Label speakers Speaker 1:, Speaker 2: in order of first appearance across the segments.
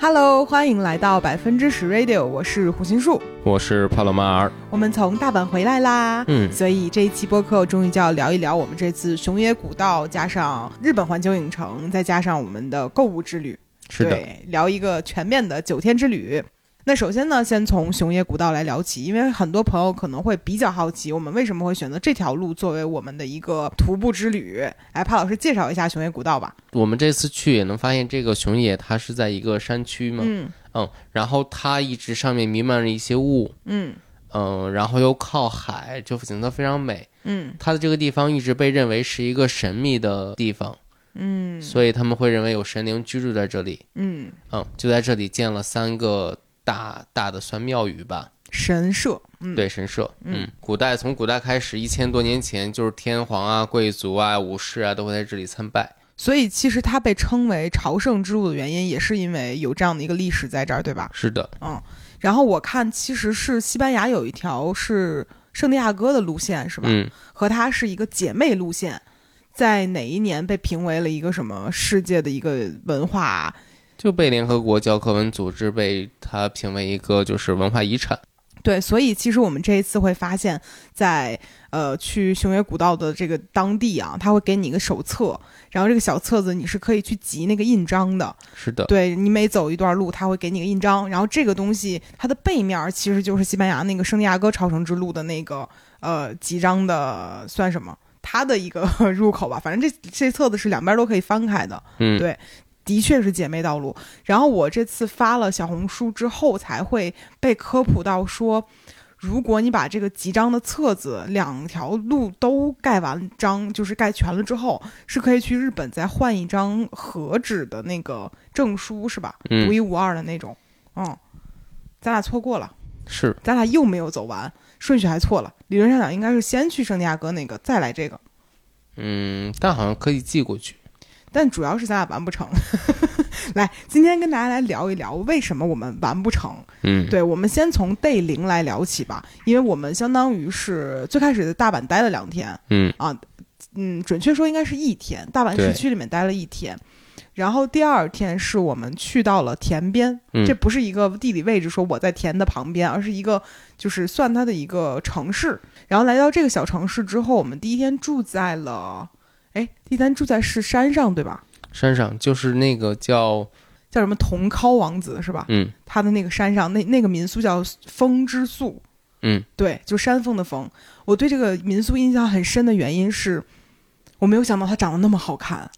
Speaker 1: Hello，欢迎来到百分之十 Radio，我是胡心树。
Speaker 2: 我是帕洛马尔。
Speaker 1: 我们从大阪回来啦，
Speaker 2: 嗯
Speaker 1: 所以这一期播客终于就要聊一聊我们这次熊野古道，加上日本环球影城，再加上我们的购物之旅，
Speaker 2: 是的，
Speaker 1: 对，聊一个全面的九天之旅。那首先呢，先从熊野古道来聊起，因为很多朋友可能会比较好奇，我们为什么会选择这条路作为我们的一个徒步之旅？来，帕老师介绍一下熊野古道吧。
Speaker 2: 我们这次去也能发现，这个熊野它是在一个山区嘛，
Speaker 1: 嗯
Speaker 2: 然后它一直上面弥漫着一些雾，
Speaker 1: 嗯
Speaker 2: 嗯，然后又靠海，就景色非常美。
Speaker 1: 嗯
Speaker 2: 它的这个地方一直被认为是一个神秘的地方，
Speaker 1: 嗯
Speaker 2: 所以他们会认为有神灵居住在这里。
Speaker 1: 嗯，
Speaker 2: 嗯，就在这里建了三个大大的算庙宇吧，
Speaker 1: 神社，嗯，
Speaker 2: 对，神社。嗯，古代从古代开始，一千多年前就是天皇啊、贵族啊、武士啊都会在这里参拜。
Speaker 1: 所以其实它被称为朝圣之路的原因，也是因为有这样的一个历史在这儿，对吧？
Speaker 2: 是的，
Speaker 1: 然后我看其实是西班牙有一条是圣地亚哥的路线，是吧？
Speaker 2: 嗯，
Speaker 1: 和它是一个姐妹路线，在哪一年被评为了一个什么世界的一个文化？
Speaker 2: 就被联合国教科文组织被它评为一个就是文化遗产。
Speaker 1: 对，所以其实我们这一次会发现在，呃去熊野古道的这个当地啊，它会给你一个手册，然后这个小册子你是可以去集那个印章的，
Speaker 2: 是的，
Speaker 1: 对你每走一段路，他会给你个印章，然后这个东西它的背面儿其实就是西班牙那个圣地亚哥朝圣之路的那个呃几张的算什么？它的一个 入口吧，反正这这册子是两边都可以翻开的，
Speaker 2: 嗯，
Speaker 1: 对的确是姐妹道路。然后我这次发了小红书之后，才会被科普到说，如果你把这个几张的册子两条路都盖完章，就是盖全了之后，是可以去日本再换一张合纸的那个证书，是吧？独
Speaker 2: 嗯，
Speaker 1: 一无二的那种。嗯，咱俩错过了，
Speaker 2: 是
Speaker 1: 咱俩又没有走完，顺序还错了。理论上讲，应该是先去圣地亚哥那个，再来这个。
Speaker 2: 嗯，但好像可以寄过去。
Speaker 1: 但主要是咱俩完不成。 来，今天跟大家来聊一聊为什么我们完不成。
Speaker 2: 嗯，
Speaker 1: 对，我们先从 day 零来聊起吧，因为我们相当于是最开始在大阪待了两天，
Speaker 2: 嗯
Speaker 1: 嗯，准确说应该是一天，大阪市
Speaker 2: 对
Speaker 1: 区里面待了一天。然后第二天是我们去到了田边，
Speaker 2: 嗯
Speaker 1: 这不是一个地理位置，说我在田的旁边，而是一个就是算它的一个城市。然后来到这个小城市之后，我们第一天住在了，哎，第一天住在是山上对吧？
Speaker 2: 山上就是那个叫
Speaker 1: 叫什么同尻王子是吧？
Speaker 2: 嗯
Speaker 1: 他的那个山上，那那个民宿叫风之宿，
Speaker 2: 嗯，
Speaker 1: 对，就山峰的峰。我对这个民宿印象很深的原因是，我没有想到它长得那么好看。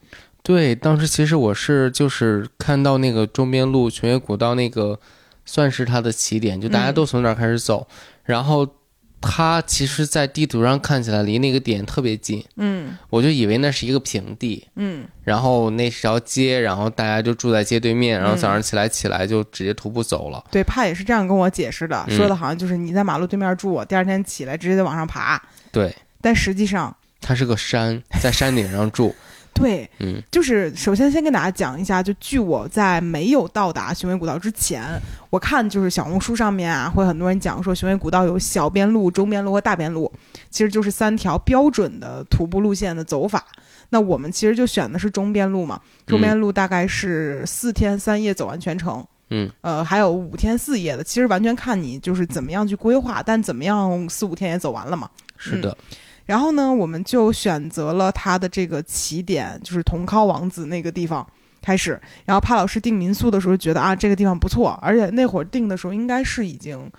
Speaker 2: 对，当时其实我是就是看到那个中边路熊野古道那个算是它的起点，就大家
Speaker 1: 嗯
Speaker 2: 都从那儿开始走，然后。它其实，在地图上看起来离那个点特别近，
Speaker 1: 嗯
Speaker 2: 我就以为那是一个平地，
Speaker 1: 嗯
Speaker 2: 然后那是条街，然后大家就住在街对面，然后
Speaker 1: 嗯
Speaker 2: 早上起来起来就直接徒步走了。
Speaker 1: 对，帕也是这样跟我解释的，
Speaker 2: 嗯
Speaker 1: 说的好像就是你在马路对面住，我第二天起来直接就往上爬。
Speaker 2: 对，
Speaker 1: 但实际上，
Speaker 2: 它是个 山，在山顶上住。
Speaker 1: 对，
Speaker 2: 嗯
Speaker 1: 就是首先先跟大家讲一下，就据我在没有到达雄伟古道之前，我看就是小红书上面啊，会很多人讲说雄伟古道有小边路、中边路和大边路，其实就是三条标准的徒步路线的走法。那我们其实就选的是中边路嘛，中边路大概是四天三夜走完全程。
Speaker 2: 嗯，
Speaker 1: 呃，还有五天四夜的，其实完全看你就是怎么样去规划，但怎么样四五天也走完了嘛。
Speaker 2: 是的，
Speaker 1: 然后呢，我们就选择了它的这个起点，就是同尻王子那个地方开始。然后帕老师订民宿的时候觉得啊，这个地方不错，而且那会儿订的时候应该是已经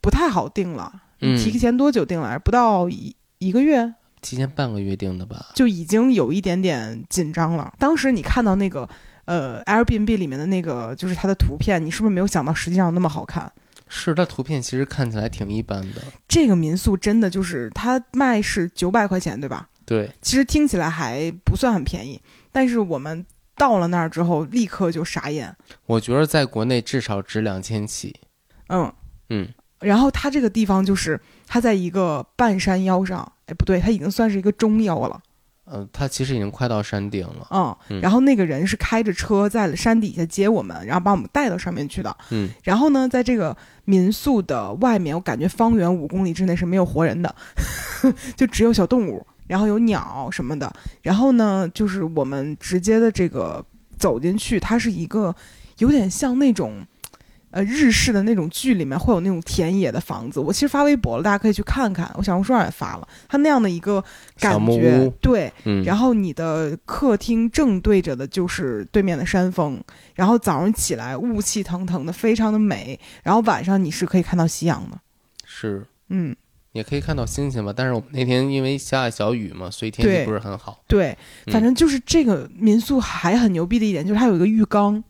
Speaker 1: 不太好订了。
Speaker 2: 嗯
Speaker 1: 提前多久订来着？不到一一个月
Speaker 2: 提前半个月定的吧？
Speaker 1: 就已经有一点点紧张了。当时你看到那个呃 Airbnb 里面的那个就是它的图片，你是不是没有想到实际上那么好看？
Speaker 2: 是，它图片其实看起来挺一般的。
Speaker 1: 这个民宿真的就是它卖是九百块钱，对吧？
Speaker 2: 对，
Speaker 1: 其实听起来还不算很便宜，但是我们到了那儿之后，立刻就傻眼。
Speaker 2: 我觉得在国内至少值两千起。
Speaker 1: 嗯，
Speaker 2: 嗯，
Speaker 1: 然后它这个地方就是它在一个半山腰上，哎，不对，它已经算是一个中腰了。
Speaker 2: 呃，它其实已经快到山顶了。
Speaker 1: 嗯，
Speaker 2: 嗯
Speaker 1: 然后那个人是开着车在山底下接我们，然后把我们带到上面去的。
Speaker 2: 嗯，
Speaker 1: 然后呢，在这个民宿的外面，我感觉方圆五公里之内是没有活人的， 就只有小动物，然后有鸟什么的。然后呢，就是我们直接的这个走进去，它是一个有点像那种。呃，日式的那种剧里面会有那种田野的房子，我其实发微博了，大家可以去看看。我小红书上也发了，它那样的一个感
Speaker 2: 小木
Speaker 1: 觉
Speaker 2: 屋，
Speaker 1: 对。
Speaker 2: 嗯，
Speaker 1: 然后你的客厅正对着的就是对面的山峰，然后早上起来雾气腾腾的，非常的美。然后晚上你是可以看到夕阳的，
Speaker 2: 是
Speaker 1: 嗯，
Speaker 2: 也可以看到星星吧。但是我们那天因为下小雨嘛，所以天
Speaker 1: 对
Speaker 2: 气不是很好。
Speaker 1: 对。
Speaker 2: 嗯
Speaker 1: 反正就是这个民宿还很牛逼的一点，就是它有一个浴缸，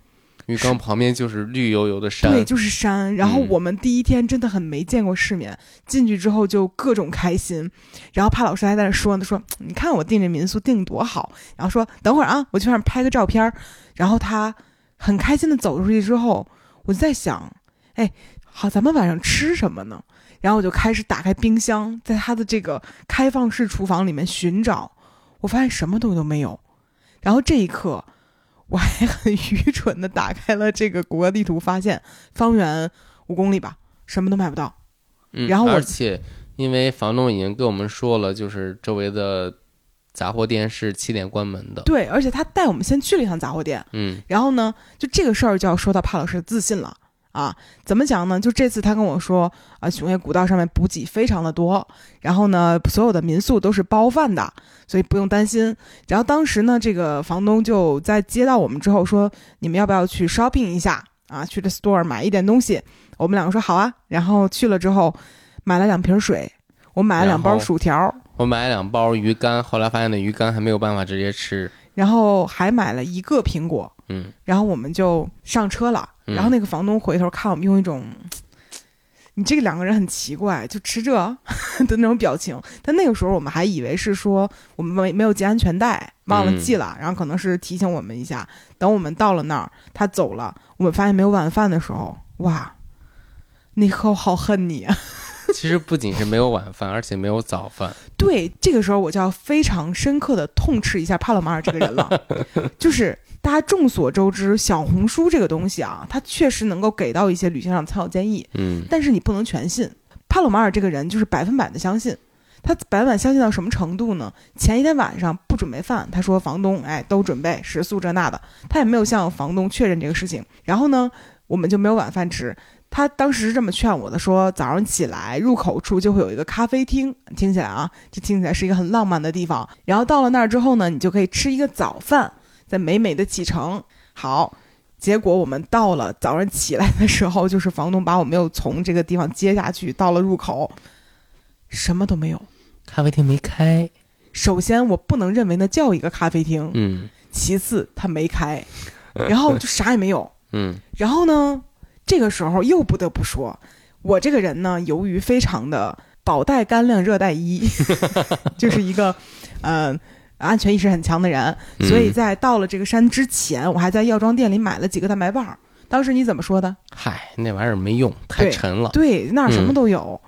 Speaker 2: 浴缸旁边就是绿油油的
Speaker 1: 对，
Speaker 2: 山，
Speaker 1: 就是山。然后
Speaker 2: 嗯
Speaker 1: 我们第一天真的很没见过世面，进去之后就各种开心。然后帕老师还在那说呢，说你看我订这民宿订得多好，然后说等会儿啊，我去那儿拍个照片儿。然后他很开心的走出去之后，我就在想，哎，好，咱们晚上吃什么呢？然后我就开始打开冰箱，在他的这个开放式厨房里面寻找，我发现什么东西都没有。然后这一刻，我还很愚蠢的打开了这个谷歌地图，发现方圆五公里吧，什么都买不到。
Speaker 2: 嗯，
Speaker 1: 然后我
Speaker 2: 而且因为房东已经跟我们说了，就是周围的杂货店是七点关门的。
Speaker 1: 对，而且他带我们先去了一趟杂货店，
Speaker 2: 嗯，
Speaker 1: 然后呢，就这个事儿就要说到帕老师的自信了啊。怎么讲呢？就这次他跟我说啊，熊野古道上面补给非常的多，然后呢，所有的民宿都是包饭的，所以不用担心。然后当时呢，这个房东就在接到我们之后说，你们要不要去 shopping 一下啊？去这 store 买一点东西。我们两个说好啊，然后去了之后，买了两瓶水，我买了两包
Speaker 2: 然后
Speaker 1: 薯条。
Speaker 2: 我买了两包鱼干，后来发现那鱼干还没有办法直接吃。
Speaker 1: 然后还买了一个苹果，
Speaker 2: 嗯，
Speaker 1: 然后我们就上车了。
Speaker 2: 嗯
Speaker 1: 然后那个房东回头看我们，用一种“你这个两个人很奇怪，就吃这” 的那种表情。但那个时候我们还以为是说我们没没有系安全带，忘了
Speaker 2: 嗯
Speaker 1: 系了，然后可能是提醒我们一下。等我们到了那儿，他走了，我们发现没有晚饭的时候，哇！那刻我好恨你啊！
Speaker 2: 其实不仅是没有晚饭，而且没有早饭。
Speaker 1: 对，这个时候我就要非常深刻的痛斥一下帕洛马尔这个人了。 就是大家众所周知，小红书这个东西啊，它确实能够给到一些旅行上的参考建议，
Speaker 2: 嗯，
Speaker 1: 但是你不能全信。帕洛马尔这个人就是百分百的相信，他百分百相信到什么程度呢？前一天晚上不准备饭，他说房东哎都准备食宿这那的，他也没有向房东确认这个事情。然后呢，我们就没有晚饭吃。他当时是这么劝我的，说早上起来入口处就会有一个咖啡厅，听起来啊，这听起来是一个很浪漫的地方。然后到了那儿之后呢，你就可以吃一个早饭，再美美的启程。好，结果我们到了早上起来的时候，就是房东把我们又从这个地方接下去，到了入口，什么都没有。
Speaker 2: 咖啡厅没开。
Speaker 1: 首先，我不能认为那叫一个咖啡厅；
Speaker 2: 嗯
Speaker 1: 其次，它没开，然后就啥也没有。
Speaker 2: 嗯，
Speaker 1: 然后呢，这个时候又不得不说，我这个人呢，由于非常的宝带干亮热带衣， 就是一个呃安全意识很强的人，
Speaker 2: 嗯
Speaker 1: 所以在到了这个山之前，我还在药妆店里买了几个蛋白棒儿。当时你怎么说的？
Speaker 2: 嗨，那玩意儿没用，太
Speaker 1: 对
Speaker 2: 沉了。嗯
Speaker 1: 对，那儿什么都有。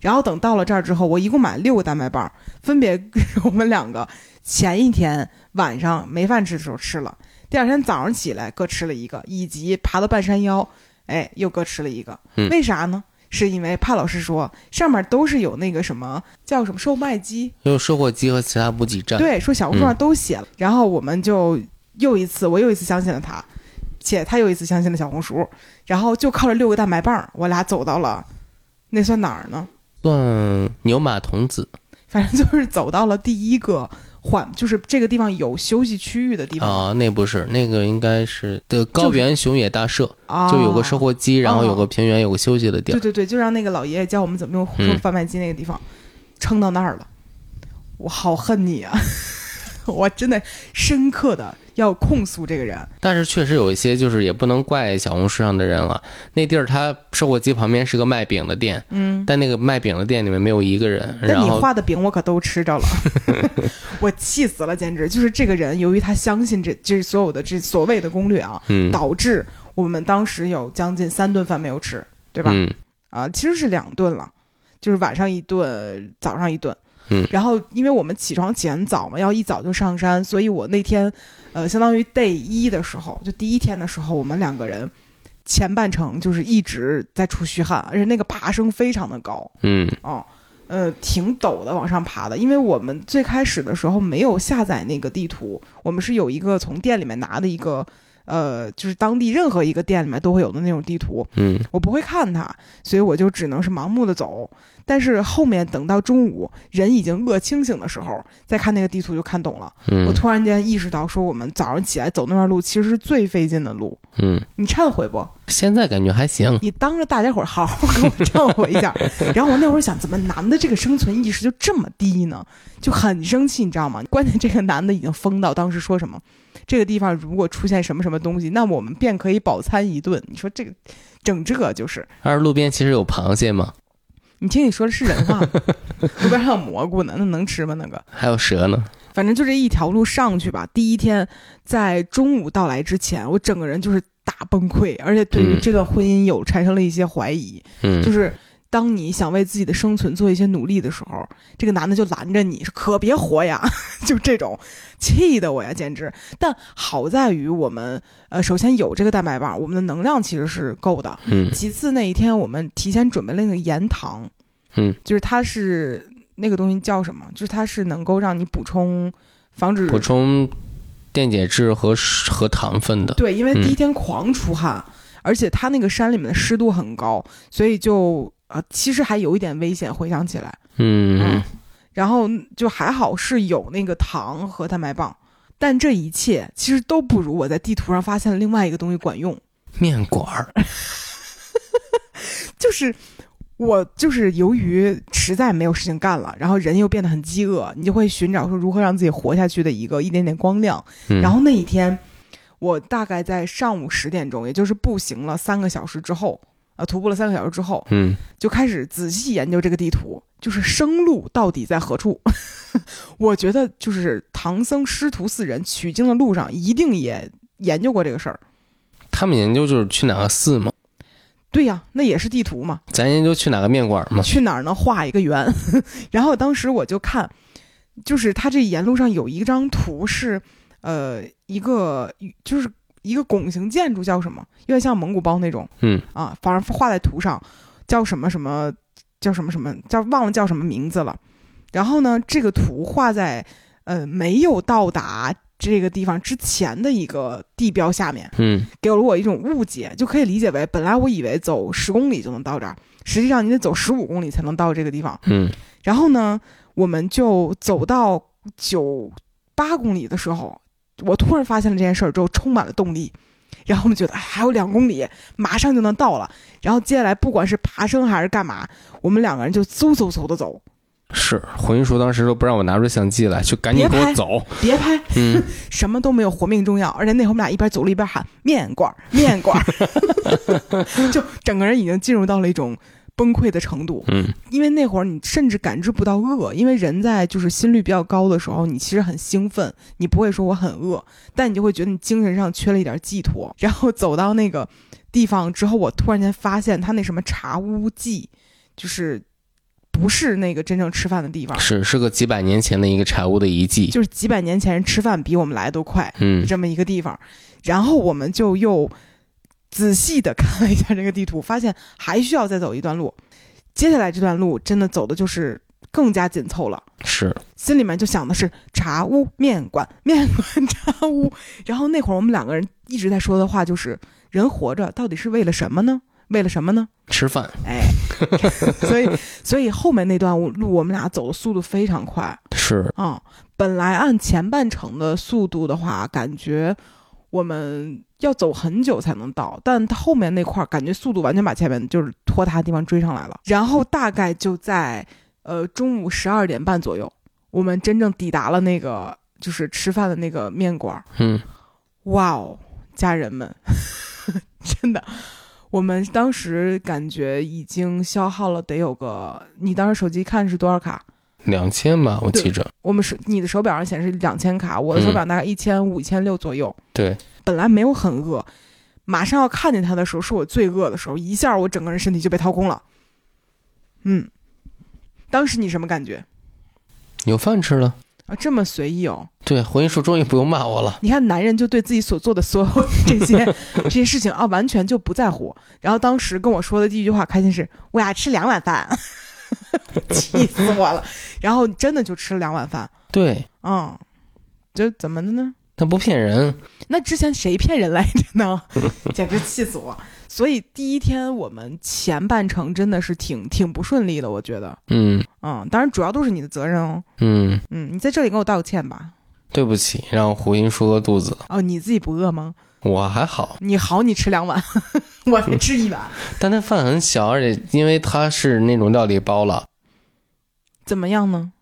Speaker 1: 然后等到了这儿之后，我一共买了六个蛋白棒，分别我们两个前一天晚上没饭吃的时候吃了，第二天早上起来各吃了一个，以及爬到半山腰，哎，又各吃了一个。
Speaker 2: 嗯
Speaker 1: 为啥呢？是因为帕老师说上面都是有那个什么叫什么售卖机，
Speaker 2: 有收获机和其他补给站。
Speaker 1: 对，说小红
Speaker 2: 嗯
Speaker 1: 书上都写了，然后我们就又一次，我又一次相信了他，且他又一次相信了小红书，然后就靠着六个蛋白棒儿，我俩走到了，那算哪儿呢？
Speaker 2: 算牛马童子。
Speaker 1: 反正就是走到了第一个缓，就是这个地方有休息区域的地方
Speaker 2: 啊、那不是，那个应该是的高原熊野大社，
Speaker 1: 啊，
Speaker 2: 就有个售货机，然后
Speaker 1: 哦
Speaker 2: 有个平原，有个休息的地
Speaker 1: 对
Speaker 2: 儿。
Speaker 1: 对对，就让那个老爷爷教我们怎么用
Speaker 2: 嗯
Speaker 1: 贩卖机那个地方，撑到那儿了。我好恨你啊！ 我真的深刻的要控诉这个人。
Speaker 2: 但是确实有一些，就是也不能怪小红书上的人了。那地儿它售货机旁边是个卖饼的店，
Speaker 1: 嗯，
Speaker 2: 但那个卖饼的店里面没有一个人。
Speaker 1: 但
Speaker 2: 然
Speaker 1: 你
Speaker 2: 后
Speaker 1: 画的饼我可都吃 着了，我气死了，简直就是这个人，由于他相信这这所有的这所谓的攻略啊，
Speaker 2: 嗯，
Speaker 1: 导致我们当时有将近三顿饭没有吃，对吧？
Speaker 2: 嗯
Speaker 1: 啊，其实是两顿了，就是晚上一顿，早上一顿。
Speaker 2: 嗯
Speaker 1: 然后因为我们起床起很早嘛，要一早就上山，所以我那天，呃，相当于 day 一的时候，就第一天的时候，我们两个人前半程就是一直在出虚汗，而且那个爬升非常的高，
Speaker 2: 嗯
Speaker 1: 哦，呃，挺陡的往上爬的，因为我们最开始的时候没有下载那个地图，我们是有一个从店里面拿的一个呃，就是当地任何一个店里面都会有的那种地图，
Speaker 2: 嗯
Speaker 1: 我不会看它，所以我就只能是盲目的走。但是后面等到中午人已经饿清醒的时候，再看那个地图就看懂了。我
Speaker 2: 嗯
Speaker 1: 突然间意识到，说我们早上起来走那段路其实是最费劲的路。
Speaker 2: 嗯，
Speaker 1: 你忏悔不？
Speaker 2: 现在感觉还行，
Speaker 1: 你当着大家伙儿好 好给我忏悔一下。然后我那会儿想，怎么男的这个生存意识就这么低呢？就很生气，你知道吗？关键这个男的已经疯到当时说什么，这个地方如果出现什么什么东西，那我们便可以饱餐一顿。你说这个整这个就是，
Speaker 2: 而路边其实有螃蟹嘛，
Speaker 1: 你听你说的是人话吗？ 路边还有蘑菇呢，那能吃吗？那个？
Speaker 2: 还有蛇呢。
Speaker 1: 反正就这一条路上去吧。第一天在中午到来之前，我整个人就是大崩溃，而且对于
Speaker 2: 嗯
Speaker 1: 这段婚姻有产生了一些怀疑。
Speaker 2: 嗯，
Speaker 1: 就是当你想为自己的生存做一些努力的时候，这个男的就拦着你，可别活呀， 就这种，气得我呀，简直。但好在于我们呃，首先有这个蛋白棒，我们的能量其实是够的。
Speaker 2: 嗯
Speaker 1: 其次那一天我们提前准备了那个盐糖，
Speaker 2: 嗯，
Speaker 1: 就是它是那个东西叫什么？就是它是能够让你补充防止
Speaker 2: 补充电解质和水和糖分的。
Speaker 1: 对，因为
Speaker 2: 嗯
Speaker 1: 第一天狂出汗，而且它那个山里面的湿度很高，所以就呃，其实还有一点危险。回想起来。
Speaker 2: 嗯
Speaker 1: 然后就还好是有那个糖和蛋白棒，但这一切其实都不如我在地图上发现的另外一个东西管用，
Speaker 2: 面馆儿，
Speaker 1: 就是。我就是由于实在没有事情干了，然后人又变得很饥饿，你就会寻找说如何让自己活下去的一个一点点光亮。
Speaker 2: 嗯、
Speaker 1: 然后那一天，我大概在上午十点钟，也就是步行了三个小时之后，呃，徒步了三个小时之后，
Speaker 2: 嗯
Speaker 1: 就开始仔细研究这个地图，就是生路到底在何处。 我觉得就是唐僧师徒四人取经的路上，一定也研究过这个事儿。
Speaker 2: 他们研究就是去哪个寺嘛，
Speaker 1: 对呀，那也是地图嘛，
Speaker 2: 咱研究去哪个面馆儿嘛。
Speaker 1: 去哪儿能画一个圆？ 然后当时我就看，就是他这沿路上有一张图是，呃，一个就是一个拱形建筑，叫什么？有点像蒙古包那种，
Speaker 2: 嗯
Speaker 1: 啊，反正画在图上，叫什么什么，叫什么什么，叫忘了叫什么名字了。然后呢，这个图画在呃没有到达这个地方之前的一个地标下面，
Speaker 2: 嗯
Speaker 1: 给了我一种误解，就可以理解为，本来我以为走十公里就能到这儿，实际上你得走十五公里才能到这个地方。
Speaker 2: 嗯
Speaker 1: 然后呢，我们就走到九八公里的时候，我突然发现了这件事儿之后，充满了动力。然后我们觉得哎还有两公里，马上就能到了。然后接下来不管是爬升还是干嘛，我们两个人就嗖嗖嗖的走，
Speaker 2: 是混运叔当时都不让我拿出相机来，就赶紧
Speaker 1: 别
Speaker 2: 给
Speaker 1: 拍
Speaker 2: 我走。
Speaker 1: 别拍，
Speaker 2: 嗯，
Speaker 1: 什么都没有，活命重要。而且那会儿我们俩一边走路一边喊面馆儿，面馆儿， 就整个人已经进入到了一种崩溃的程度。
Speaker 2: 嗯
Speaker 1: 因为那会儿你甚至感知不到饿，因为人在就是心率比较高的时候，你其实很兴奋，你不会说我很饿，但你就会觉得你精神上缺了一点寄托。 然后走到那个地方之后，我突然间发现他那什么茶屋记，就是不是那个真正吃饭的地方，
Speaker 2: 是是个几百年前的一个产物的遗迹。
Speaker 1: 就是几百年前人吃饭比我们来得都快。
Speaker 2: 嗯
Speaker 1: 这么一个地方。然后我们就又仔细的看了一下这个地图，发现还需要再走一段路。接下来这段路真的走的就是更加紧凑了，
Speaker 2: 是，
Speaker 1: 心里面就想的是茶屋、面馆、面馆、茶屋。然后那会儿我们两个人一直在说的话就是：人活着到底是为了什么呢？为了什么呢？
Speaker 2: 吃饭。
Speaker 1: 哎，所以 所以后面那段路我们俩走的速度非常快，
Speaker 2: 是，
Speaker 1: 啊、本来按前半程的速度的话，感觉我们要走很久才能到，但它后面那块儿感觉速度完全把前面就是拖沓的地方追上来了。然后大概就在呃中午十二点半左右，我们真正抵达了那个就是吃饭的那个面馆儿。
Speaker 2: 嗯
Speaker 1: 哇哦，家人们， 真的。我们当时感觉已经消耗了得有个，你当时手机看是多少卡？
Speaker 2: 两千吧，我
Speaker 1: 对
Speaker 2: 记着。
Speaker 1: 我们手你的手表上显示两千卡，我的手表大概一千五、一千六左右。
Speaker 2: 对，
Speaker 1: 本来没有很饿，马上要看见它的时候，是我最饿的时候，一下我整个人身体就被掏空了。嗯，当时你什么感觉
Speaker 2: 有饭吃了。
Speaker 1: 啊？这么随意哦？
Speaker 2: 对，回音叔终于不用骂我了。
Speaker 1: 你看，男人就对自己所做的所有这些这些事情啊，完全就不在乎。然后当时跟我说的第一句话，开心是我要吃两碗饭， 气死我了。然后真的就吃了两碗饭，
Speaker 2: 对，
Speaker 1: 嗯，这怎么的呢？
Speaker 2: 那不骗人。
Speaker 1: 那之前谁骗人来着呢？ 简直气死我！所以第一天我们前半程真的是挺挺不顺利的，我觉得，
Speaker 2: 嗯
Speaker 1: 嗯，当然主要都是你的责任哦，
Speaker 2: 嗯，
Speaker 1: 嗯，你在这里给我道个歉吧。
Speaker 2: 对不起，让胡音舒饿肚子。
Speaker 1: 哦，你自己不饿吗？
Speaker 2: 我还好，
Speaker 1: 你好，你吃两碗， 我才吃一碗，
Speaker 2: 但那饭很小，而且因为它是那种料理包了，
Speaker 1: 怎么样呢？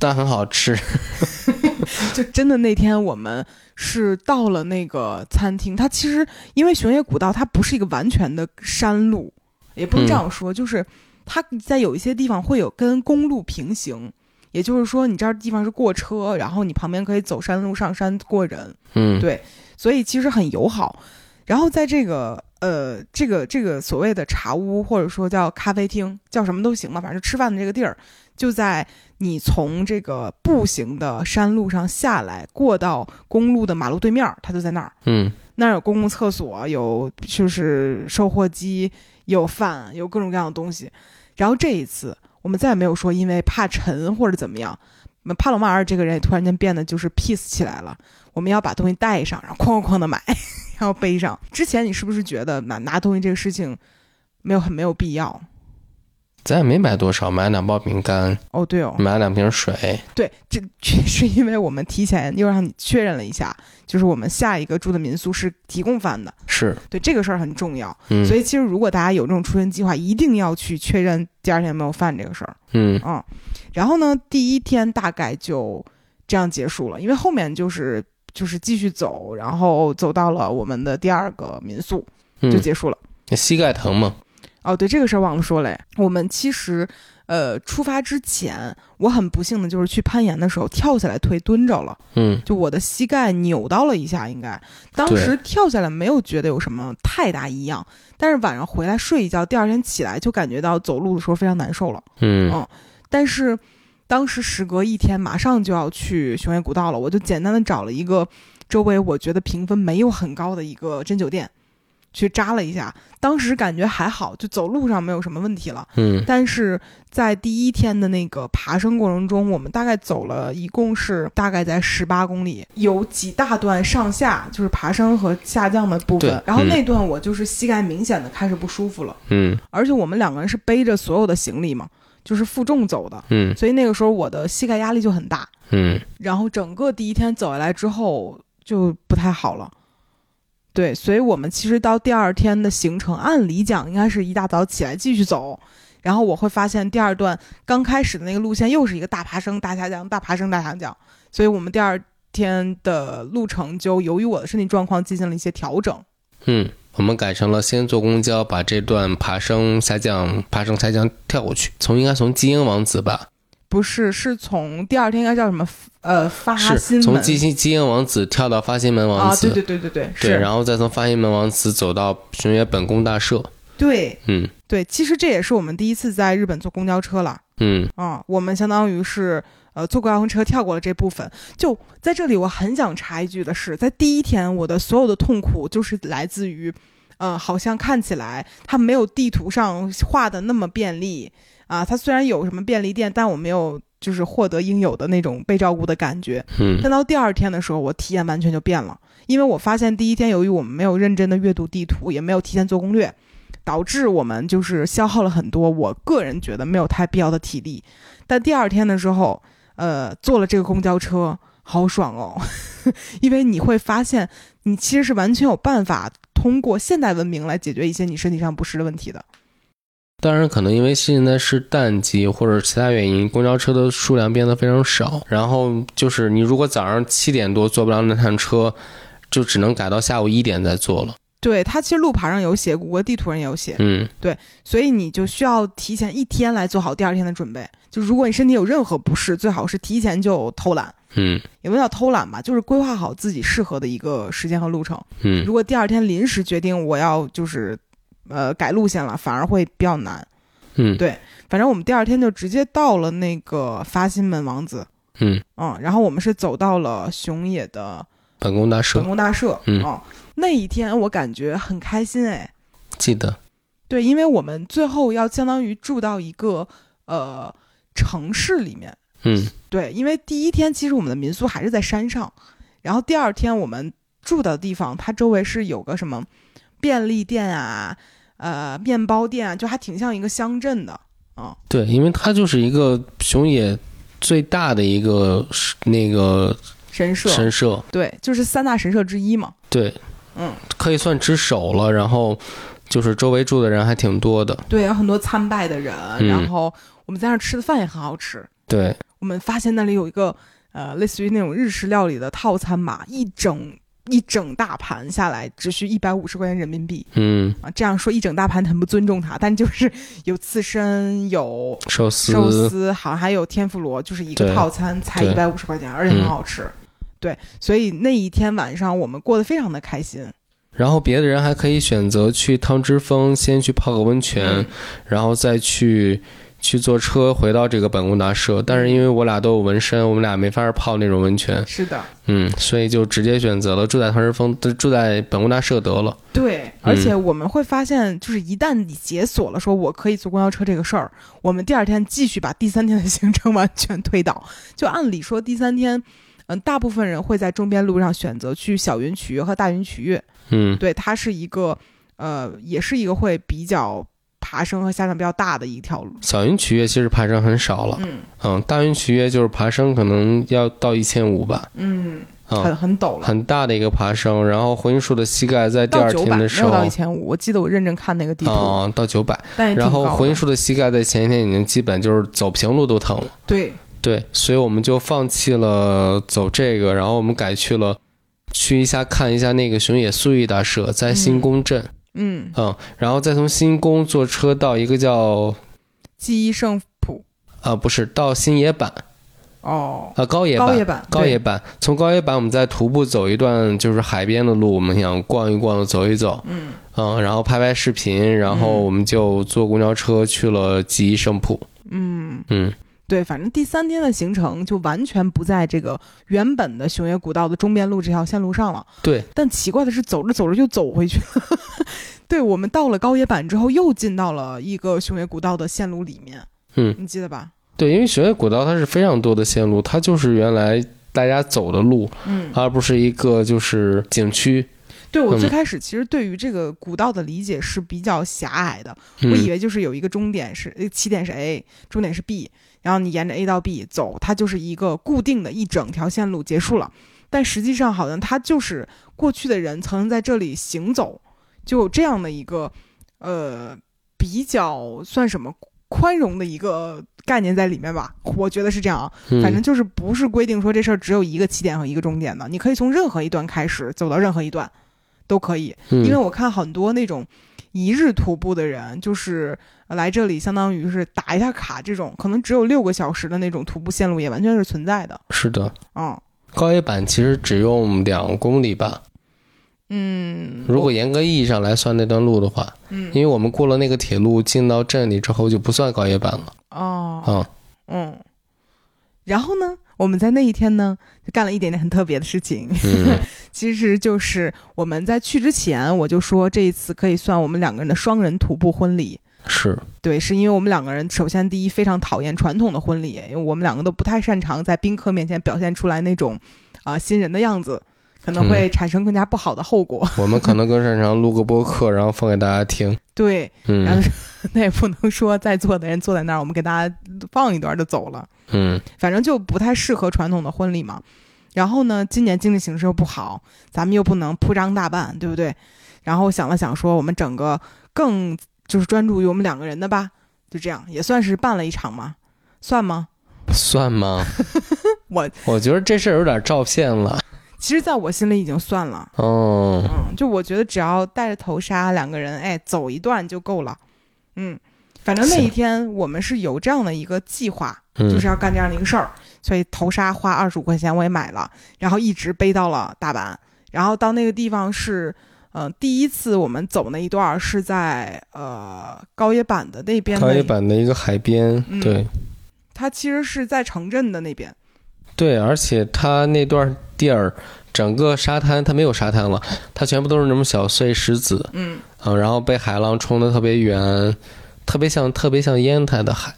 Speaker 2: 但很好吃。
Speaker 1: 就真的那天我们是到了那个餐厅，它其实因为熊野古道它不是一个完全的山路，也不能这样说，就是它在有一些地方会有跟公路平行，也就是说你这儿地方是过车，然后你旁边可以走山路上山过人，
Speaker 2: 嗯，
Speaker 1: 对所以其实很友好。然后在这个呃这个这个所谓的茶屋或者说叫咖啡厅，叫什么都行吧，反正就吃饭的这个地儿，就在你从这个步行的山路上下来，过到公路的马路对面儿，它就在那儿。
Speaker 2: 嗯
Speaker 1: 那儿有公共厕所，有就是售货机，有饭，有各种各样的东西。然后这一次，我们再也没有说因为怕沉或者怎么样，我们帕罗马尔这个人也突然间变得就是 peace 起来了。我们要把东西带上，然后哐哐哐的买， 然后背上。之前你是不是觉得拿拿东西这个事情没有很没有必要？
Speaker 2: 咱也没买多少，买两包饼干，
Speaker 1: 哦，对哦，
Speaker 2: 买两瓶水。
Speaker 1: 对，这确实因为我们提前又让你确认了一下，就是我们下一个住的民宿是提供饭的，
Speaker 2: 是，
Speaker 1: 对这个事儿很重要。
Speaker 2: 嗯，
Speaker 1: 所
Speaker 2: 以
Speaker 1: 以其实如果大家有这种出行计划，一定要去确认第二天有没有犯这个事儿。
Speaker 2: 嗯
Speaker 1: 嗯，然后呢，第一天大概就这样结束了，因为后面就是就是继续走，然后走到了我们的第二个民宿就
Speaker 2: 嗯，
Speaker 1: 结束了。
Speaker 2: 膝盖疼吗？
Speaker 1: 哦，对这个事儿忘了说嘞，我们其实。呃，出发之前，我很不幸的就是去攀岩的时候跳下来腿蹲着了，
Speaker 2: 嗯
Speaker 1: 就我的膝盖扭到了一下，应该当时跳下来没有觉得有什么太大异样，但是晚上回来睡一觉，第二天起来就感觉到走路的时候非常难受了。
Speaker 2: 嗯
Speaker 1: 哦但是当时时隔一天，马上就要去熊野古道了，我就简单的找了一个周围我觉得评分没有很高的一个针灸店去扎了一下，当时感觉还好，就走路上没有什么问题了。
Speaker 2: 嗯
Speaker 1: 但是在第一天的那个爬升过程中，我们大概走了一共是大概在十八公里，有几大段上下就是爬升和下降的部
Speaker 2: 对
Speaker 1: 分。然后
Speaker 2: 嗯
Speaker 1: 那段我就是膝盖明显的开始不舒服了，
Speaker 2: 嗯
Speaker 1: 而且我们两个人是背着所有的行李嘛，就是负重走的，
Speaker 2: 嗯
Speaker 1: 所以那个时候我的膝盖压力就很大。
Speaker 2: 嗯
Speaker 1: 然后整个第一天走下来之后就不太好了。对，所以我们其实到第二天的行程，按理讲应该是一大早起来继续走，然后我会发现第二段刚开始的那个路线又是一个大爬升、大下降、大爬升、大下降，所以我们第二天的路程就由于我的身体状况进行了一些调整。
Speaker 2: 嗯，我们改成了先坐公交，把这段爬升下降、爬升下降跳过去，从应该从金鹰王子吧，
Speaker 1: 不是，是从第二天应该叫什么？呃，发
Speaker 2: 是
Speaker 1: 心
Speaker 2: 从
Speaker 1: 门
Speaker 2: 基星基因王子跳到发心门王
Speaker 1: 啊，
Speaker 2: 子，
Speaker 1: 对对对对对，
Speaker 2: 对
Speaker 1: 是，
Speaker 2: 然后再从发心门王子走到熊野本宫大社，
Speaker 1: 对
Speaker 2: 嗯
Speaker 1: 对，其实这也是我们第一次在日本坐公交车了。
Speaker 2: 嗯
Speaker 1: 啊，我们相当于是呃坐公交车跳过了这部分。就在这里，我很想插一句的是，在第一天我的所有的痛苦就是来自于，呃，好像看起来它没有地图上画的那么便利啊。它虽然有什么便利店，但我没有就是获得应有的那种被照顾的感觉。
Speaker 2: 嗯
Speaker 1: 但到第二天的时候，我体验完全就变了，因为我发现第一天由于我们没有认真的阅读地图，也没有提前做攻略，导致我们就是消耗了很多我个人觉得没有太必要的体力。但第二天的时候，呃，坐了这个公交车，好爽哦， 因为你会发现你其实是完全有办法通过现代文明来解决一些你身体上不适的问题的。
Speaker 2: 当然，可能因为现在是淡季或者其他原因，公交车的数量变得非常少。然后就是你如果早上七点多坐不了那趟车，就只能改到下午一点再坐了。
Speaker 1: 对，它其实路牌上有写，谷歌地图上也有写，
Speaker 2: 嗯
Speaker 1: 所以你就需要提前一天来做好第二天的准备。就如果你身体有任何不适，最好是提前就偷懒，
Speaker 2: 嗯
Speaker 1: 也不叫偷懒吧，就是规划好自己适合的一个时间和路程。
Speaker 2: 嗯
Speaker 1: 如果第二天临时决定我要就是，呃，改路线了，反而会比较难。
Speaker 2: 嗯
Speaker 1: 对反正我们第二天就直接到了那个发心门王子，
Speaker 2: 嗯，
Speaker 1: 嗯，然后我们是走到了熊野的
Speaker 2: 本宫大
Speaker 1: 本
Speaker 2: 社
Speaker 1: 宫大社，
Speaker 2: 嗯
Speaker 1: 那一天我感觉很开心哎，
Speaker 2: 记得，
Speaker 1: 对，因为我们最后要相当于住到一个呃城市里面。
Speaker 2: 嗯
Speaker 1: 对，因为第一天其实我们的民宿还是在山上，然后第二天我们住的地方，它周围是有个什么便利店啊，呃，面包店啊，就还挺像一个乡镇的。
Speaker 2: 对，因为它就是一个熊野最大的一个是那个
Speaker 1: 神社，
Speaker 2: 神社，
Speaker 1: 对，就是三大神社之一嘛。
Speaker 2: 对，
Speaker 1: 嗯，
Speaker 2: 可以算之首了。然后就是周围住的人还挺多的，
Speaker 1: 对，有很多参拜的人，
Speaker 2: 嗯
Speaker 1: 然后我们在那儿吃的饭也很好吃。
Speaker 2: 对，
Speaker 1: 我们发现那里有一个呃，类似于那种日式料理的套餐吧，一整一整大盘下来只需一百五十块钱人民币
Speaker 2: 嗯，
Speaker 1: 啊。这样说一整大盘很不尊重它，但就是 有刺身，有
Speaker 2: 寿司，
Speaker 1: 寿司，好像还有天妇罗，就是一个
Speaker 2: 对
Speaker 1: 套餐才一
Speaker 2: 对嗯
Speaker 1: 百五十块钱，而且很好吃。对，所以那一天晚上我们过得非常的开心。
Speaker 2: 然后别的人还可以选择去汤之峰，先去泡个温泉，
Speaker 1: 嗯
Speaker 2: 然后再去去坐车回到这个本宫达社。但是因为我俩都有纹身，我们俩没法泡那种温泉，
Speaker 1: 是的，
Speaker 2: 嗯，所以就直接选择了住在汤之峰，呃住在本宫达社得了。
Speaker 1: 对，而且
Speaker 2: 嗯
Speaker 1: 我们会发现，就是一旦你解锁了说我可以坐公交车这个事儿，我们第二天继续把第三天的行程完全推倒。就按理说，第三天，嗯，大部分人会在中边路上选择去小云曲和大云曲，
Speaker 2: 嗯，
Speaker 1: 对，它是一个，呃，也是一个会比较爬升和下降比较大的一条路。
Speaker 2: 小云曲岳其实爬升很少了，
Speaker 1: 嗯
Speaker 2: 嗯，大云曲岳就是爬升可能要到一千五吧，
Speaker 1: 嗯，
Speaker 2: 嗯，
Speaker 1: 很很陡了，
Speaker 2: 很大的一个爬升。然后回音树的膝盖在第
Speaker 1: 到
Speaker 2: 二
Speaker 1: 九
Speaker 2: 天
Speaker 1: 百没
Speaker 2: 的时
Speaker 1: 有
Speaker 2: 候
Speaker 1: 到一，千五，我记得我认真看那个地图，
Speaker 2: 嗯，到九百。
Speaker 1: 但哎也挺
Speaker 2: 然
Speaker 1: 高
Speaker 2: 后
Speaker 1: 的。
Speaker 2: 回音树的膝盖在前一天已经基本就是走平路都疼了，
Speaker 1: 对，
Speaker 2: 对，所以我们就放弃了走这个，然后我们改去了去一下看一下那个熊野素玉大社，在新宫镇，
Speaker 1: 嗯，
Speaker 2: 嗯然后再从新宫坐车到一个叫
Speaker 1: 记忆圣谱
Speaker 2: 啊不是到新野坂
Speaker 1: 哦，
Speaker 2: 啊高野
Speaker 1: 高野
Speaker 2: 坂。
Speaker 1: 版，
Speaker 2: 高
Speaker 1: 对
Speaker 2: 野坂，从高野坂我们再徒步走一段，就是海边的路，我们想逛一逛、走一走，
Speaker 1: 嗯
Speaker 2: 嗯，然后拍拍视频，然后
Speaker 1: 嗯
Speaker 2: 我们就坐公交车去了吉伊圣浦，
Speaker 1: 嗯，
Speaker 2: 嗯，
Speaker 1: 对，反正第三天的行程就完全不在这个原本的熊野古道的中边路这条线路上了。
Speaker 2: 对，
Speaker 1: 但奇怪的是，走着走着就走回去了。 对，我们到了高野坂之后，又进到了一个熊野古道的线路里面。
Speaker 2: 嗯，
Speaker 1: 你记得吧？
Speaker 2: 对，因为熊野古道它是非常多的线路，它就是原来大家走的路，
Speaker 1: 嗯，
Speaker 2: 而不是一个就是景区。
Speaker 1: 对我
Speaker 2: 啊嗯
Speaker 1: 最开始其实对于这个古道的理解是比较狭隘的，我以
Speaker 2: 嗯，
Speaker 1: 为就是有一个终点是呃起点是 A，终点是 B，然后你沿着 A 到 B 走，它就是一个固定的一整条线路结束了。但实际上，好像它就是过去的人曾经在这里行走，就有这样的一个呃比较算什么宽容的一个概念在里面吧。我觉得是这样啊，
Speaker 2: 嗯
Speaker 1: 反正就是不是规定说这事儿只有一个起点和一个终点的，你可以从任何一段开始走到任何一段都可以。
Speaker 2: 嗯
Speaker 1: 因为我看很多那种一日徒步的人，就是呃来这里相当于是打一下卡这种，可能只有六个小时的那种徒步线路也完全是存在的。
Speaker 2: 是的，
Speaker 1: 嗯
Speaker 2: 高野坂其实只用两公里吧。
Speaker 1: 嗯，
Speaker 2: 如果严格意义上来算那段路的话，
Speaker 1: 嗯
Speaker 2: 因为我们过了那个铁路进到镇里之后就不算高野坂了。
Speaker 1: 哦
Speaker 2: 啊、
Speaker 1: 嗯，然后呢，我们在那一天呢，就干了一点点很特别的事情。
Speaker 2: 嗯，
Speaker 1: 其实就是我们在去之前，我就说这一次可以算我们两个人的双人徒步婚礼。
Speaker 2: 是，
Speaker 1: 对，是因为我们两个人，首先第一非常讨厌传统的婚礼，因为我们两个都不太擅长在宾客面前表现出来那种啊、新人的样子，可能会产生更加不好的后果。
Speaker 2: 我们可能更擅长录个播客，然后放给大家听。
Speaker 1: 对，然
Speaker 2: 嗯
Speaker 1: 后那也不能说在座的人坐在那儿，我们给大家放一段就走了，
Speaker 2: 嗯，
Speaker 1: 反正就不太适合传统的婚礼嘛。然后呢，今年经济形势又不好，咱们又不能铺张大办，对不对？然后想了想说，我们整个更就是专注于我们两个人的吧，就这样也算是办了一场嘛，算吗？
Speaker 2: 算吗？
Speaker 1: 我
Speaker 2: 我觉得这事儿有点照骗了。
Speaker 1: 其实在我心里已经算了，
Speaker 2: 哦，
Speaker 1: 嗯，就我觉得只要戴着头纱，两个人哎走一段就够了，嗯，反正那一
Speaker 2: 行
Speaker 1: 天我们是有这样的一个计划，
Speaker 2: 嗯
Speaker 1: 就是要干这样的一个事儿，所以头纱花二十五块钱我也买了，然后一直背到了大阪，然后到那个地方是。呃，第一次我们走那一段儿是在呃高野坂的那边的，
Speaker 2: 高野坂的一个海边，
Speaker 1: 嗯
Speaker 2: 对。
Speaker 1: 它其实是在城镇的那边，
Speaker 2: 对，而且它那段地儿，整个沙滩它没有沙滩了，它全部都是那种小碎石子，
Speaker 1: 嗯，
Speaker 2: 嗯，然 后被海浪冲得特别远，特别像特别像烟台的海。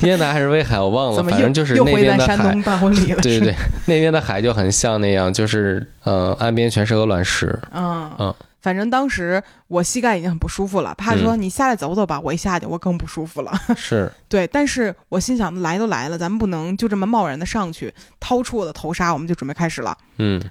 Speaker 2: 椰南还是威海，我忘了，
Speaker 1: 怎么
Speaker 2: 反
Speaker 1: 又
Speaker 2: 正就是
Speaker 1: 又
Speaker 2: 那
Speaker 1: 回
Speaker 2: 边
Speaker 1: 咱
Speaker 2: 的
Speaker 1: 山
Speaker 2: 海。
Speaker 1: 东办婚礼了？
Speaker 2: 对对
Speaker 1: 是
Speaker 2: 对，那边的海就很像那样，就是呃，岸边全是鹅 卵石。
Speaker 1: 嗯
Speaker 2: 嗯
Speaker 1: 反正当时我膝盖已经很不舒服了，怕说你下来走走吧，我一下去我更不舒服了。
Speaker 2: 是，
Speaker 1: 对，但是我心想来都来了，咱们不能就这么贸然的上去，掏出我的头纱，我们就准备开始了。
Speaker 2: 嗯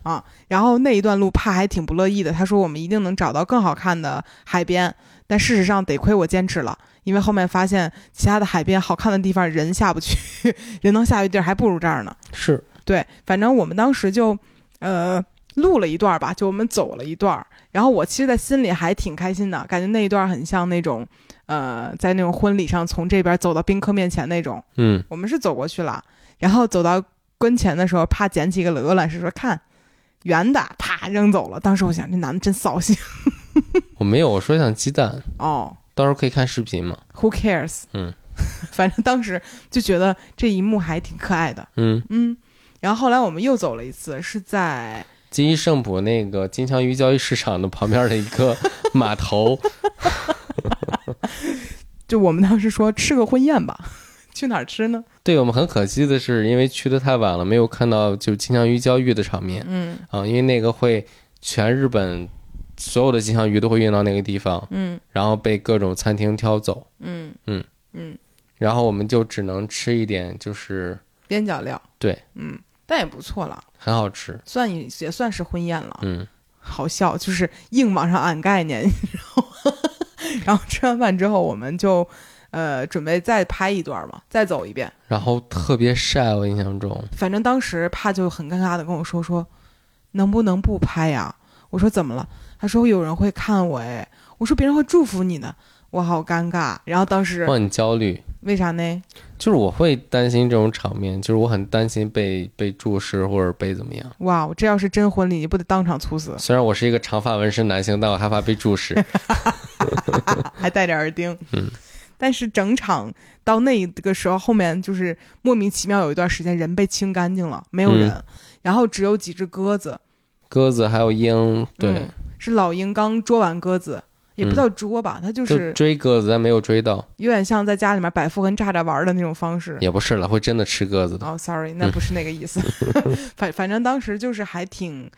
Speaker 1: 然后那一段路怕还挺不乐意的，他说我们一定能找到更好看的海边，但事实上得亏我坚持了，因为后面发现其他的海边好看的地方人下不去， 人能下去地儿还不如这儿呢。
Speaker 2: 是，
Speaker 1: 对，反正我们当时就，呃，录了一段儿吧，就我们走了一段儿。然后我其实，在心里还挺开心的，感觉那一段儿很像那种，呃，在那种婚礼上从这边走到宾客面前那种。
Speaker 2: 嗯
Speaker 1: 我们是走过去了，然后走到跟前的时候，啪捡起一个鹅卵石说看。圆的，啪扔走了。当时我想，这男的真扫兴
Speaker 2: 我没有，我说像鸡蛋，
Speaker 1: 哦。
Speaker 2: 到时候可以看视频嘛。
Speaker 1: Who cares？
Speaker 2: 嗯，
Speaker 1: 反正当时就觉得这一幕还挺可爱的。
Speaker 2: 嗯，
Speaker 1: 嗯，然后后来我们又走了一次，是在
Speaker 2: 基伊圣普那个金枪鱼交易市场的旁边的一个码头，
Speaker 1: 就我们当时说吃个婚宴吧， 去哪儿吃呢？
Speaker 2: 对我们很可惜的是，因为去的太晚了，没有看到就是金枪鱼交遇的场面
Speaker 1: 嗯
Speaker 2: 啊、因为那个会全日本所有的金枪鱼都会运到那个地方，
Speaker 1: 嗯
Speaker 2: 然后被各种餐厅挑走，
Speaker 1: 嗯
Speaker 2: 嗯
Speaker 1: 嗯，
Speaker 2: 然后我们就只能吃一点，就是
Speaker 1: 边角料。
Speaker 2: 对，
Speaker 1: 嗯，但也不错了，
Speaker 2: 很好吃，
Speaker 1: 算也也算是婚宴了。
Speaker 2: 嗯，
Speaker 1: 好笑，就是硬往上按概念， 然后然后吃完饭之后，我们就呃准备再拍一段嘛，再走一遍。
Speaker 2: 然后特别晒，我印象中，
Speaker 1: 反正当时怕就很尴尬的跟我说说，能不能不拍呀？我说怎么了？他说有人会看我哎，我说别人会祝福你的，我好尴尬。然后当时
Speaker 2: 我很焦虑，
Speaker 1: 为啥呢？
Speaker 2: 就是我会担心这种场面，就是我很担心被被注视或者被怎么样。？
Speaker 1: 哇，这要是真婚礼，你不得当场猝死
Speaker 2: 虽然我是一个长发纹身男性，但我害怕被注视。
Speaker 1: 还戴着耳钉。
Speaker 2: 嗯。
Speaker 1: 但是整场到那个时候，后面就是莫名其妙有一段时间人被清干净了，没
Speaker 2: 嗯
Speaker 1: 有人，然后只有几只鸽子。
Speaker 2: 鸽子还有鹰，对，嗯
Speaker 1: 嗯是老鹰刚捉完鸽子，也不叫捉吧，它就
Speaker 2: 就是追鸽子，但没有追到，
Speaker 1: 有点像在家里面摆富跟炸炸玩的那种方式。
Speaker 2: 也不是了，会真的吃鸽子的。
Speaker 1: 哦、s o r r y 那不是那个意思。
Speaker 2: 嗯
Speaker 1: 反反正当时就是还挺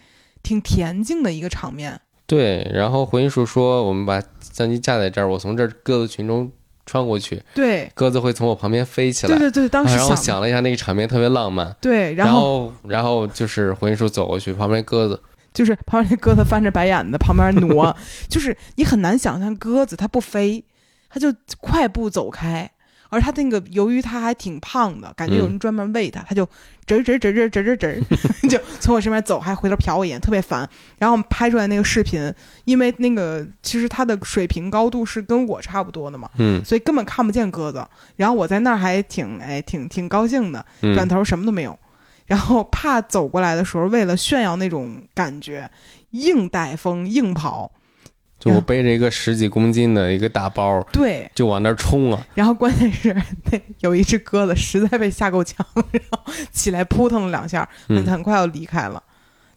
Speaker 1: 挺恬静的一个场面。
Speaker 2: 对，然后回音树说，我们把相机架在这儿，我从这儿鸽子群中穿过去，
Speaker 1: 对，
Speaker 2: 鸽子会从我旁边飞起来。啊
Speaker 1: 对对对，当时
Speaker 2: 然后我
Speaker 1: 想
Speaker 2: 想了一下，那个场面特别浪漫。
Speaker 1: 对，
Speaker 2: 然
Speaker 1: 然后
Speaker 2: 后，然后就是回音树走过去，旁边鸽子，
Speaker 1: 就是旁边那鸽子翻着白眼的旁边挪，就是你很难想象鸽子它不飞，它就快步走开。而它那个，由于它还挺胖的，感觉有人专门喂它，它就直直直直直直直，就从我身边走，还回头瞟我一眼，特别烦。然后我们拍出来那个视频，因为那个其实它的水平高度是跟我差不多的嘛，
Speaker 2: 嗯
Speaker 1: 所以根本看不见鸽子。然后我在那儿还挺哎挺挺高兴的，转
Speaker 2: 嗯，
Speaker 1: 头什么都没有。然后怕走过来的时候，为了炫耀那种感觉，硬带风硬跑。
Speaker 2: 就我背着一个十几公斤的一个大包，
Speaker 1: 对，
Speaker 2: 就往那儿冲啊。
Speaker 1: 然后关键是那有一只鸽子实在被吓够呛，然后起来扑腾了两下，很
Speaker 2: 嗯，
Speaker 1: 很快要离开了。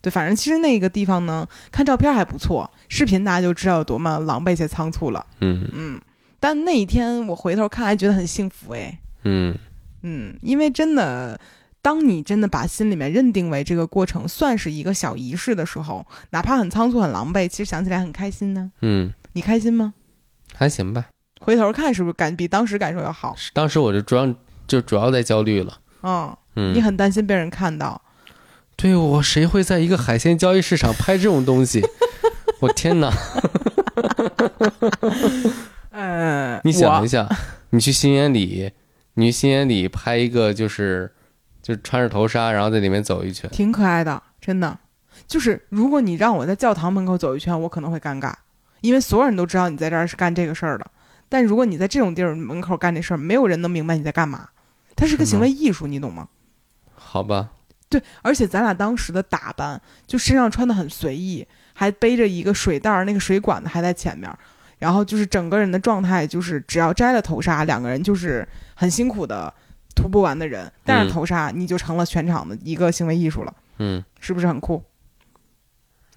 Speaker 1: 对，反正其实那个地方呢，看照片还不错，视频大家就知道有多么狼狈且仓促了。
Speaker 2: 嗯
Speaker 1: 嗯，但那一天我回头看还觉得很幸福哎。
Speaker 2: 嗯，
Speaker 1: 嗯，因为真的，当你真的把心里面认定为这个过程算是一个小仪式的时候，哪怕很仓促、很狼狈，其实想起来很开心呢。
Speaker 2: 嗯，
Speaker 1: 你开心吗？
Speaker 2: 还行吧。
Speaker 1: 回头看是不是感比当时感受要好？
Speaker 2: 当时我就主要就主要在焦虑了。
Speaker 1: 嗯，你
Speaker 2: 嗯，
Speaker 1: 很担心被人看到。
Speaker 2: 对我谁会在一个海鲜交易市场拍这种东 西？我天哪！
Speaker 1: 嗯，
Speaker 2: 你想
Speaker 1: 我
Speaker 2: 一下，啊你去新源里，你去新源里拍一个就是就是穿着头纱，然后在里面走一圈。
Speaker 1: 挺可爱的，真的。就是如果你让我在教堂门口走一圈，我可能会尴尬，因为所有人都知道你在这儿是干这个事儿的。但如果你在这种地儿门口干这事儿，没有人能明白你在干嘛。它是个
Speaker 2: 是
Speaker 1: 行
Speaker 2: 吗
Speaker 1: 为艺术，你懂吗？
Speaker 2: 好吧，
Speaker 1: 对，而且咱俩当时的打扮，就身上穿的很随意，还背着一个水袋儿，那个水管子还在前面儿。然后就是整个人的状态，就是只要摘了头纱，两个人就是很辛苦的徒步完的人。戴上
Speaker 2: 嗯
Speaker 1: 头纱，你就成了全场的一个行为艺术了，
Speaker 2: 嗯，
Speaker 1: 是不是很酷？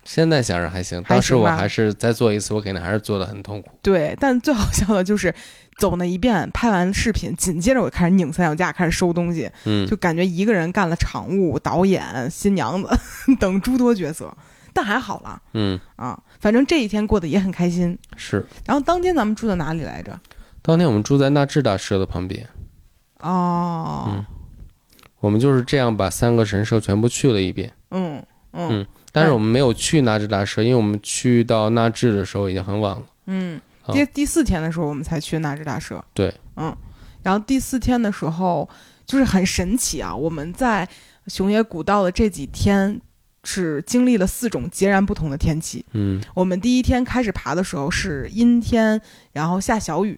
Speaker 2: 现在想着还行，当时我还是再做一次，我肯定还是做的很痛苦。
Speaker 1: 对，但最好笑的就是走那一遍，拍完视频，紧接着我开始拧三脚架，开始收东西，
Speaker 2: 嗯，
Speaker 1: 就感觉一个人干了场务、导演、新娘子 等诸多角色，但还好啦
Speaker 2: 嗯，
Speaker 1: 啊，反正这一天过得也很开心。
Speaker 2: 是。
Speaker 1: 然后当天咱们住的哪里来着？
Speaker 2: 当天我们住在纳智大社的旁边，
Speaker 1: 哦，
Speaker 2: 我们就是这样把三个神社全部去了一遍。
Speaker 1: 嗯
Speaker 2: 嗯
Speaker 1: 嗯
Speaker 2: 但是我们没有去纳智大社，因为我们去到纳智的时候已经很晚了。
Speaker 1: 嗯，
Speaker 2: 好
Speaker 1: 第第四天的时候我们才去纳智大社。
Speaker 2: 对，
Speaker 1: 嗯，然后第四天的时候就是很神奇啊，我们在熊野古道的这几天。是经历了四种截然不同的天气。
Speaker 2: 嗯，
Speaker 1: 我们第一天开始爬的时候是阴天，然后下小雨，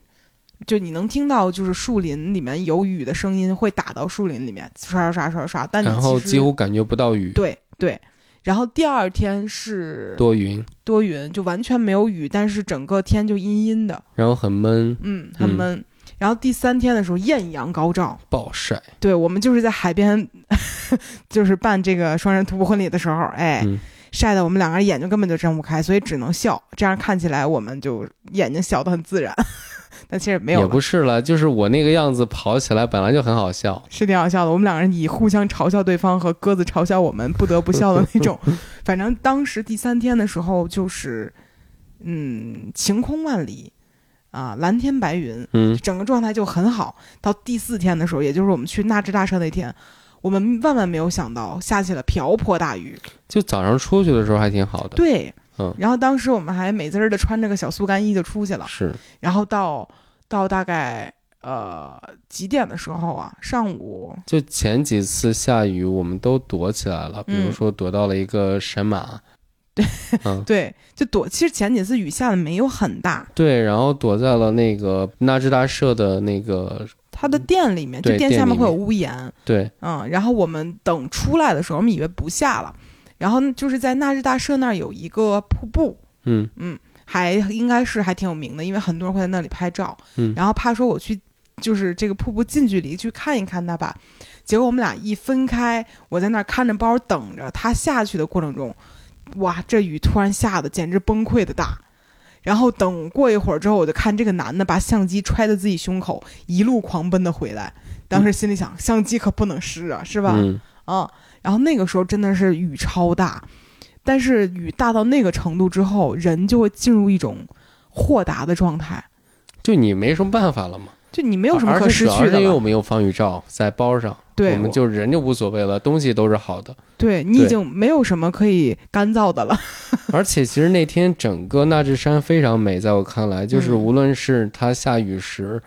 Speaker 1: 就你能听到就是树林里面有雨的声音会打到树林里面，刷刷刷刷刷。但你
Speaker 2: 然后
Speaker 1: 啊其实
Speaker 2: 几乎感觉不到雨，
Speaker 1: 对对。然后第二天是
Speaker 2: 多云，
Speaker 1: 多云，就完全没有雨，但是整个天就阴阴的，
Speaker 2: 然后很闷，
Speaker 1: 嗯，很闷。然后第三天的时候艳阳高照，
Speaker 2: 暴晒。
Speaker 1: 对我们就是在海边， 就是办这个双人徒步婚礼的时候，哎，
Speaker 2: 嗯
Speaker 1: 晒得我们两个人眼睛根本就睁不开，所以只能笑，这样看起来我们就眼睛笑得很自然， 但其实没有
Speaker 2: 也
Speaker 1: 了
Speaker 2: 不是了，就是我那个样子跑起来本来就很好笑。
Speaker 1: 是挺好笑的。我们两个人以互相嘲笑对方和鸽子嘲笑我们不得不笑的那种。反正当时第三天的时候，就是嗯，晴空万里啊，蓝天白云，
Speaker 2: 嗯，
Speaker 1: 整个状态就很好。到第四天的时候，也就是我们去纳智大社那天，我们万万没有想到下起了瓢泼大雨。
Speaker 2: 就早上出去的时候还挺好的。
Speaker 1: 对，
Speaker 2: 嗯
Speaker 1: 然后当时我们还美滋儿的穿着个小速干衣就出去了。
Speaker 2: 是，
Speaker 1: 然后到到大概呃几点的时候啊，上午
Speaker 2: 就前几次下雨我们都躲起来了，比如
Speaker 1: 嗯
Speaker 2: 说躲到了一个神马，对，嗯，
Speaker 1: 对，就躲。其实前几次雨下的没有很大，
Speaker 2: 对，然后躲在了那个纳智大社的那个，
Speaker 1: 它的店里面，就
Speaker 2: 嗯对
Speaker 1: 店
Speaker 2: 店
Speaker 1: 下面
Speaker 2: 里
Speaker 1: 会有
Speaker 2: 面
Speaker 1: 屋檐，
Speaker 2: 对，
Speaker 1: 嗯，然后我们等出来的时候，我们以为不下了，然后就是在纳日大社那儿有一个瀑布，
Speaker 2: 嗯，
Speaker 1: 还应该是还挺有名的，因为很多人会在那里拍照，
Speaker 2: 嗯
Speaker 1: 然后怕说我去就是这个瀑布近距离去看一看它吧，结果我们俩一分开，我在那儿看着包等着它下去的过程中，哇，这雨突然下的简直崩溃的大。然后等过一会儿之后，我就看这个男的把相机揣在自己胸口，一路狂奔的回来。当时心里想，相机可不能湿啊，是吧？
Speaker 2: 嗯，
Speaker 1: 嗯，然后那个时候真的是雨超大，但是雨大到那个程度之后，人就会进入一种豁达的状态，
Speaker 2: 就你没什么办法了嘛，
Speaker 1: 就你没有什么
Speaker 2: 啊而
Speaker 1: 可
Speaker 2: 且
Speaker 1: 失
Speaker 2: 主要
Speaker 1: 去
Speaker 2: 是
Speaker 1: 的
Speaker 2: 因为我
Speaker 1: 了。
Speaker 2: 们有防雨罩在包上，
Speaker 1: 对，
Speaker 2: 我们就人就无所谓了，东西都是好的。
Speaker 1: 对你已经没有什么可以干燥的了。
Speaker 2: 而且其实那天整个纳智山非常美，在我看来，就是
Speaker 1: 嗯
Speaker 2: 无论是它下雨时，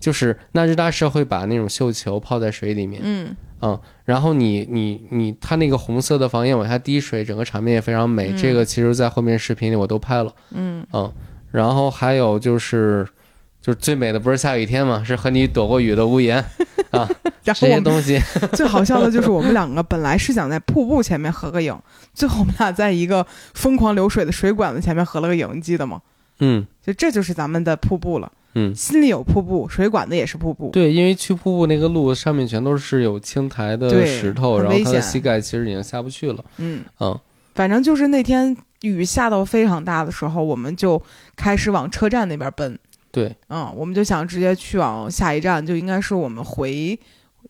Speaker 2: 就是纳智大社会把那种绣球泡在水里面，
Speaker 1: 嗯，
Speaker 2: 嗯，然后你你你，它那个红色的房檐往下滴水，整个场面也非常美。
Speaker 1: 嗯
Speaker 2: 这个其实，在后面视频里我都拍了，
Speaker 1: 嗯，
Speaker 2: 嗯，然后还有就是。就是最美的不是下雨天嘛，是和你躲过雨的屋檐，
Speaker 1: 然后
Speaker 2: 这
Speaker 1: 我
Speaker 2: 些
Speaker 1: 们
Speaker 2: 东西
Speaker 1: 最好笑的就是我们两个本来是想在瀑布前面合个影，最后我们俩在一个疯狂流水的水管子前面合了个影，你记得吗？
Speaker 2: 嗯
Speaker 1: 就这就是咱们的瀑布了，
Speaker 2: 嗯，
Speaker 1: 心里有瀑布，水管子也是瀑布。
Speaker 2: 对，因为去瀑布那个路上面全都是有青苔的
Speaker 1: 对
Speaker 2: 石头，
Speaker 1: 很
Speaker 2: 然后
Speaker 1: 危
Speaker 2: 他的
Speaker 1: 险
Speaker 2: 膝盖其实已经下不去了，
Speaker 1: 嗯，
Speaker 2: 嗯，
Speaker 1: 反正就是那天雨下到非常大的时候，我们就开始往车站那边奔。
Speaker 2: 对，
Speaker 1: 嗯，我们就想直接去往下一站，就应该是我们回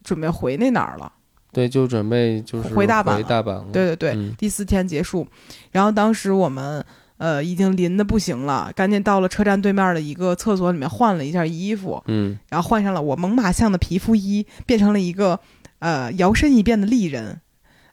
Speaker 1: 准备回那哪儿了。
Speaker 2: 对，就准备就是
Speaker 1: 回大阪
Speaker 2: 回
Speaker 1: 了
Speaker 2: 大阪了。
Speaker 1: 对对对，
Speaker 2: 嗯
Speaker 1: 第四天结束，然后当时我们呃已经淋的不行了，赶紧到了车站对面的一个厕所里面换了一件衣服，
Speaker 2: 嗯，
Speaker 1: 然后换上了我猛犸象的皮肤衣，变成了一个呃摇身一变的丽人。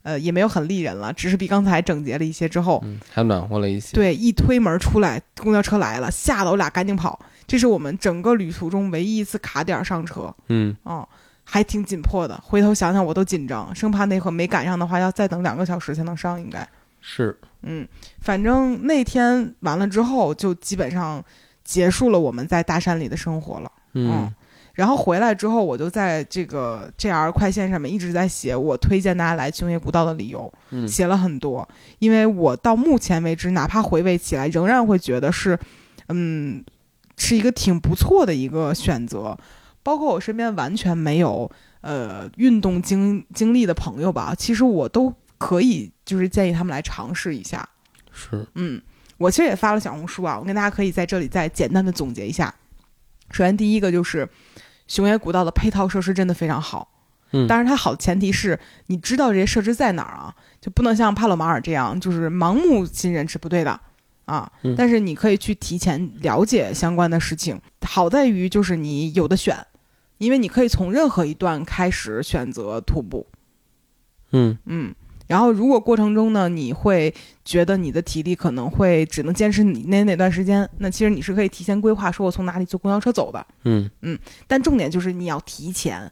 Speaker 1: 呃，也没有很丽人了，只是比刚才整洁了一些之后，
Speaker 2: 嗯，还暖和了一些。，
Speaker 1: 对，一推门出来，公交车来了，吓得我俩赶紧跑。这是我们整个旅途中唯一一次卡点儿上车，
Speaker 2: 嗯，
Speaker 1: 哦，还挺紧迫的。回头想想我都紧张，生怕那会儿没赶上的话，要再等两个小时才能上，应该。
Speaker 2: 是，
Speaker 1: 嗯，反正那天完了之后，就基本上结束了我们在大山里的生活了。
Speaker 2: 嗯
Speaker 1: 嗯，然后回来之后，我就在这个 JR 快线上面一直在写我推荐大家来熊野古道的理由，
Speaker 2: 嗯
Speaker 1: 写了很多。因为我到目前为止，哪怕回味起来，仍然会觉得是，嗯，是一个挺不错的一个选择。包括我身边完全没有呃运动经经历的朋友吧，其实我都可以就是建议他们来尝试一下。
Speaker 2: 是
Speaker 1: 嗯，我其实也发了小红书啊，我跟大家可以在这里再简单的总结一下。首先，第一个就是雄野古道的配套设施真的非常好，
Speaker 2: 嗯
Speaker 1: 当然它好的前提是你知道这些设施在哪儿啊，就不能像帕洛马尔这样就是盲目信任是不对的啊。
Speaker 2: 嗯
Speaker 1: 但是你可以去提前了解相关的事情，好在于就是你有的选，因为你可以从任何一段开始选择徒步，
Speaker 2: 嗯
Speaker 1: 嗯，然后如果过程中呢，你会觉得你的体力可能会只能坚持你那哪段时间，那其实你是可以提前规划，说我从哪里坐公交车走的。
Speaker 2: 嗯。
Speaker 1: 但重点就是你要提前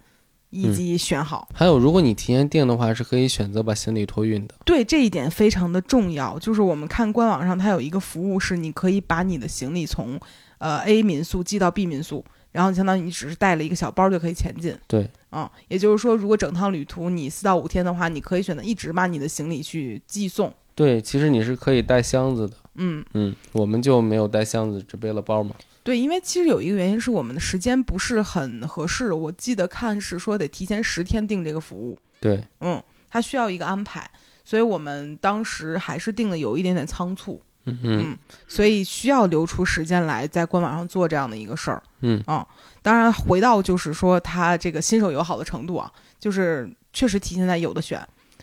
Speaker 1: 以及选好，
Speaker 2: 还有，如果你提前订的话，是可以选择把行李托运的。
Speaker 1: 对这一点非常的重要。就是我们看官网上它有一个服务，是你可以把你的行李从呃 A 民宿寄到 B 民宿，然后相当于你只是带了一个小包就可以前进。
Speaker 2: 对，
Speaker 1: 啊，也就是说，如果整趟旅途你四到五天的话，你可以选择一直把你的行李去寄送。
Speaker 2: 对，其实你是可以带箱子的。
Speaker 1: 嗯，
Speaker 2: 嗯，我们就没有带箱子，只背了包嘛。
Speaker 1: 对，因为其实有一个原因是我们的时间不是很合适，我记得看是说得提前十天订这个服务，
Speaker 2: 对，
Speaker 1: 嗯，它需要一个安排，所以我们当时还是订的有一点点仓促，
Speaker 2: 嗯嗯
Speaker 1: 所以需要留出时间来在官网上做这样的一个事儿。啊
Speaker 2: 嗯
Speaker 1: 当然，回到就是说它这个新手友好的程度啊，就是确实体现在有的选，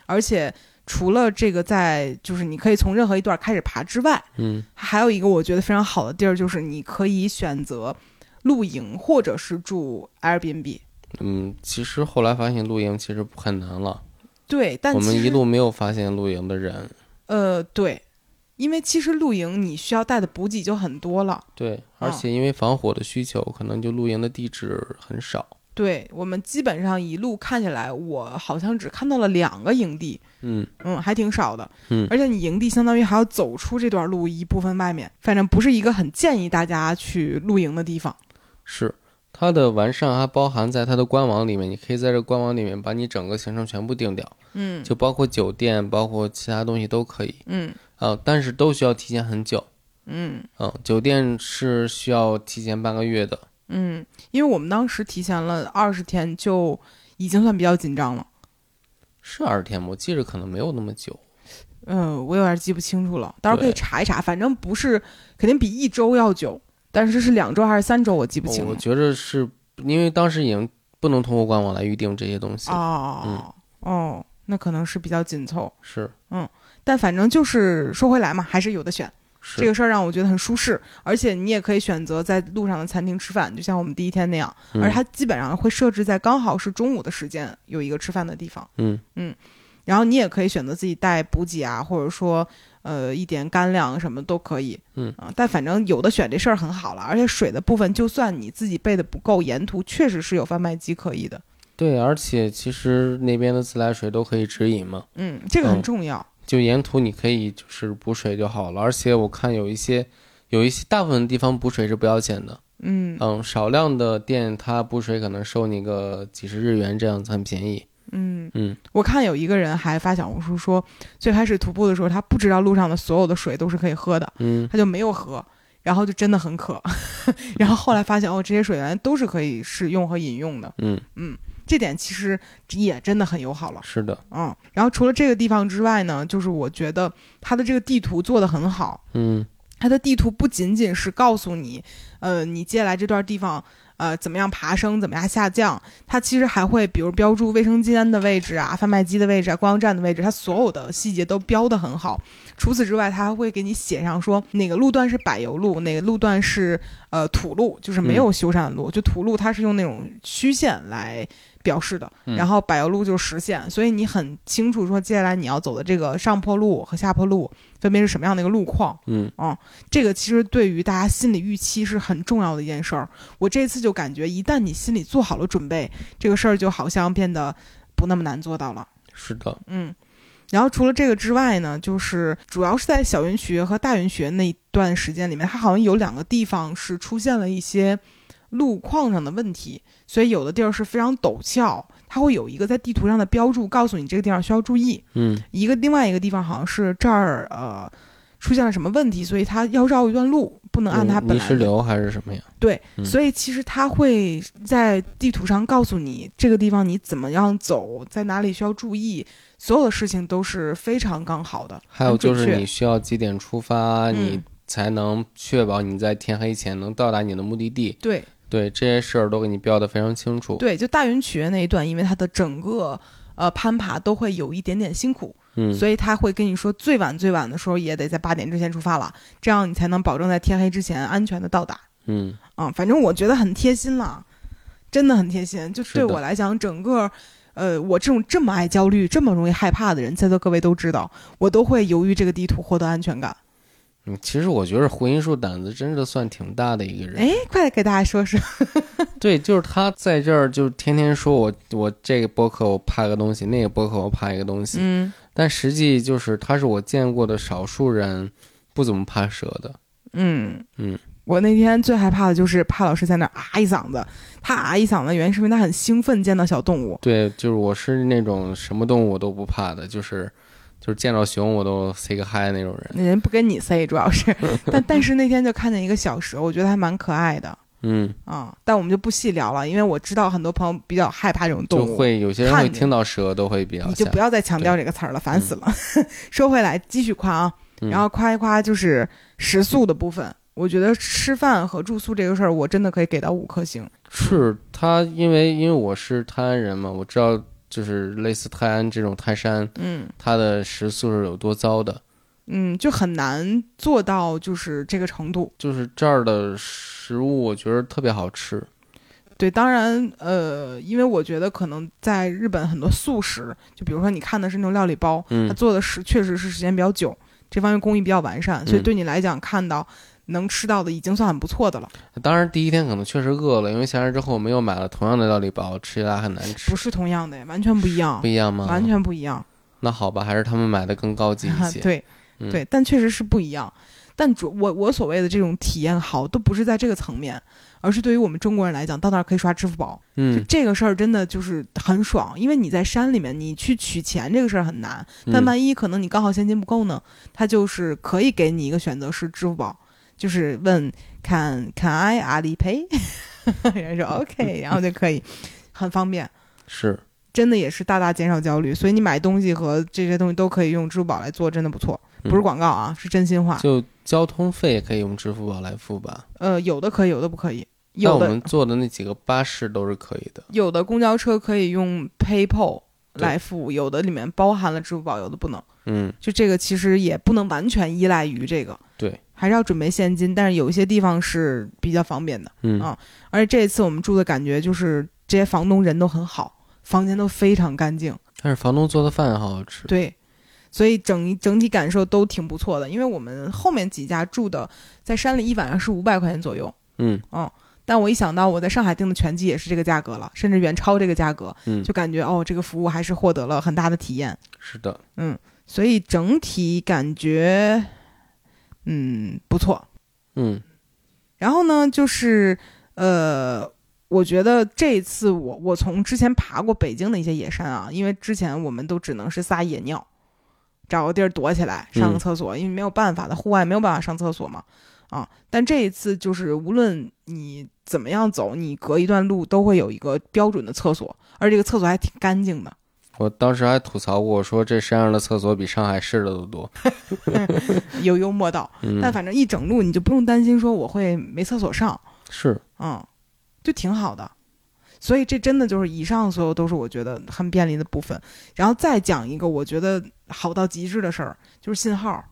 Speaker 1: 而且除了这个在就是你可以从任何一段开始爬之外，
Speaker 2: 嗯
Speaker 1: 还有一个我觉得非常好的地儿，就是你可以选择露营或者是住 Airbnb。
Speaker 2: 嗯。其实后来发现露营其实很难了，
Speaker 1: 对，但
Speaker 2: 我
Speaker 1: 其
Speaker 2: 们
Speaker 1: 实
Speaker 2: 一路没有发现露营的人。
Speaker 1: 呃对，因为其实露营你需要带的补给就很多了。
Speaker 2: 对，而
Speaker 1: 嗯
Speaker 2: 且因为防火的需求，可能就露营的地址很少。
Speaker 1: 对我们基本上一路看下来，我好像只看到了两个营地，
Speaker 2: 嗯，
Speaker 1: 嗯，还挺少的。
Speaker 2: 嗯
Speaker 1: 而且你营地相当于还要走出这段路一部分外面，反正不是一个很建议大家去露营的地方。
Speaker 2: 是。它的完善还包含在它的官网里面，你可以在这官网里面把你整个行程全部定掉，
Speaker 1: 嗯
Speaker 2: 就包括酒店，包括其他东西都可以
Speaker 1: 嗯
Speaker 2: 啊、但是都需要提前很久。
Speaker 1: 嗯
Speaker 2: 嗯，酒店是需要提前半个月的。
Speaker 1: 嗯，因为我们当时提前了二十天，就已经算比较紧张了。
Speaker 2: 是二十天吗？我记着可能没有那么久。
Speaker 1: 嗯，我有点记不清楚了，到时候可以
Speaker 2: 对
Speaker 1: 查一查。反正不是，肯定比一周要久，但是是两周还是三周，我记不啊清
Speaker 2: 哦我
Speaker 1: 了。
Speaker 2: 觉着是因为当时已经不能通过官网来预定这些东西，
Speaker 1: 哦、
Speaker 2: 嗯
Speaker 1: 哦，那可能是比较紧凑，
Speaker 2: 是
Speaker 1: 但反正就是说回来嘛，还是有的选。
Speaker 2: 是
Speaker 1: 这个事儿让我觉得很舒适，而且你也可以选择在路上的餐厅吃饭，就像我们第一天那样。
Speaker 2: 嗯
Speaker 1: 而它基本上会设置在刚好是中午的时间有一个吃饭的地方，
Speaker 2: 嗯
Speaker 1: 然后你也可以选择自己带补给啊，或者说呃一点干粮什么都可以。
Speaker 2: 嗯
Speaker 1: 啊，但反正有的选这事儿很好了，而且水的部分，就算你自己备的不够，沿途确实是有贩卖机可以的。
Speaker 2: 对，而且其实那边的自来水都可以直饮嘛，
Speaker 1: 嗯，这个很
Speaker 2: 嗯
Speaker 1: 重要。
Speaker 2: 就沿途你可以就是补水就好了。而且我看有一些有一些大部分地方补水是不要钱的，
Speaker 1: 嗯
Speaker 2: 嗯，少量的店它补水可能收你个几十日元，这样子很便宜。
Speaker 1: 嗯
Speaker 2: 嗯，
Speaker 1: 我看有一个人还发小红书说，最开始徒步的时候，他不知道路上的所有的水都是可以喝的。
Speaker 2: 嗯，
Speaker 1: 他就没有喝，然后就真的很 渴，然后后来发现哦，这些水源都是可以使用和饮用的，
Speaker 2: 嗯，
Speaker 1: 这点其实也真的很友好了，
Speaker 2: 是的，
Speaker 1: 嗯。然后除了这个地方之外呢，就是我觉得它的这个地图做得很好，
Speaker 2: 嗯
Speaker 1: 它的地图不仅仅是告诉你，呃，你接下来这段地方。呃，怎么样爬升，怎么样下降？它其实还会，比如标注卫生间的位置啊、贩卖机的位置啊、观光站的位置，它所有的细节都标得很好。除此之外，它还会给你写上说哪个路段是柏油路，哪个路段是呃土路，就是没有修缮的路。就土路它是用那种虚线来表示的，
Speaker 2: 嗯
Speaker 1: 然后柏油路就是实线，所以你很清楚说接下来你要走的这个上坡路和下坡路分别是什么样的一个路况。
Speaker 2: 嗯
Speaker 1: 这个其实对于大家心理预期是很重要的一件事儿。我这次就感觉，一旦你心里做好了准备，这个事儿就好像变得不那么难做到了。
Speaker 2: 是的，
Speaker 1: 嗯，然后除了这个之外呢，就是主要是在小云学和大云学那一段时间里面，它好像有两个地方是出现了一些路况上的问题，所以有的地儿是非常陡峭，它会有一个在地图上的标注，告诉你这个地方需要注意。
Speaker 2: 嗯
Speaker 1: 一个另外一个地方好像是这儿呃出现了什么问题，所以它要绕一段路，不能按它本来
Speaker 2: 泥
Speaker 1: 的
Speaker 2: 石流还是什么呀？
Speaker 1: 对，
Speaker 2: 嗯
Speaker 1: 所以其实它会在地图上告诉你这个地方你怎么样走，在哪里需要注意，所有的事情都是非常刚好的。
Speaker 2: 还有
Speaker 1: 很
Speaker 2: 就
Speaker 1: 准
Speaker 2: 是
Speaker 1: 确
Speaker 2: 你需要几点出发，
Speaker 1: 嗯
Speaker 2: 你才能确保你在天黑前能到达你的目的地。
Speaker 1: 对
Speaker 2: 对这些事儿都给你标的非常清楚。
Speaker 1: 对，就大云曲那一段，因为它的整个呃攀爬都会有一点点辛苦，
Speaker 2: 嗯，
Speaker 1: 所以他会跟你说最晚最晚的时候也得在八点之前出发了，这样你才能保证在天黑之前安全的到达。
Speaker 2: 嗯，
Speaker 1: 啊，反正我觉得很贴心了，真的很贴心。就是对
Speaker 2: 的
Speaker 1: 我来讲，整个，呃，我这种这么爱焦虑、这么容易害怕的人，在座各位都知道，我都会由于这个地图获得安全感。
Speaker 2: 嗯其实我觉得胡银树胆子真的算挺大的一个人。
Speaker 1: 哎，快给大家说说，
Speaker 2: 对，就是他在这儿就天天说我我这个播客我怕个东西，那个播客我怕一个东西，
Speaker 1: 嗯
Speaker 2: 但实际就是他是我见过的少数人不怎么怕蛇的。
Speaker 1: 嗯
Speaker 2: 嗯。
Speaker 1: 我那天最害怕的就是怕老师在那儿啊一嗓子，他啊一嗓子的原因是因为他很兴奋见到小动物，
Speaker 2: 对，就是我是那种什么动物我都不怕的，就是就是见到熊我都 say 个 hi 那种人。
Speaker 1: 那人不跟你 say 主要是，但但是那天就看见一个小蛇，我觉得还蛮可爱的
Speaker 2: 嗯，
Speaker 1: 啊、但我们就不细聊了，因为我知道很多朋友比较害怕这种动
Speaker 2: 就
Speaker 1: 物，
Speaker 2: 会有些人
Speaker 1: 看
Speaker 2: 会
Speaker 1: 见
Speaker 2: 听到蛇都会比较
Speaker 1: 你就
Speaker 2: 吓
Speaker 1: 不。要再强调这个词儿了，烦死了。 说回来，继续夸啊，
Speaker 2: 嗯
Speaker 1: 然后夸一夸就是食宿的部分。我觉得吃饭和住宿这个事儿，我真的可以给到五颗星。
Speaker 2: 是他，因为因为我是泰安人嘛，我知道就是类似泰安这种泰山，
Speaker 1: 嗯
Speaker 2: 它的食宿是有多糟的。
Speaker 1: 嗯，就很难做到就是这个程度。
Speaker 2: 就是这儿的食物，我觉得特别好吃。
Speaker 1: 对，当然呃，因为我觉得可能在日本很多素食，就比如说你看的是那种料理包，它
Speaker 2: 嗯，
Speaker 1: 做的时确实是时间比较久，这方面工艺比较完善，所以
Speaker 2: 嗯
Speaker 1: 对你来讲看到能吃到的已经算很不错的了。
Speaker 2: 当然第一天可能确实饿了，因为下山之后我们又买了同样的料理包，吃起来很难吃
Speaker 1: 不，是同样的，完全不一样
Speaker 2: 不，一样吗？啊
Speaker 1: 完。全不一样。
Speaker 2: 那好吧，还是他们买的更高级一些。
Speaker 1: 啊对、
Speaker 2: 嗯
Speaker 1: 对，但确实是不一样。但主我我所谓的这种体验好，都不是在这个层面，而是对于我们中国人来讲，到那儿可以刷支付宝，就
Speaker 2: 嗯，
Speaker 1: 这个事儿真的就是很爽。因为你在山里面，你去取钱这个事儿很难，
Speaker 2: 嗯
Speaker 1: 但万一可能你刚好现金不够呢，它就是可以给你一个选择是支付宝，就是问 Can Can I 阿里 pay，人家说 OK，然后就可以，很方便。
Speaker 2: 是
Speaker 1: 真的也是大大减少焦虑，所以你买东西和这些东西都可以用支付宝来做，真的不错，
Speaker 2: 嗯
Speaker 1: 不是广告啊，是真心话。
Speaker 2: 就交通费也可以用支付宝来付吧？
Speaker 1: 呃，有的可以，有的不可以，
Speaker 2: 那
Speaker 1: 有
Speaker 2: 我
Speaker 1: 的
Speaker 2: 们坐的那几个巴士都是可以的。
Speaker 1: 有的公交车可以用 PayPal 来付，有的里面包含了支付宝，有的不能。
Speaker 2: 嗯，
Speaker 1: 就这个其实也不能完全依赖于这个，
Speaker 2: 对，
Speaker 1: 还是要准备现金，但是有一些地方是比较方便的。
Speaker 2: 嗯
Speaker 1: 啊而且这一次我们住的感觉就是这些房东人都很好，房间都非常干净。
Speaker 2: 但是房东做的饭好好吃。
Speaker 1: 对，所以整整体感受都挺不错的。因为我们后面几家住的在山里一晚上是五百块钱左右，
Speaker 2: 嗯，
Speaker 1: 但我一想到我在上海订的全季也是这个价格了，甚至远超这个价格，
Speaker 2: 嗯
Speaker 1: 就感觉哦，这个服务还是获得了很大的体验。
Speaker 2: 是的，
Speaker 1: 嗯，所以整体感觉嗯不错。
Speaker 2: 嗯
Speaker 1: 然后呢，就是呃。我觉得这一次我我从之前爬过北京的一些野山啊，因为之前我们都只能是撒野尿，找个地儿躲起来上个
Speaker 2: 嗯
Speaker 1: 厕所，因为没有办法的，户外没有办法上厕所嘛。啊，但这一次就是无论你怎么样走，你隔一段路都会有一个标准的厕所，而这个厕所还挺干净的。
Speaker 2: 我当时还吐槽过，我说这山上的厕所比上海市的都多。
Speaker 1: 有幽默到。
Speaker 2: 嗯，
Speaker 1: 但反正一整路你就不用担心说我会没厕所上，
Speaker 2: 是
Speaker 1: 嗯，就挺好的。所以这真的就是以上所有都是我觉得很便利的部分。然后再讲一个我觉得好到极致的事儿，就是信号。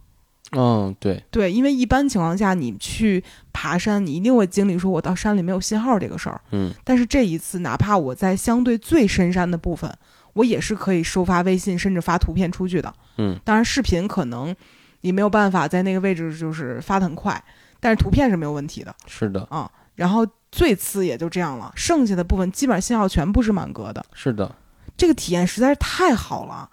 Speaker 2: 嗯，对，
Speaker 1: 对，因为一般情况下你去爬山，你一定会经历说我到山里没有信号这个事儿。
Speaker 2: 嗯，
Speaker 1: 但是这一次，哪怕我在相对最深山的部分，我也是可以收发微信，甚至发图片出去的。
Speaker 2: 嗯，
Speaker 1: 当然视频可能你没有办法在那个位置就是发的很快，但是图片是没有问题的。
Speaker 2: 是的，
Speaker 1: 然后最次也就这样了，剩下的部分基本上信号全部是满格的。
Speaker 2: 是的，
Speaker 1: 这个体验实在是太好了，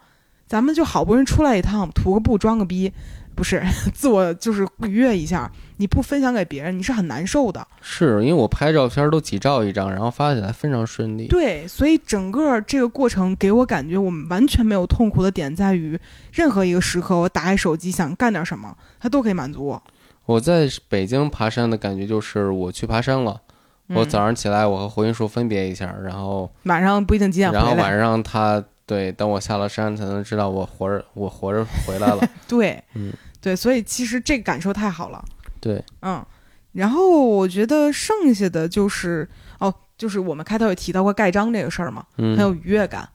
Speaker 1: 咱们就好不容易出来一趟，图个步，装个逼，不是 自我就是愉悦一下。你不分享给别人，你是很难受的。
Speaker 2: 是因为我拍照片都几兆一张，然后发起来非常顺利。
Speaker 1: 对，所以整个这个过程给我感觉，我们完全没有痛苦的点在于，任何一个时刻我打开手机想干点什么，它都可以满足我。
Speaker 2: 我在北京爬山的感觉就是我去爬山了，我
Speaker 1: 嗯
Speaker 2: 早上起来我和胡云树分别一下，然后
Speaker 1: 晚嗯上不一定几点回
Speaker 2: 然后
Speaker 1: 来，
Speaker 2: 晚上他对等我下了山才能知道我活着我活着回 来了。
Speaker 1: 对，
Speaker 2: 嗯
Speaker 1: 对，所以其实这个感受太好了。
Speaker 2: 对，
Speaker 1: 嗯，然后我觉得剩下的就是哦，就是我们开头也提到过盖章这个事儿嘛，很有
Speaker 2: 嗯
Speaker 1: 愉悦感。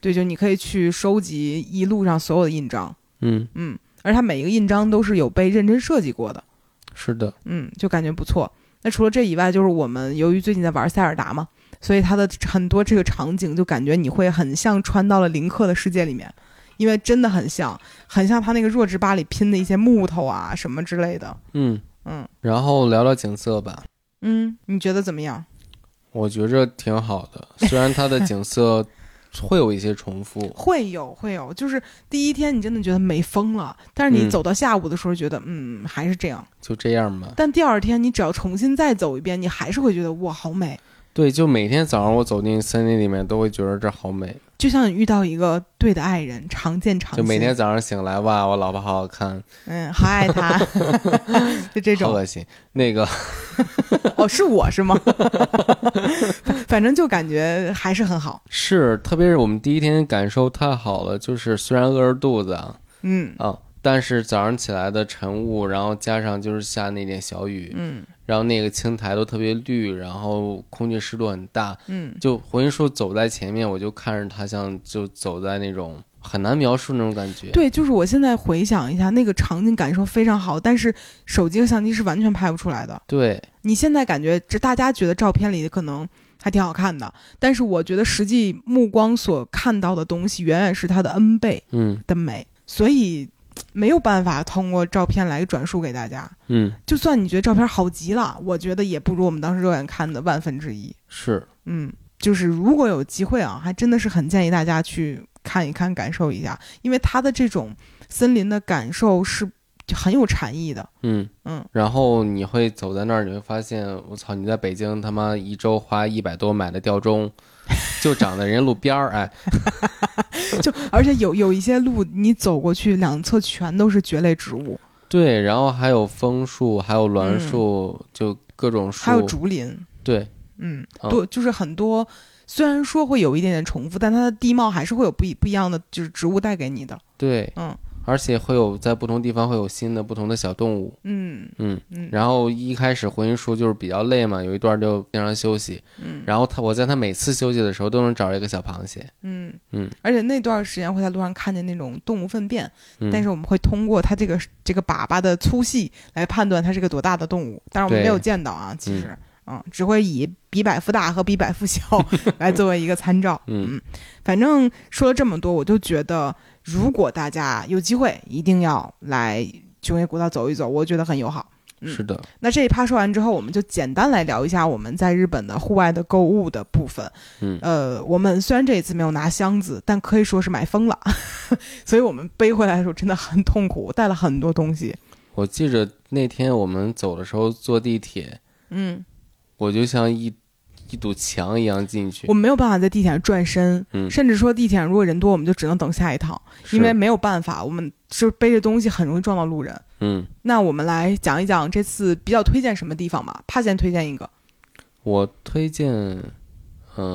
Speaker 1: 对，就你可以去收集一路上所有的印章，
Speaker 2: 嗯，
Speaker 1: 嗯，而它每一个印章都是有被认真设计过的，
Speaker 2: 是的，
Speaker 1: 嗯，就感觉不错。那除了这以外，就是我们由于最近在玩塞尔达嘛，所以它的很多这个场景就感觉你会很像穿到了林克的世界里面，因为真的很像，很像他那个弱智吧里拼的一些木头啊什么之类的，
Speaker 2: 嗯。
Speaker 1: 嗯
Speaker 2: 然后聊聊景色吧，
Speaker 1: 嗯，你觉得怎么样？
Speaker 2: 我觉着挺好的，虽然它的 景色会有一些重复，
Speaker 1: 会有会有，就是第一天你真的觉得美疯了，但是你
Speaker 2: 嗯
Speaker 1: 走到下午的时候觉得，嗯还是这样。
Speaker 2: 就这样吧。
Speaker 1: 但第二天你只要重新再走一遍，你还是会觉得哇好美，
Speaker 2: 对，就每天早上我走进森林里面，都会觉得这好美。
Speaker 1: 就像你遇到一个对的爱人，常见常
Speaker 2: 就
Speaker 1: 新。
Speaker 2: 每天早上醒来，哇，我老婆好好看，
Speaker 1: 嗯，好爱 他，就这
Speaker 2: 好
Speaker 1: 种
Speaker 2: 恶心。那个，
Speaker 1: 哦，是我是吗？ 反正就感觉还是很好，
Speaker 2: 是，特别是我们第一天感受太好了，就是虽然饿着肚子啊，
Speaker 1: 嗯
Speaker 2: 啊，但是早上起来的晨雾，然后加上就是下那点小雨，
Speaker 1: 嗯
Speaker 2: 然后那个青苔都特别绿，然后空气湿度很大，
Speaker 1: 嗯，
Speaker 2: 就胡云树走在前面，我就看着他像就走在那种很难描述那种感觉。
Speaker 1: 对，就是我现在回想一下那个场景，感受非常好，但是手机和相机是完全拍不出来的。
Speaker 2: 对
Speaker 1: 你现在感觉，这大家觉得照片里可能还挺好看的，但是我觉得实际目光所看到的东西，远远是它的 n 倍
Speaker 2: 嗯
Speaker 1: 的美，所以没有办法通过照片来转述给大家。
Speaker 2: 嗯，
Speaker 1: 就算你觉得照片好极了，我觉得也不如我们当时肉眼看的万分之一。
Speaker 2: 是
Speaker 1: 嗯，就是如果有机会啊，还真的是很建议大家去看一看、感受一下，因为它的这种森林的感受是很有禅意的。
Speaker 2: 嗯。
Speaker 1: 嗯，
Speaker 2: 然后你会走在那儿，你会发现，我操，你在北京他妈一周花一百多买的吊钟，就长在人家路边儿，哎，
Speaker 1: 就而且有有一些路，你走过去两侧全都是蕨类植物，
Speaker 2: 对，然后还有枫树，还有栾树，就各种树，
Speaker 1: 嗯还有竹林。
Speaker 2: 对，
Speaker 1: 嗯，
Speaker 2: 哦
Speaker 1: 多就是很多，虽然说会有一点点重复，但它的地貌还是会有不一不一样的，就是植物带给你的。
Speaker 2: 对，
Speaker 1: 嗯
Speaker 2: 而且会有在不同地方会有新的不同的小动物，
Speaker 1: 嗯
Speaker 2: 嗯。
Speaker 1: 嗯
Speaker 2: 然后一开始回音树就是比较累嘛，有一段就经常休息，
Speaker 1: 嗯
Speaker 2: 然后他我在他每次休息的时候都能找一个小螃蟹，
Speaker 1: 嗯
Speaker 2: 嗯，
Speaker 1: 而且那段时间会在路上看见那种动物粪便，
Speaker 2: 嗯，
Speaker 1: 但是我们会通过它这个这个粑粑的粗细来判断它是个多大的动物，但是我们
Speaker 2: 对
Speaker 1: 没有见到啊，其实。嗯只会以比百夫大和比百夫 小来作为一个参照。
Speaker 2: 嗯
Speaker 1: 反正说了这么多，我就觉得，如果大家有机会，一定要来雄野古道走一走，我觉得很友好。嗯
Speaker 2: 是的，
Speaker 1: 那这一趴说完之后，我们就简单来聊一下我们在日本的户外的购物的部分。
Speaker 2: 嗯
Speaker 1: 呃，我们虽然这一次没有拿箱子，但可以说是买疯了， 所以我们背回来的时候真的很痛苦，带了很多东西。
Speaker 2: 我记着那天我们走的时候坐地铁，
Speaker 1: 嗯，
Speaker 2: 我就像一一堵墙一样进去
Speaker 1: 我，们没有办法在地铁上转身，
Speaker 2: 嗯
Speaker 1: 甚至说地铁上如果人多，我们就只能等下一趟，
Speaker 2: 是
Speaker 1: 因为没有办法，我们就是背着东西很容易撞到路人。
Speaker 2: 嗯，
Speaker 1: 那我们来讲一讲这次比较推荐什么地方吧。帕先推荐一个，
Speaker 2: 我推荐，嗯、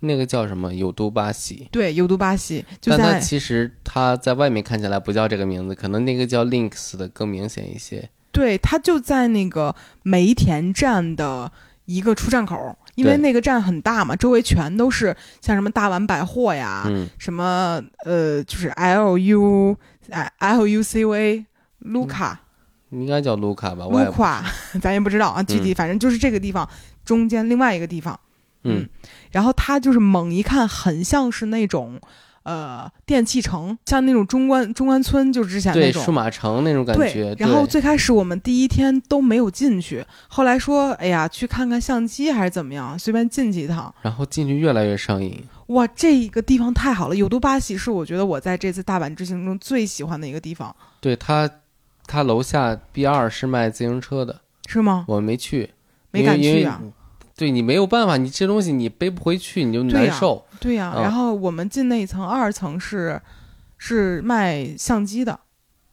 Speaker 2: 那个叫什么有都巴西。
Speaker 1: 对，尤都巴西，就
Speaker 2: 但它
Speaker 1: 在
Speaker 2: 其实它在外面看起来不叫这个名字，可能那个叫 Links 的更明显一些。
Speaker 1: 对，它就在那个梅田站的一个出站口，因为
Speaker 2: 对
Speaker 1: 那个站很大嘛，周围全都是像什么大丸百货呀，
Speaker 2: 嗯，
Speaker 1: 什么呃，就是 L U 哎 L U C V。卢卡，
Speaker 2: 应该叫卢卡吧？嗯我也
Speaker 1: 卢卡， 咱也不知道啊，具体反正就是这个地方中间另外一个地方，
Speaker 2: 嗯
Speaker 1: 然后它就是猛一看，很像是那种，呃，电器城，像那种中关中关村，就之前那
Speaker 2: 对，
Speaker 1: 种
Speaker 2: 数码城那种感觉。
Speaker 1: 对，然后
Speaker 2: 对
Speaker 1: 最开始我们第一天都没有进去，后来说，哎呀，去看看相机还是怎么样，随便进去一趟。
Speaker 2: 然后进去越来越上瘾。
Speaker 1: 哇，这一个地方太好了！有都巴喜是我觉得我在这次大阪之行中最喜欢的一个地方，
Speaker 2: 对他，他楼下 B 二是卖自行车的，
Speaker 1: 是吗？
Speaker 2: 我没去，
Speaker 1: 没
Speaker 2: 因为
Speaker 1: 敢去啊。
Speaker 2: 因为对你没有办法，你这东西你背不回去，你就
Speaker 1: 对
Speaker 2: 难
Speaker 1: 呀
Speaker 2: 受。
Speaker 1: 对呀、
Speaker 2: 啊
Speaker 1: 然后我们进那一层，二层是是卖相机的，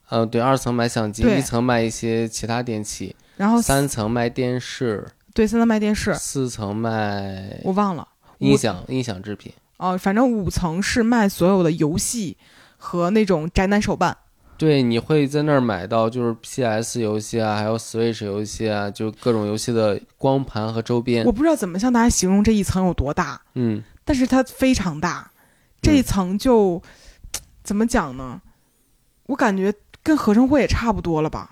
Speaker 2: 嗯，对，二层卖相机，
Speaker 1: 对哦
Speaker 2: 一层卖一些其他电器，
Speaker 1: 然后
Speaker 2: 三层卖电视，
Speaker 1: 对三层卖电视，
Speaker 2: 四层卖
Speaker 1: 我忘了
Speaker 2: 音响、音响制品。
Speaker 1: 哦、反正五层是卖所有的游戏和那种宅男手办。
Speaker 2: 对，你会在那儿买到就是 PS 游戏啊，还有 Switch 游戏啊，就各种游戏的光盘和周边
Speaker 1: 我。不知道怎么向大家形容这一层有多大，
Speaker 2: 嗯，
Speaker 1: 但是它非常大，这一层就、怎么讲呢？我感觉跟合生汇也差不多了吧，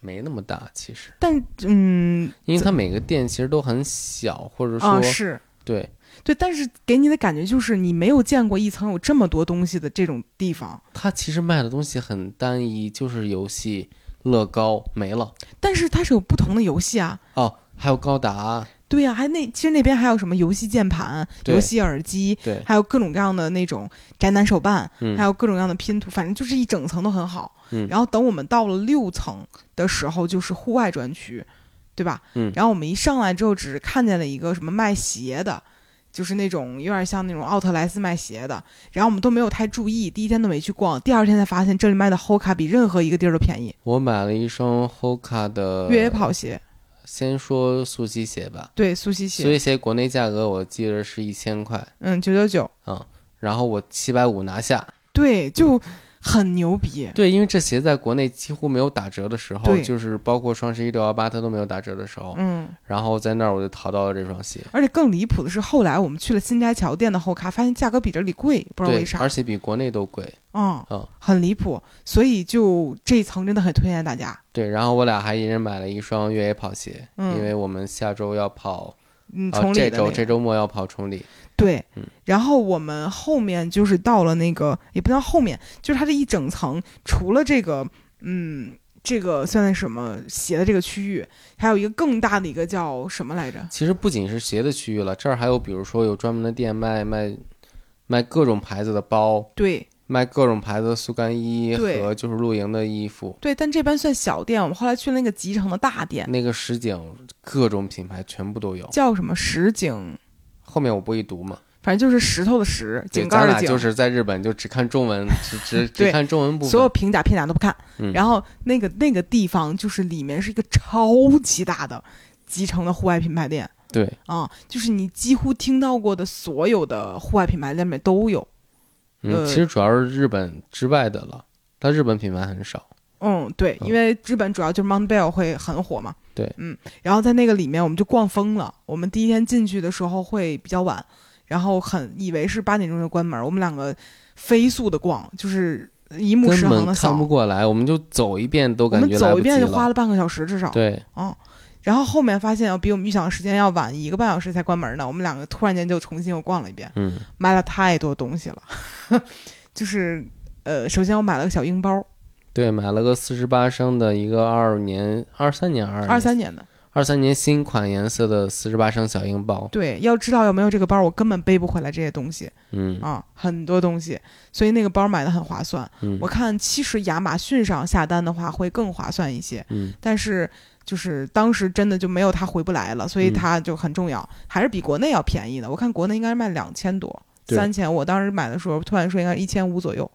Speaker 2: 没那么大，其实，
Speaker 1: 但嗯
Speaker 2: 因为它每个店其实都很小，或者
Speaker 1: 啊、
Speaker 2: 说
Speaker 1: 是
Speaker 2: 对，
Speaker 1: 对，但是给你的感觉就是你没有见过一层有这么多东西的这种地方，
Speaker 2: 它其实卖的东西很单一，就是游戏、乐高没了
Speaker 1: 但是它是有不同的游戏啊。
Speaker 2: 哦，还有高达，
Speaker 1: 对啊呀、还那其实那边还有什么游戏键盘、
Speaker 2: 对
Speaker 1: 游戏耳机，
Speaker 2: 对，
Speaker 1: 还有各种各样的那种宅男手办，
Speaker 2: 嗯
Speaker 1: 还有各种各样的拼图，反正就是一整层都很好。
Speaker 2: 嗯
Speaker 1: 然后等我们到了六层的时候，就是户外专区，对吧？
Speaker 2: 嗯
Speaker 1: 然后我们一上来之后，只看见了一个什么卖鞋的，就是那种有点像那种奥特莱斯卖鞋的。然后我们都没有太注意，第一天都没去逛，第二天才发现这里卖的 Hoka 比任何一个地儿都便宜，
Speaker 2: 我买了一双 Hoka 的
Speaker 1: 越野跑鞋，
Speaker 2: 先说溯溪鞋吧，
Speaker 1: 对，溯溪
Speaker 2: 溯
Speaker 1: 鞋，
Speaker 2: 溪鞋国内价格我记得是一千块
Speaker 1: 嗯，九九九，
Speaker 2: 啊、然后我七百五拿下。
Speaker 1: 对，就很牛逼。
Speaker 2: 对，因为这鞋在国内几乎没有打折的时候，
Speaker 1: 对
Speaker 2: 就是包括双十一、六幺八它都没有打折的时候，
Speaker 1: 嗯，
Speaker 2: 然后在那儿我就淘到了这双鞋，
Speaker 1: 而且更离谱的是，后来我们去了新斋桥店的后咖，发现价格比这里贵，不知道
Speaker 2: 对
Speaker 1: 为，啥
Speaker 2: 而。且比国内都贵。
Speaker 1: 嗯，
Speaker 2: 嗯
Speaker 1: 很离谱，所以就这一层真的很推荐大家。
Speaker 2: 对，然后我俩还一人买了一双越野跑鞋，
Speaker 1: 嗯
Speaker 2: 因为我们下周要跑，
Speaker 1: 嗯，
Speaker 2: 啊
Speaker 1: 崇礼的
Speaker 2: 这
Speaker 1: 那
Speaker 2: 周
Speaker 1: 个
Speaker 2: 这周末要跑崇礼。
Speaker 1: 对
Speaker 2: 嗯，
Speaker 1: 然后我们后面就是到了那个，也不叫后面，就是它这一整层，除了这个，嗯，这个算是什么鞋的这个区域，还有一个更大的一个叫什么来着？
Speaker 2: 其实不仅是鞋的区域了，这儿还有比如说有专门的店卖卖卖各种牌子的包，
Speaker 1: 对
Speaker 2: 卖各种牌子的速干衣
Speaker 1: 对
Speaker 2: 和就是露营的衣服。
Speaker 1: 对，但这边算小店，我们后来去了那个集成的大店，
Speaker 2: 那个实景各种品牌全部都有，
Speaker 1: 叫什么石井，
Speaker 2: 后面我不会读嘛。
Speaker 1: 反正就是石头的石，
Speaker 2: 对，
Speaker 1: 井盖
Speaker 2: 咱
Speaker 1: 的
Speaker 2: 俩
Speaker 1: 井，
Speaker 2: 就是在日本就只看中文，只只只
Speaker 1: 对
Speaker 2: 看中文部
Speaker 1: 所有
Speaker 2: 分。
Speaker 1: 平假片假都不看。
Speaker 2: 嗯
Speaker 1: 然后那个那个地方就是里面是一个超级大的集成的户外品牌店
Speaker 2: 对，
Speaker 1: 啊、就是你几乎听到过的所有的户外品牌店里面都有。
Speaker 2: 嗯，
Speaker 1: 呃
Speaker 2: 其实主要是日本之外的了，它日本品牌很少。
Speaker 1: 嗯，对，
Speaker 2: 嗯
Speaker 1: 因为日本主要就是 Mount Bell 会很火嘛。
Speaker 2: 对
Speaker 1: 嗯，然后在那个里面我们就逛疯了。我们第一天进去的时候会比较晚，然后很以为是八点钟就关门，我们两个飞速的逛，就是一目
Speaker 2: 根
Speaker 1: 十行
Speaker 2: 本
Speaker 1: 的
Speaker 2: 看不
Speaker 1: 扫。
Speaker 2: 过来，我们就走一遍都
Speaker 1: 我
Speaker 2: 感
Speaker 1: 们
Speaker 2: 觉来
Speaker 1: 走
Speaker 2: 不
Speaker 1: 一
Speaker 2: 及
Speaker 1: 遍就花
Speaker 2: 了。
Speaker 1: 了半个小时至少。
Speaker 2: 对，
Speaker 1: 哦，然后后面发现要哦比我们预想的时间要晚一个半小时才关门呢，我们两个突然间就重新又逛了一遍，
Speaker 2: 嗯，
Speaker 1: 买了太多东西了， 就是呃，首先我买了个小鹰包，
Speaker 2: 对，买了个四十八升的一个二年、二三年、二
Speaker 1: 二三年的，
Speaker 2: 二三年新款颜色的四十八升小鹰包。
Speaker 1: 对，要知道要没有这个包，我根本背不回来这些东西
Speaker 2: 嗯
Speaker 1: 啊，很多东西，所以那个包买的很划算，
Speaker 2: 嗯
Speaker 1: 我看其实亚马逊上下单的话会更划算一些，
Speaker 2: 嗯，
Speaker 1: 但是。就是当时真的就没有它回不来了，所以
Speaker 2: 嗯
Speaker 1: 它就很重要，还是比国内要便宜的。我看国内应该是卖两千多，
Speaker 2: 对
Speaker 1: 三千。我当时买的时候，突然说应该一千五左右，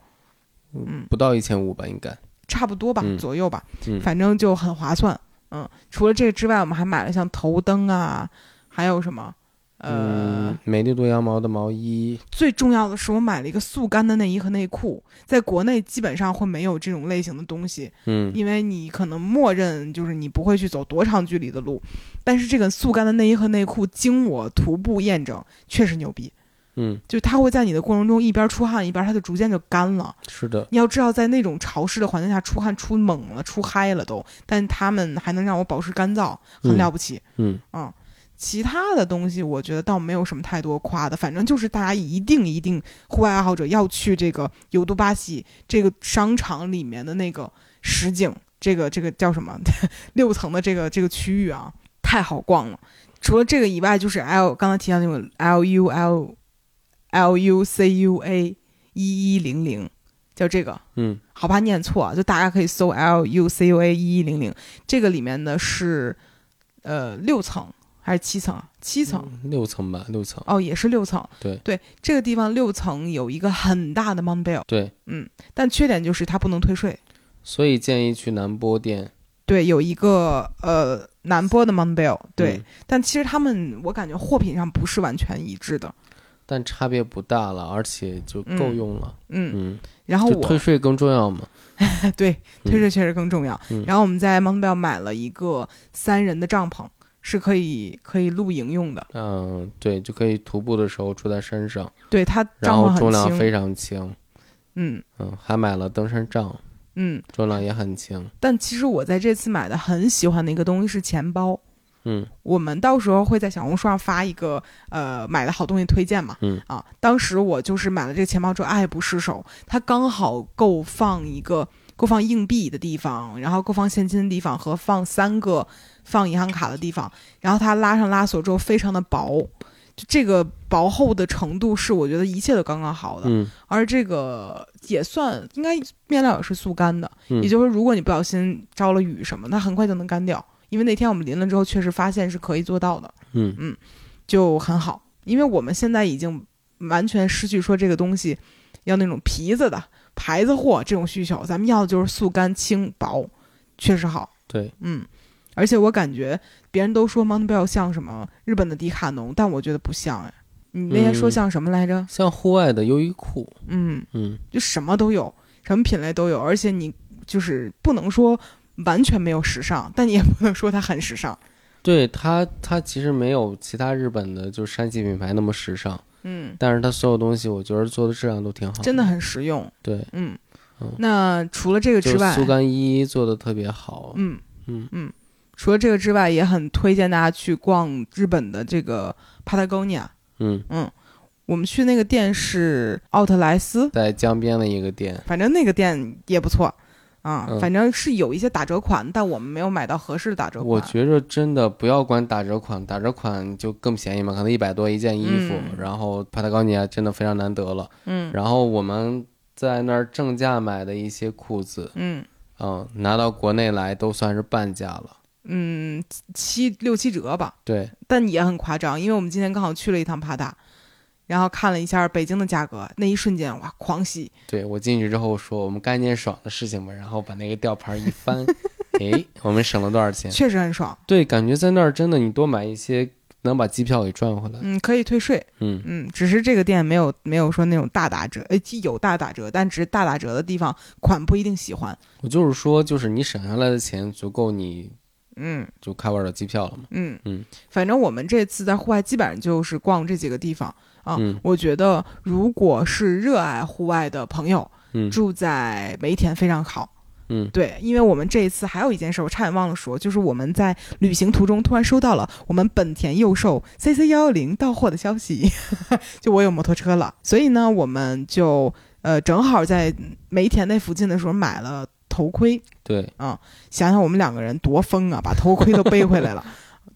Speaker 2: 不到一千五吧，应该。
Speaker 1: 差不多吧，
Speaker 2: 嗯
Speaker 1: 左右吧，
Speaker 2: 嗯
Speaker 1: 反正就很划算。嗯，除了这个之外，我们还买了像头灯啊，还有什么？呃，
Speaker 2: 嗯，美丽度羊毛的毛衣，
Speaker 1: 最重要的是我买了一个速干的内衣和内裤，在国内基本上会没有这种类型的东西，
Speaker 2: 嗯，
Speaker 1: 因为你可能默认就是你不会去走多长距离的路，但是这个速干的内衣和内裤经我徒步验证，确实牛逼。
Speaker 2: 嗯，
Speaker 1: 就它会在你的过程中一边出汗一边它就逐渐就干了。
Speaker 2: 是的，
Speaker 1: 你要知道，在那种潮湿的环境下出汗出猛了、出嗨了都，但他们还能让我保持干燥，很
Speaker 2: 嗯
Speaker 1: 了不起。
Speaker 2: 嗯，
Speaker 1: 其他的东西我觉得倒没有什么太多夸的，反正就是大家一定一定户外爱好者要去这个尤都巴西这个商场里面的那个实景，这个这个叫什么 六层的这个这个区域啊，太好逛了。除了这个以外，就是 L 刚才提到那种 L U L L U C U A 一一零零，叫这个，
Speaker 2: 嗯，
Speaker 1: 好怕念错，就大家可以搜 L U C U A 一一零零，这个里面呢是呃六层还是七层啊？七层。
Speaker 2: 六层吧，六层。
Speaker 1: 哦，也是六层。
Speaker 2: 嗯对
Speaker 1: 对，这个地方六层有一个很大的 Mount Bell，
Speaker 2: 对，
Speaker 1: 但缺点就是它不能退税。
Speaker 2: 所以建议去南波店。
Speaker 1: 对，有一个呃南波的 Mount Bell，对，
Speaker 2: 嗯
Speaker 1: 但其实他们我感觉货品上不是完全一致的。
Speaker 2: 但差别不大了，而且就够用了。
Speaker 1: 嗯，
Speaker 2: 嗯，
Speaker 1: 然后
Speaker 2: 就退
Speaker 1: 我
Speaker 2: 税更重要嘛。
Speaker 1: 对
Speaker 2: 嗯
Speaker 1: 退税确实更重要。
Speaker 2: 嗯
Speaker 1: 然后我们在 Mount Bell 买了一个三人的帐篷，是可以可以露营用的。
Speaker 2: 嗯，对，就可以徒步的时候住在山上，
Speaker 1: 对，它
Speaker 2: 然
Speaker 1: 帐篷
Speaker 2: 后重
Speaker 1: 很
Speaker 2: 量
Speaker 1: 轻。
Speaker 2: 非常轻。
Speaker 1: 嗯
Speaker 2: 嗯，还买了登山杖，
Speaker 1: 嗯，
Speaker 2: 重量也很轻。
Speaker 1: 但其实我在这次买的很喜欢的一个东西是钱包。
Speaker 2: 嗯，
Speaker 1: 我们到时候会在小红书上发一个呃买的好东西推荐嘛。
Speaker 2: 嗯
Speaker 1: 啊，当时我就是买了这个钱包之后爱不释手，它刚好够放一个够放硬币的地方，然后够放现金的地方和放三个放银行卡的地方，然后它拉上拉锁之后非常的薄，就这个薄厚的程度是我觉得一切都刚刚好的，
Speaker 2: 嗯，
Speaker 1: 而这个也算应该面料也是速干的，
Speaker 2: 嗯
Speaker 1: 也就是说，如果你不小心着了雨什么，它很快就能干掉。因为那天我们淋了之后，确实发现是可以做到的，
Speaker 2: 嗯
Speaker 1: 就很好。因为我们现在已经完全失去说这个东西要那种皮子的牌子货这种需求，咱们要的就是速干、轻薄，确实好。
Speaker 2: 对，
Speaker 1: 嗯，而且我感觉别人都说 Mount Bell 像什么日本的迪卡侬，但我觉得不像哎。你那天说
Speaker 2: 嗯
Speaker 1: 像什么来着？
Speaker 2: 像户外的优衣库，
Speaker 1: 嗯
Speaker 2: 嗯，
Speaker 1: 就什么都有，什么品类都有，而且你就是不能说完全没有时尚，但你也不能说它很时尚。
Speaker 2: 对它，它其实没有其他日本的就山系品牌那么时尚，
Speaker 1: 嗯，
Speaker 2: 但是它所有东西我觉得做的质量都挺好，
Speaker 1: 真的很实用。
Speaker 2: 对，
Speaker 1: 嗯
Speaker 2: 嗯，
Speaker 1: 那除了这个
Speaker 2: 就
Speaker 1: 之
Speaker 2: 是
Speaker 1: 外
Speaker 2: 速，干衣做的特别好，
Speaker 1: 嗯
Speaker 2: 嗯
Speaker 1: 嗯，除了这个之外，也很推荐大家去逛日本的这个 Patagonia。
Speaker 2: 嗯，
Speaker 1: 我们去那个店是奥特莱斯，
Speaker 2: 在江边的一个店，
Speaker 1: 反正那个店也不错。啊，
Speaker 2: 嗯
Speaker 1: 反正是有一些打折款，但我们没有买到合适的打折款。
Speaker 2: 我觉着真的不要管打折款，打折款就更便宜嘛，可能一百多一件衣服，
Speaker 1: 嗯
Speaker 2: 然后帕塔高尼亚真的非常难得了。
Speaker 1: 嗯
Speaker 2: 然后我们在那儿正价买的一些裤子，
Speaker 1: 嗯
Speaker 2: 嗯，拿到国内来都算是半价了。
Speaker 1: 嗯，七六七折吧。
Speaker 2: 对，
Speaker 1: 但也很夸张，因为我们今天刚好去了一趟帕大，然后看了一下北京的价格，那一瞬间哇，狂喜！
Speaker 2: 对我进去之后说我们干一件爽的事情吧，然后把那个吊牌一翻，诶，我们省了多少钱？
Speaker 1: 确实很爽。
Speaker 2: 对，感觉在那儿真的你多买一些能把机票给赚回来。
Speaker 1: 嗯，可以退税。
Speaker 2: 嗯
Speaker 1: 嗯，只是这个店没有没有说那种大打折，哎，有大打折，但只是大打折的地方款不一定喜欢。
Speaker 2: 我就是说，就是你省下来的钱足够你
Speaker 1: 嗯
Speaker 2: 就 cover 了机票了嘛。
Speaker 1: 嗯
Speaker 2: 嗯，
Speaker 1: 反正我们这次在户外基本上就是逛这几个地方啊。
Speaker 2: 嗯
Speaker 1: 我觉得如果是热爱户外的朋友，
Speaker 2: 嗯
Speaker 1: 住在梅田非常好。
Speaker 2: 嗯
Speaker 1: 对，因为我们这一次还有一件事，我差点忘了说，就是我们在旅行途中突然收到了我们本田佑寿 CC 幺幺零到货的消息， 就我有摩托车了，所以呢，我们就呃正好在梅田那附近的时候买了头盔，
Speaker 2: 对，
Speaker 1: 想想我们两个人多疯啊，把头盔都背回来 了，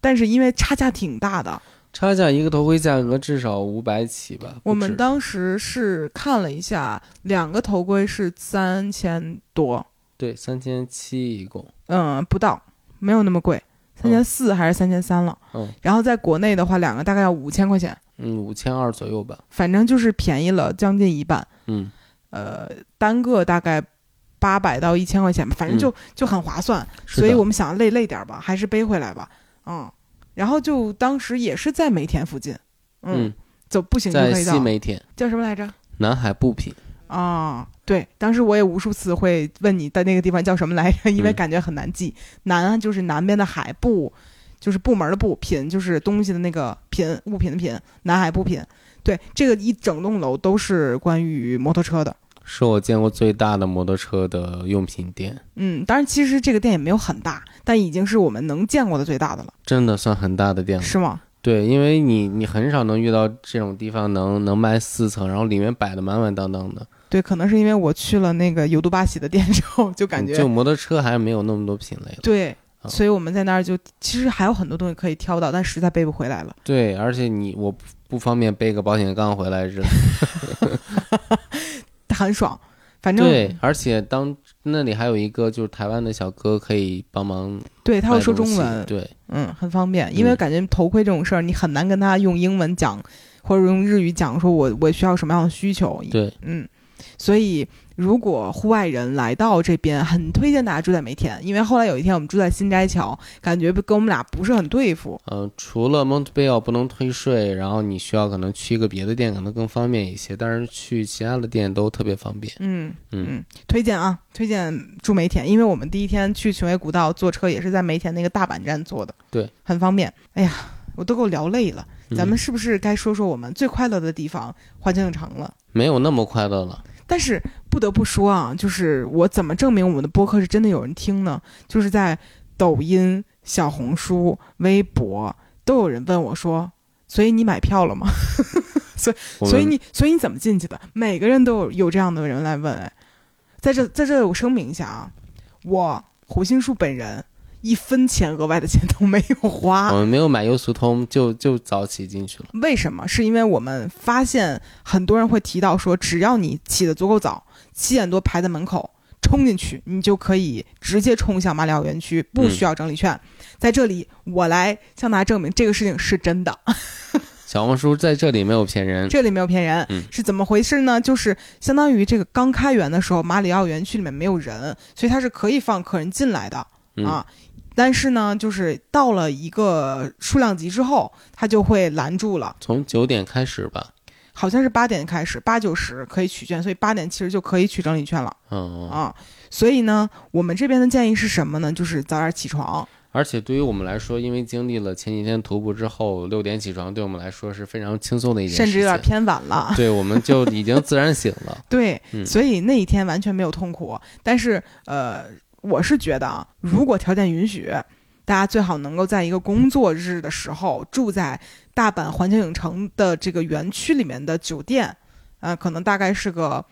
Speaker 1: 但是因为差价挺大的，
Speaker 2: 差价一个头盔价格至少五百起吧。不
Speaker 1: 我们
Speaker 2: 止
Speaker 1: 当时是看了一下，两个头盔是三千多，
Speaker 2: 对三千七一共，
Speaker 1: 嗯，不到，没有那么贵，三千四还是三千三了。
Speaker 2: 嗯
Speaker 1: 然后在国内的话，两个大概要五千块钱，
Speaker 2: 嗯五千二左右吧。
Speaker 1: 反正就是便宜了将近一半。
Speaker 2: 嗯，
Speaker 1: 呃，单个大概八百到一千块钱吧，反正就、就很划算。
Speaker 2: 嗯是
Speaker 1: 所以
Speaker 2: 的
Speaker 1: 我们想累累点儿吧，还是背回来吧。嗯，然后就当时也是在梅田附近，嗯，
Speaker 2: 嗯
Speaker 1: 走步行就
Speaker 2: 在
Speaker 1: 可以
Speaker 2: 西
Speaker 1: 到。
Speaker 2: 梅田
Speaker 1: 叫什么来着？
Speaker 2: 南海布匹，
Speaker 1: 啊、对，当时我也无数次会问你在那个地方叫什么来着，因为
Speaker 2: 嗯
Speaker 1: 感觉很难记。南啊就是南边的海，部就是部门的部，品就是东西的那个品，物品的品，南海部品。对，这个一整栋楼都是关于摩托车的。
Speaker 2: 是我见过最大的摩托车的用品店，
Speaker 1: 嗯，当然，其实这个店也没有很大，但已经是我们能见过的最大的了，
Speaker 2: 真的算很大的店了。
Speaker 1: 是吗？
Speaker 2: 对，因为你你很少能遇到这种地方能能卖四层，然后里面摆的满满当当的，
Speaker 1: 对，可能是因为我去了那个尤杜巴喜的店之后，就感觉
Speaker 2: 嗯就摩托车还是没有那么多品类了。
Speaker 1: 对，
Speaker 2: 啊
Speaker 1: 所以我们在那儿就其实还有很多东西可以挑到，但实在背不回来了。
Speaker 2: 对，而且你我不方便背个保险杠回来之类的。
Speaker 1: 很爽。反正
Speaker 2: 对，而且当那里还有一个就是台湾的小哥可以帮忙
Speaker 1: 对他会
Speaker 2: 卖
Speaker 1: 说
Speaker 2: 东
Speaker 1: 中
Speaker 2: 西
Speaker 1: 文，
Speaker 2: 对，
Speaker 1: 嗯，很方便。因为
Speaker 2: 嗯
Speaker 1: 感觉头盔这种事儿，你很难跟他用英文讲，或者用日语讲，说我我需要什么样的需求。
Speaker 2: 对，
Speaker 1: 嗯，所以如果户外人来到这边，很推荐大家住在梅田，因为后来有一天我们住在新斋桥，感觉跟我们俩不是很对付。
Speaker 2: 呃，除了 Mont b e l 不能退税，然后你需要可能去一个别的店可能更方便一些，但是去其他的店都特别方便。
Speaker 1: 嗯
Speaker 2: 嗯，
Speaker 1: 嗯，推荐啊，推荐住梅田，因为我们第一天去琼维古道坐车也是在梅田那个大阪站坐的，
Speaker 2: 对，
Speaker 1: 很方便。哎呀，我都给我聊累了，咱们
Speaker 2: 嗯
Speaker 1: 是不是该说说我们最快乐的地方环球影城了？
Speaker 2: 没有那么快乐了，
Speaker 1: 但是不得不说啊，就是我怎么证明我们的播客是真的有人听呢？就是在抖音、小红书、微博都有人问我说：“所以你买票了吗？
Speaker 2: 我
Speaker 1: 所以
Speaker 2: 们
Speaker 1: 你所以你怎么进去的？”每个人都有有这样的人来问。哎，在这在这我声明一下啊，我胡心树本人一分钱额外的钱都没有花。
Speaker 2: 我们没有买优速通，就就早起进去了。
Speaker 1: 为什么？是因为我们发现很多人会提到说，只要你起得足够早，七点多排在门口冲进去，你就可以直接冲向马里奥园区，不
Speaker 2: 嗯
Speaker 1: 需要整理券。在这里，我来向大家证明这个事情是真的，
Speaker 2: 小红书在这里没有骗人，
Speaker 1: 这里没有骗人。
Speaker 2: 嗯
Speaker 1: 是怎么回事呢？就是相当于这个刚开园的时候，马里奥园区里面没有人，所以它是可以放客人进来的。
Speaker 2: 嗯、
Speaker 1: 啊。但是呢，就是到了一个数量级之后，它就会拦住了。
Speaker 2: 从九点开始吧。
Speaker 1: 好像是八点开始，八九十可以取券，所以八点其实就可以取整理券了
Speaker 2: 嗯，
Speaker 1: 啊。所以呢，我们这边的建议是什么呢？就是早点起床。
Speaker 2: 而且对于我们来说，因为经历了前几天徒步之后，六点起床对我们来说是非常轻松的一件事
Speaker 1: 甚
Speaker 2: 情，
Speaker 1: 至有点偏晚了。。
Speaker 2: 对，我们就已经自然醒了
Speaker 1: 对，
Speaker 2: 嗯
Speaker 1: 所以那一天完全没有痛苦。但是呃，我是觉得啊，如果条件允许，大家最好能够在一个工作日的时候住在大阪环球影城的这个园区里面的酒店，呃，可能大概是个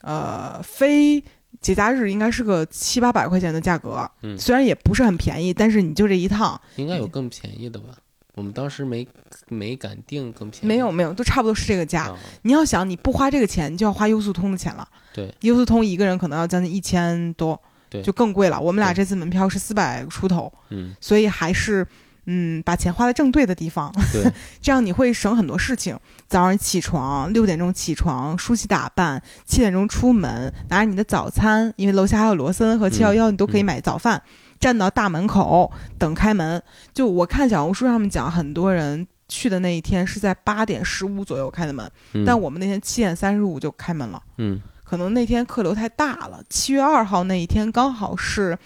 Speaker 1: 呃非。节假日应该是个七八百块钱的价格，
Speaker 2: 嗯
Speaker 1: 虽然也不是很便宜，但是你就这一趟，
Speaker 2: 应该有更便宜的吧？我们当时没没敢定更便宜，
Speaker 1: 没有没有，都差不多是这个价。
Speaker 2: 啊，
Speaker 1: 你要想你不花这个钱，你就要花优速通的钱了。
Speaker 2: 对，
Speaker 1: 优速通一个人可能要将近一千多，
Speaker 2: 对
Speaker 1: 就更贵了。我们俩
Speaker 2: 对
Speaker 1: 这次门票是四百出头，
Speaker 2: 嗯，
Speaker 1: 所以还是嗯把钱花在正对的地方，
Speaker 2: 对，
Speaker 1: 这样你会省很多事情。早上起床六点钟起床，梳洗打扮，七点钟出门，拿着你的早餐，因为楼下还有罗森和七幺
Speaker 2: 嗯
Speaker 1: 幺，你都可以买早饭。站到大门口等开门，就我看小红书上面讲，很多人去的那一天是在八点十五左右开的门，
Speaker 2: 嗯
Speaker 1: 但我们那天七点三十五就开门了，
Speaker 2: 嗯
Speaker 1: 可能那天客流太大了。七月二号那一天刚好是，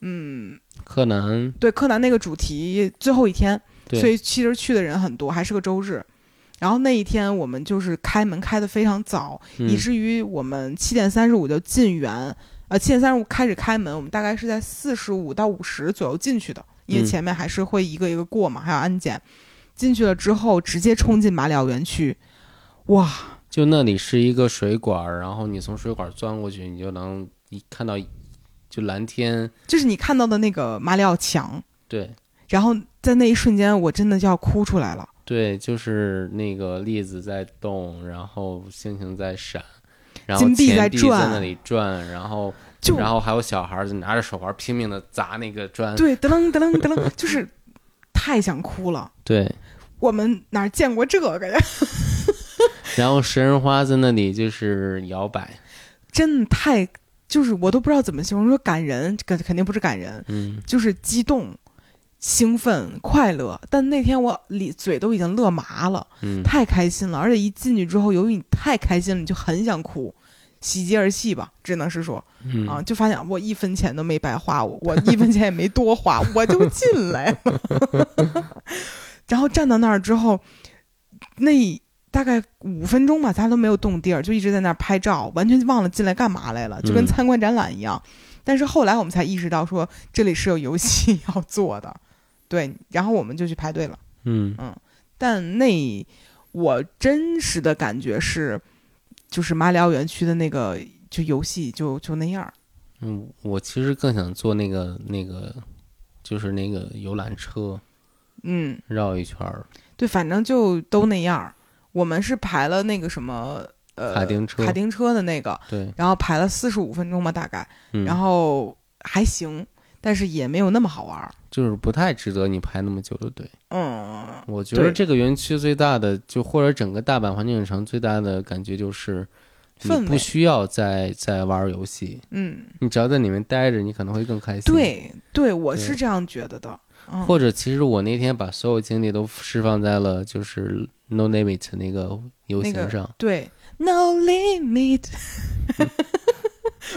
Speaker 1: 嗯，
Speaker 2: 柯南
Speaker 1: 对柯南那个主题最后一天，
Speaker 2: 对
Speaker 1: 所以其实去的人很多，还是个周日。然后那一天我们就是开门开得非常早，以
Speaker 2: 嗯
Speaker 1: 至于我们七点三十五就进园，呃，七点三十五开始开门，我们大概是在四十五到五十左右进去的，因为
Speaker 2: 嗯
Speaker 1: 前面还是会一个一个过嘛，还有安检。进去了之后，直接冲进马里奥园区，哇！
Speaker 2: 就那里是一个水管儿，然后你从水管儿钻过去，你就能一看到就蓝天，
Speaker 1: 就是你看到的那个马里奥墙，
Speaker 2: 对
Speaker 1: 然后在那一瞬间，我真的就要哭出来了。
Speaker 2: 对，就是那个栗子在动，然后星星在闪。然后
Speaker 1: 金币
Speaker 2: 钱
Speaker 1: 在
Speaker 2: 币
Speaker 1: 转
Speaker 2: 在那里转，然后
Speaker 1: 就
Speaker 2: 然后还有小孩儿就拿着手环拼命的砸那个砖，
Speaker 1: 对，噔噔噔噔噔， 就是太想哭了。
Speaker 2: 对，
Speaker 1: 我们哪儿见过这个呀？
Speaker 2: 然后食人花在那里就是摇摆，
Speaker 1: 真的太，就是我都不知道怎么形容，说感人，肯肯定不是感人，
Speaker 2: 嗯，
Speaker 1: 就是激动、兴奋、快乐。但那天我里嘴都已经乐麻了，
Speaker 2: 嗯
Speaker 1: 太开心了。而且一进去之后，由于你太开心了，你就很想哭，喜极而泣吧，只能是说。
Speaker 2: 嗯
Speaker 1: 啊，就发现我一分钱都没白花，我我一分钱也没多花，我就进来了。 然后站到那儿之后，那一大概五分钟吧，大家都没有动地儿，就一直在那儿拍照，完全忘了进来干嘛来了，就跟
Speaker 2: 嗯
Speaker 1: 参观展览一样。但是后来我们才意识到说，这里是有游戏 要做的，对，然后我们就去排队了。
Speaker 2: 嗯
Speaker 1: 但那我真实的感觉是，就是马里奥园区的那个就游戏就就那样儿。
Speaker 2: 嗯，我其实更想坐那个那个，就是那个游览车
Speaker 1: 嗯，
Speaker 2: 绕一圈儿，
Speaker 1: 对，反正就都那样儿。我们是排了那个什么呃
Speaker 2: 卡丁车
Speaker 1: 卡丁车的那个，
Speaker 2: 对，
Speaker 1: 然后排了四十五分钟吧，大概，
Speaker 2: 嗯
Speaker 1: 然后还行，但是也没有那么好玩儿。
Speaker 2: 就是不太值得你排那么久的队。
Speaker 1: 嗯，
Speaker 2: 我觉得
Speaker 1: 对
Speaker 2: 这个园区最大的，就或者整个大阪环球影城最大的感觉就是，
Speaker 1: 氛围
Speaker 2: 你不需要再再玩儿游戏，
Speaker 1: 嗯，
Speaker 2: 你只要在里面待着，你可能会更开心。，
Speaker 1: 对对，我
Speaker 2: 对
Speaker 1: 是这样觉得的。嗯，
Speaker 2: 或者其实我那天把所有精力都释放在了就是 No Limit 那个游
Speaker 1: 那个
Speaker 2: 行上，
Speaker 1: 对，No limit，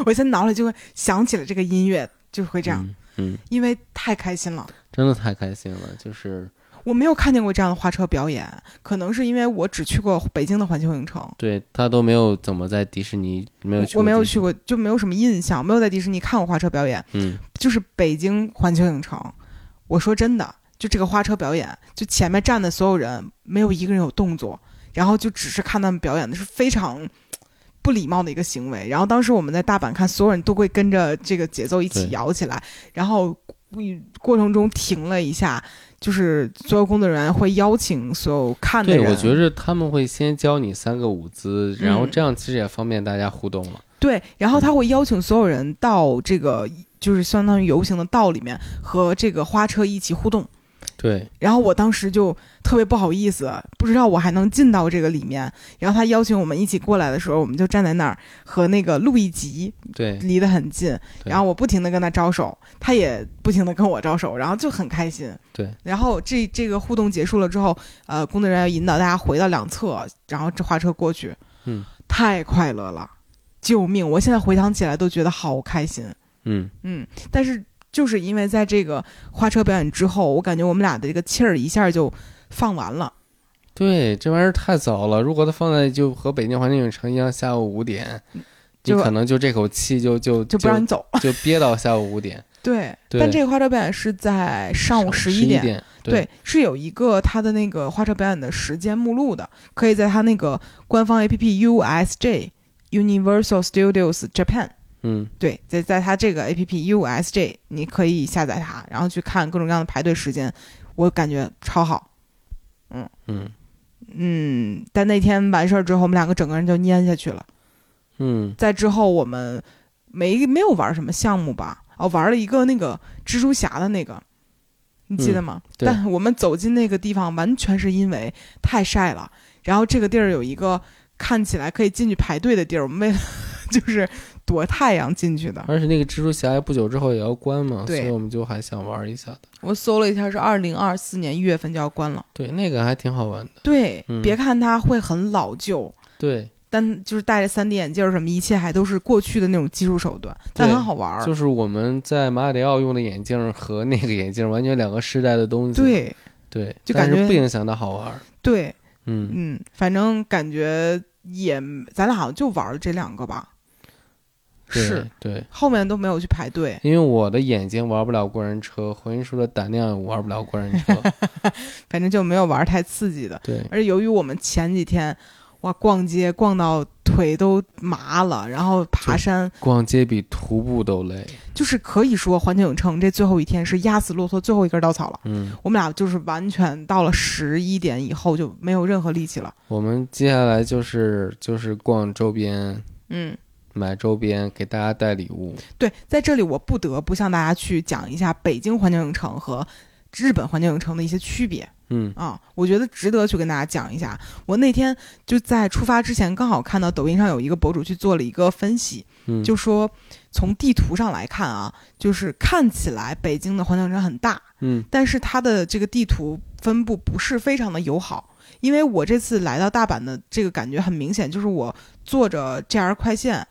Speaker 1: 我现在脑里就会想起了这个音乐，就会这样，
Speaker 2: 嗯，嗯，
Speaker 1: 因为太开心了。
Speaker 2: 真的太开心了，就是
Speaker 1: 我没有看见过这样的花车表演，可能是因为我只去过北京的环球影城，
Speaker 2: 对他都没有怎么在迪士尼没有去，
Speaker 1: 我没有去，过，就没有什么印象，没有在迪士尼看过花车表演。
Speaker 2: 嗯，
Speaker 1: 就是北京环球影城，我说真的，就这个花车表演，就前面站的所有人没有一个人有动作，然后就只是看他们表演的是非常不礼貌的一个行为。然后当时我们在大阪看，所有人都会跟着这个节奏一起
Speaker 2: 对
Speaker 1: 摇起来，然后嗯过程中停了一下，就是所有工作人员会邀请所有看的
Speaker 2: 对，
Speaker 1: 人，
Speaker 2: 我觉着他们会先教你三个舞姿，然后
Speaker 1: 嗯
Speaker 2: 这样其实也方便大家互动了，
Speaker 1: 对，然后他会邀请所有人到这个就是相当于游行的道里面和这个花车一起互动。
Speaker 2: 对。
Speaker 1: 然后我当时就特别不好意思，不知道我还能进到这个里面。然后他邀请我们一起过来的时候，我们就站在那儿和那个路易吉
Speaker 2: 对，
Speaker 1: 离得很近，
Speaker 2: 对
Speaker 1: 然后我不停的跟他招手，他也不停的跟我招手，然后就很开心。
Speaker 2: 对，
Speaker 1: 然后这这个互动结束了之后，呃，工作人员要引导大家回到两侧，然后这花车过去，
Speaker 2: 嗯，
Speaker 1: 太快乐了，救命！我现在回想起来都觉得好开心。
Speaker 2: 嗯，
Speaker 1: 嗯，但是就是因为在这个花车表演之后，我感觉我们俩的这个气儿一下就放完了。
Speaker 2: 对，这玩意儿太早了。如果它放在就和北京环球影城一样，下午五点，你
Speaker 1: 嗯就
Speaker 2: 可能就这口气就就
Speaker 1: 就不让你
Speaker 2: 就
Speaker 1: 走，
Speaker 2: 就憋到下午五点，
Speaker 1: 对。
Speaker 2: 对
Speaker 1: 但这个花车表演是在上午十
Speaker 2: 一
Speaker 1: 点，
Speaker 2: 点。
Speaker 1: 对，是有一个它的那个花车表演的时间目录的，可以在它那个官方 APP USJ Universal Studios Japan，
Speaker 2: 嗯，
Speaker 1: 对，在在它这个 APP USJ，你可以下载它，然后去看各种各样的排队时间，我感觉超好。嗯
Speaker 2: 嗯
Speaker 1: 嗯，但那天完事儿之后，我们两个整个人就蔫下去了。
Speaker 2: 嗯，
Speaker 1: 在之后我们没没有玩什么项目吧？哦，玩了一个那个蜘蛛侠的那个，你记得吗？
Speaker 2: 嗯对
Speaker 1: 但我们走进那个地方，完全是因为太晒了。然后这个地儿有一个看起来可以进去排队的地儿，我们为了 就是躲太阳进去的。
Speaker 2: 而且那个蜘蛛侠不久之后也要关嘛，所
Speaker 1: 对
Speaker 2: 以我们就还想玩一下的。
Speaker 1: 我搜了一下，是二零二四年一月份就要关了。
Speaker 2: 对，那个还挺好玩的。
Speaker 1: 对，
Speaker 2: 嗯
Speaker 1: 别看它会很老旧，
Speaker 2: 对，
Speaker 1: 但就是戴着三 D 眼镜儿什么，一切还都是过去的那种技术手段，但
Speaker 2: 对
Speaker 1: 很好玩儿。
Speaker 2: 就是我们在马里奥用的眼镜和那个眼镜完全两个时代的东西。
Speaker 1: 对
Speaker 2: 对，
Speaker 1: 就
Speaker 2: 但
Speaker 1: 感
Speaker 2: 是
Speaker 1: 觉
Speaker 2: 不影响它好玩。
Speaker 1: 对，
Speaker 2: 嗯，
Speaker 1: 嗯，反正感觉也，咱俩好像就玩了这两个吧，
Speaker 2: 对
Speaker 1: 是
Speaker 2: 对。
Speaker 1: 后面都没有去排队。
Speaker 2: 因为我的眼睛玩不了过山车，回音叔的胆量也玩不了过山车。
Speaker 1: 反正就没有玩太刺激的。
Speaker 2: 对，
Speaker 1: 而且由于我们前几天哇逛街逛到腿都麻了，然后爬山，
Speaker 2: 逛街比徒步都累。
Speaker 1: 就是可以说环球影城这最后一天是压死骆驼最后一根稻草了。
Speaker 2: 嗯，
Speaker 1: 我们俩就是完全到了十一点以后就没有任何力气了。
Speaker 2: 我们接下来就是就是逛周边，
Speaker 1: 嗯，
Speaker 2: 买周边，给大家带礼物。
Speaker 1: 对，在这里我不得不向大家去讲一下北京环球影城和日本环球影城的一些区别。
Speaker 2: 嗯
Speaker 1: 啊、我觉得值得去跟大家讲一下。我那天就在出发之前，刚好看到抖音上有一个博主去做了一个分析，
Speaker 2: 嗯，
Speaker 1: 就说从地图上来看啊，就是看起来北京的环球影城很大，
Speaker 2: 嗯
Speaker 1: 但是它的这个地图分布不是非常的友好。因为我这次来到大阪的这个感觉很明显，就是我坐着 JR 快线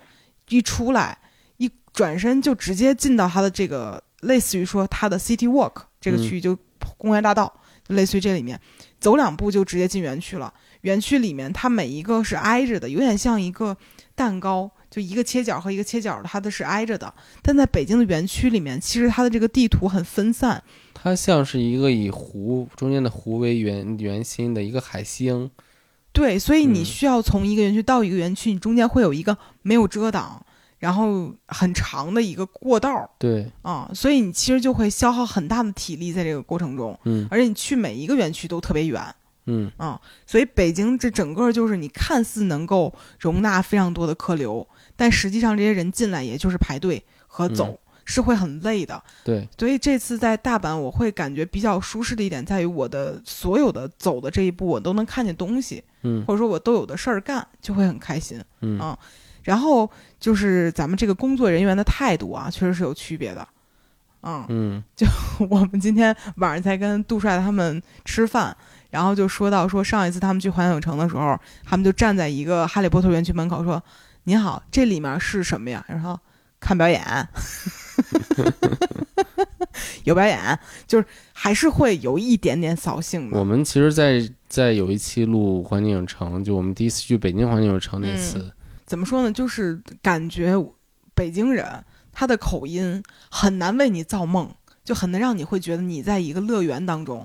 Speaker 1: 一出来，一转身就直接进到它的这个类似于说它的 City Walk 这个区域，就公园大道，就类似于这里面，走两步就直接进园区了。园区里面它每一个是挨着的，有点像一个蛋糕，就一个切角和一个切角，它的是挨着的。但在北京的园区里面，其实它的这个地图很分散，
Speaker 2: 它像是一个以湖中间的湖为圆圆心的一个海星。
Speaker 1: 对，所以你
Speaker 2: 嗯
Speaker 1: 需要从一个园区到一个园区，你中间会有一个没有遮挡，然后很长的一个过道儿
Speaker 2: 对，
Speaker 1: 啊，所以你其实就会消耗很大的体力在这个过程中，
Speaker 2: 嗯
Speaker 1: 而且你去每一个园区都特别远，
Speaker 2: 嗯
Speaker 1: 啊，所以北京这整个就是你看似能够容纳非常多的客流，但实际上这些人进来也就是排队和走，是会很累的。
Speaker 2: 对，
Speaker 1: 所以这次在大阪，我会感觉比较舒适的一点在于，我的所有的走的这一步，我都能看见东西，
Speaker 2: 嗯
Speaker 1: 或者说我都有的事儿干，就会很开心。
Speaker 2: 嗯
Speaker 1: 啊然后就是咱们这个工作人员的态度啊，确实是有区别的。嗯，
Speaker 2: 嗯
Speaker 1: 我们今天晚上才跟杜帅他们吃饭，然后就说到说上一次他们去环球影城的时候，他们就站在一个哈利波特园区门口说：“您好，这里面是什么呀？”然后看表演， 有表演，就是还是会有一点点扫兴的
Speaker 2: 我。们其实在，在有一期录环境影城，就我们第一次去北京环境影城那次，
Speaker 1: 怎么说呢？就是感觉北京人他的口音很难为你造梦，就很能让你会觉得你在一个乐园当中。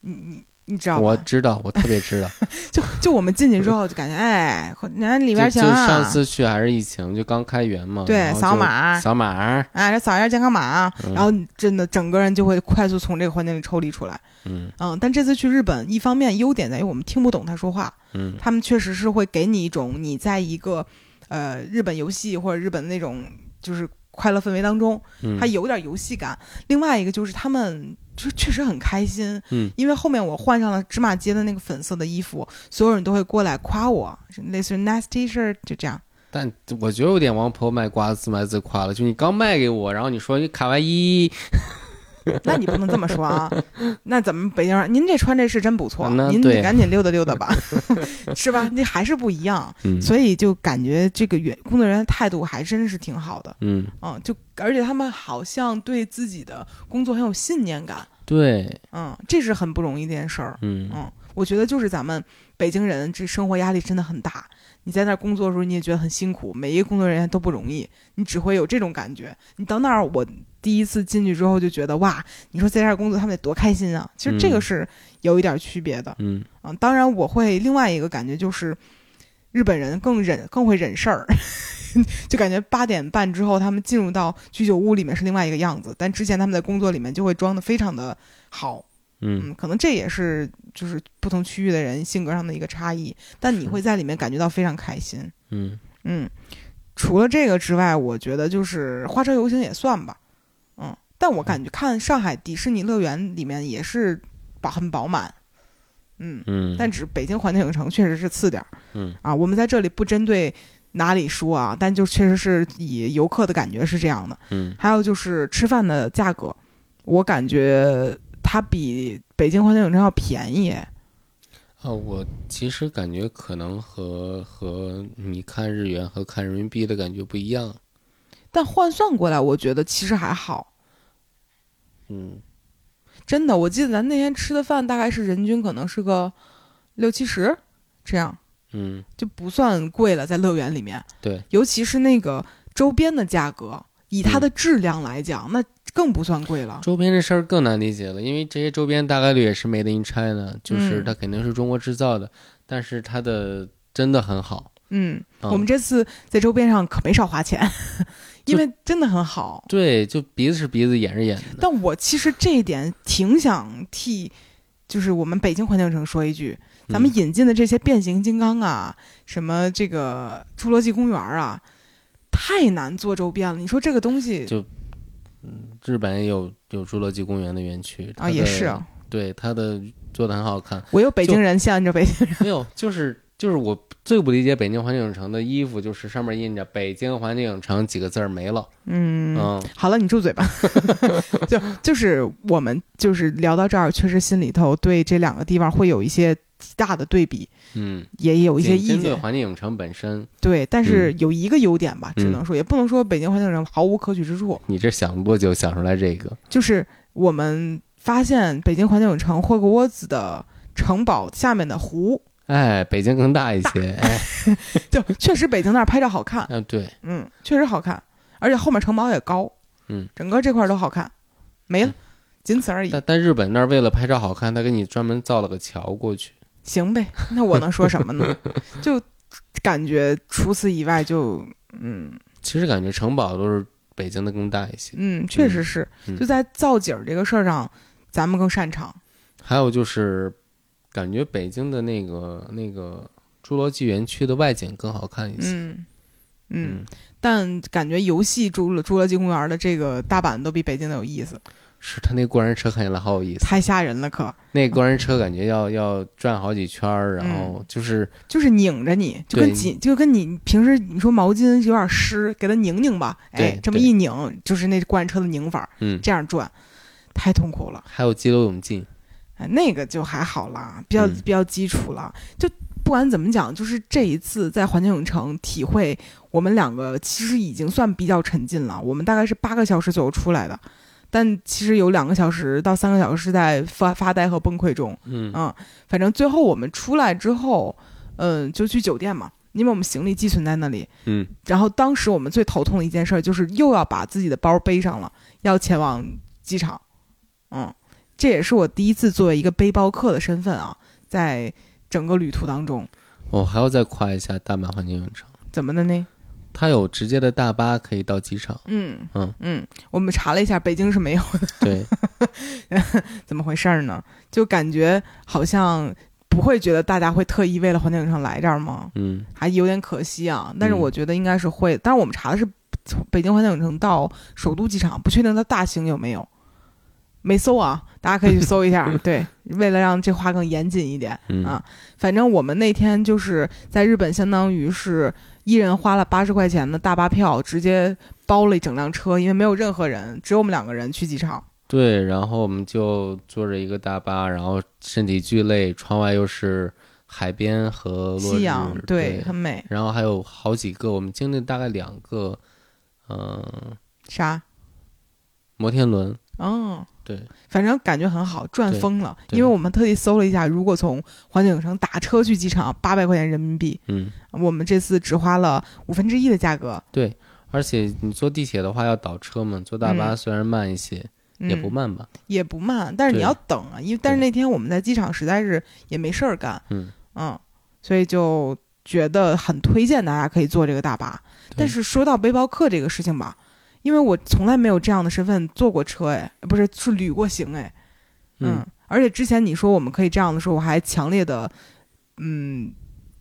Speaker 1: 你你你知道
Speaker 2: 我
Speaker 1: 吧？
Speaker 2: 知道，我特别 知道。
Speaker 1: 就就我们进去之后就感觉哎，你看里
Speaker 2: 就
Speaker 1: 边
Speaker 2: 就
Speaker 1: 强啊！
Speaker 2: 上次去还是疫情，就刚开园嘛，
Speaker 1: 对
Speaker 2: 然后就
Speaker 1: 扫码
Speaker 2: 扫码，
Speaker 1: 哎，这扫一下健康码啊，
Speaker 2: 嗯
Speaker 1: 然后你真的整个人就会快速从这个环境里抽离出来。
Speaker 2: 嗯
Speaker 1: 嗯，但这次去日本，一方面优点在于我们听不懂他说话，
Speaker 2: 嗯
Speaker 1: 他们确实是会给你一种你在一个呃日本游戏或者日本那种就是快乐氛围当中，
Speaker 2: 嗯
Speaker 1: 它，有点游戏感。另外一个就是他们就是确实很开心，
Speaker 2: 嗯，
Speaker 1: 因为后面我换上了芝麻街的那个粉色的衣服，所有人都会过来夸我，是类似于 nice T-shirt 就这样。
Speaker 2: 但我觉得有点王婆卖瓜自卖自夸了，就你刚卖给我，然后你说你卡哇伊，
Speaker 1: 那你不能这么说啊，那怎么北京人？您这穿这是真不错，
Speaker 2: 啊那
Speaker 1: 您
Speaker 2: 对
Speaker 1: 得赶紧溜达溜达 吧，是吧？那还是不一样，
Speaker 2: 嗯
Speaker 1: 所以就感觉这个员工作人员态度还真是挺好的，
Speaker 2: 嗯，
Speaker 1: 嗯，就而且他们好像对自己的工作很有信念感，
Speaker 2: 对，
Speaker 1: 嗯，这是很不容易的一件事儿。
Speaker 2: 嗯
Speaker 1: 嗯，我觉得就是咱们北京人这生活压力真的很大。你在那儿工作的时候，你也觉得很辛苦，每一个工作人员都不容易，你只会有这种感觉。你到那儿，我第一次进去之后就觉得哇，你说在这儿工作他们得多开心啊！其实这个
Speaker 2: 嗯
Speaker 1: 是有一点区别的。
Speaker 2: 嗯，
Speaker 1: 嗯，当然我会另外一个感觉就是，日本人更忍，更会忍事儿， 就感觉八点半之后他们进入到居酒屋里面是另外一个样子，但之前他们在工作里面就会装的非常的好。
Speaker 2: 嗯
Speaker 1: 嗯，可能这也是就是不同区域的人性格上的一个差异，但你
Speaker 2: 是
Speaker 1: 会在里面感觉到非常开心。
Speaker 2: 嗯
Speaker 1: 嗯，除了这个之外，我觉得就是花车游行也算吧。嗯，但我感觉看上海迪士尼乐园里面也是饱很饱满。嗯，
Speaker 2: 嗯，
Speaker 1: 但只北京环球影城确实是次点儿。
Speaker 2: 嗯
Speaker 1: 啊，我们在这里不针对哪里说啊，但就确实是以游客的感觉是这样的。
Speaker 2: 嗯
Speaker 1: 还有就是吃饭的价格，我感觉它比北京环球影城要便宜。
Speaker 2: 啊，我其实感觉可能和和你看日元和看人民币的感觉不一样，
Speaker 1: 但换算过来，我觉得其实还好。
Speaker 2: 嗯
Speaker 1: 真的，我记得咱那天吃的饭大概是人均可能是个六七十这样，
Speaker 2: 嗯
Speaker 1: 就不算贵了。在乐园里面，
Speaker 2: 对，
Speaker 1: 尤其是那个周边的价格，以它
Speaker 2: 嗯
Speaker 1: 的质量来讲，那更不算贵了。
Speaker 2: 周边这事儿更难理解了，因为这些周边大概率也是 made in China，就是
Speaker 1: 嗯
Speaker 2: 它肯定是中国制造的，但是它的真的很好。
Speaker 1: 嗯，
Speaker 2: 嗯
Speaker 1: 我们这次在周边上可没少花钱，因
Speaker 2: 就
Speaker 1: 为真的很好。
Speaker 2: 对，就鼻子是鼻子，眼是眼的。
Speaker 1: 但我其实这一点挺想替，就是我们北京环球影城说一句，咱
Speaker 2: 嗯
Speaker 1: 们引进的这些变形金刚啊，什么这个侏罗纪公园啊，太难做周边了。你说这个东西
Speaker 2: 就日本也有有侏罗纪公园的园区它
Speaker 1: 啊，
Speaker 2: 的
Speaker 1: 也是啊，
Speaker 2: 对它的做的很
Speaker 1: 。
Speaker 2: 好看
Speaker 1: 我有北京人向着北京人，
Speaker 2: 没有，就是就是我最不理解北京环球影城的衣服，就是上面印着“北京环球影城”几个字儿没了。
Speaker 1: 嗯。
Speaker 2: 嗯
Speaker 1: 好了，你住嘴吧。 就就是我们就是聊到这儿，确实心里头对这两个地方会有一些极大的对比，
Speaker 2: 嗯，
Speaker 1: 也有一些
Speaker 2: 仅
Speaker 1: 意
Speaker 2: 针对
Speaker 1: 见。
Speaker 2: 环球影城本身，
Speaker 1: 对，但是有一个优点吧，
Speaker 2: 嗯
Speaker 1: 只能说也不能说北京环球影城毫无可取之处，
Speaker 2: 你这想了多久想出来这个？
Speaker 1: 就是我们发现北京环球影城霍格沃兹的城堡下面的湖，
Speaker 2: 哎，北京更大一 些。哎，
Speaker 1: 就确实北京那儿拍照好看，
Speaker 2: 嗯，对，
Speaker 1: 嗯，确实好看，而且后面城堡也高，
Speaker 2: 嗯，
Speaker 1: 整个这块儿都好看，没了
Speaker 2: 嗯，
Speaker 1: 仅此而已，
Speaker 2: 但但日本那儿为了拍照好看，他给你专门造了个桥过去。
Speaker 1: 行呗，那我能说什么 呢？就感觉除此以外就，嗯
Speaker 2: 其实感觉城堡都是北京的更大一些。
Speaker 1: 嗯，确实是，
Speaker 2: 嗯
Speaker 1: 就在造景儿这个事儿上，咱们更擅长，
Speaker 2: 还有就是感觉北京的那个那个侏罗纪园区的外景更好看一些。
Speaker 1: 嗯嗯，但感觉游戏侏罗侏罗纪公园的这个大阪都比北京的有意思，
Speaker 2: 是他那过山车看起来好有意思，
Speaker 1: 太吓人了可，
Speaker 2: 那过山车感觉要要转好几圈儿，然
Speaker 1: 嗯
Speaker 2: 后就是
Speaker 1: 就是拧着你，就跟
Speaker 2: 对
Speaker 1: 紧就跟你平时你说毛巾有点湿，给它拧拧吧，哎
Speaker 2: 对，
Speaker 1: 这么一拧就是那过山车的拧法儿，
Speaker 2: 嗯，
Speaker 1: 这样转，太痛苦了。
Speaker 2: 还有激流勇进，
Speaker 1: 哎，那个就还好啦，比较、
Speaker 2: 嗯
Speaker 1: 比较基础了。就不管怎么讲，就是这一次在环球影城体会，我们两个其实已经算比较沉浸了。我们大概是八个小时左右出来的，但其实有两个小时到三个小时是在发发呆和崩溃中。
Speaker 2: 嗯
Speaker 1: 嗯，反正最后我们出来之后，嗯，就去酒店嘛，因为我们行李寄存在那里。
Speaker 2: 嗯，
Speaker 1: 然后当时我们最头痛的一件事儿就是又要把自己的包背上了，要前往机场。嗯，这也是我第一次作为一个背包客的身份啊，在整个旅途当中，
Speaker 2: 我、还要再夸一下大阪环球影城，
Speaker 1: 怎么的呢？
Speaker 2: 它有直接的大巴可以到机场，
Speaker 1: 嗯
Speaker 2: 嗯
Speaker 1: 嗯，我们查了一下，北京是没有的，
Speaker 2: 对，
Speaker 1: 怎么回事儿呢？就感觉好像不会觉得大家会特意为了环球影城来这儿吗？
Speaker 2: 嗯
Speaker 1: 还有点可惜啊。但是
Speaker 2: 嗯
Speaker 1: 我觉得应该是会，但是我们查的是从北京环球影城到首都机场，不确定它大型有没有，没搜啊，大家可以去搜一 下。对，为了让这话更严谨一点，
Speaker 2: 嗯
Speaker 1: 啊反正我们那天就是在日本，相当于是一人花了八十块钱的大巴票，直接包了一整辆车，因为没有任何人，只有我们两个人去机场。
Speaker 2: 对，然后我们就坐着一个大巴，然后身体俱累，窗外又是海边和落
Speaker 1: 夕
Speaker 2: 日
Speaker 1: 阳
Speaker 2: 对，
Speaker 1: 很美，
Speaker 2: 然后还有好几个，我们经历大概两个，嗯、
Speaker 1: 啥？
Speaker 2: 摩天轮，
Speaker 1: 嗯，
Speaker 2: 对，
Speaker 1: 反正感觉很好，赚
Speaker 2: 对
Speaker 1: 疯了。
Speaker 2: 对
Speaker 1: 因为我们特地搜了一下，如果从环球影城打车去机场，八百块钱人民币，
Speaker 2: 嗯，
Speaker 1: 我们这次只花了五分之一的价格，
Speaker 2: 对，而且你坐地铁的话要倒车嘛，坐大巴
Speaker 1: 嗯
Speaker 2: 虽然慢一些，
Speaker 1: 嗯、
Speaker 2: 也不，慢吧，
Speaker 1: 也不慢，但是你
Speaker 2: 对
Speaker 1: 要等啊，因为但是那天我们在机场实在是也没事儿干，
Speaker 2: 嗯
Speaker 1: 所以就觉得很推荐大家可以坐这个大巴。
Speaker 2: 对
Speaker 1: 但是说到背包客这个事情吧，因为我从来没有这样的身份坐过车，哎，不是是旅过行，哎，嗯，而且之前你说我们可以这样的时候，我还强烈的，嗯，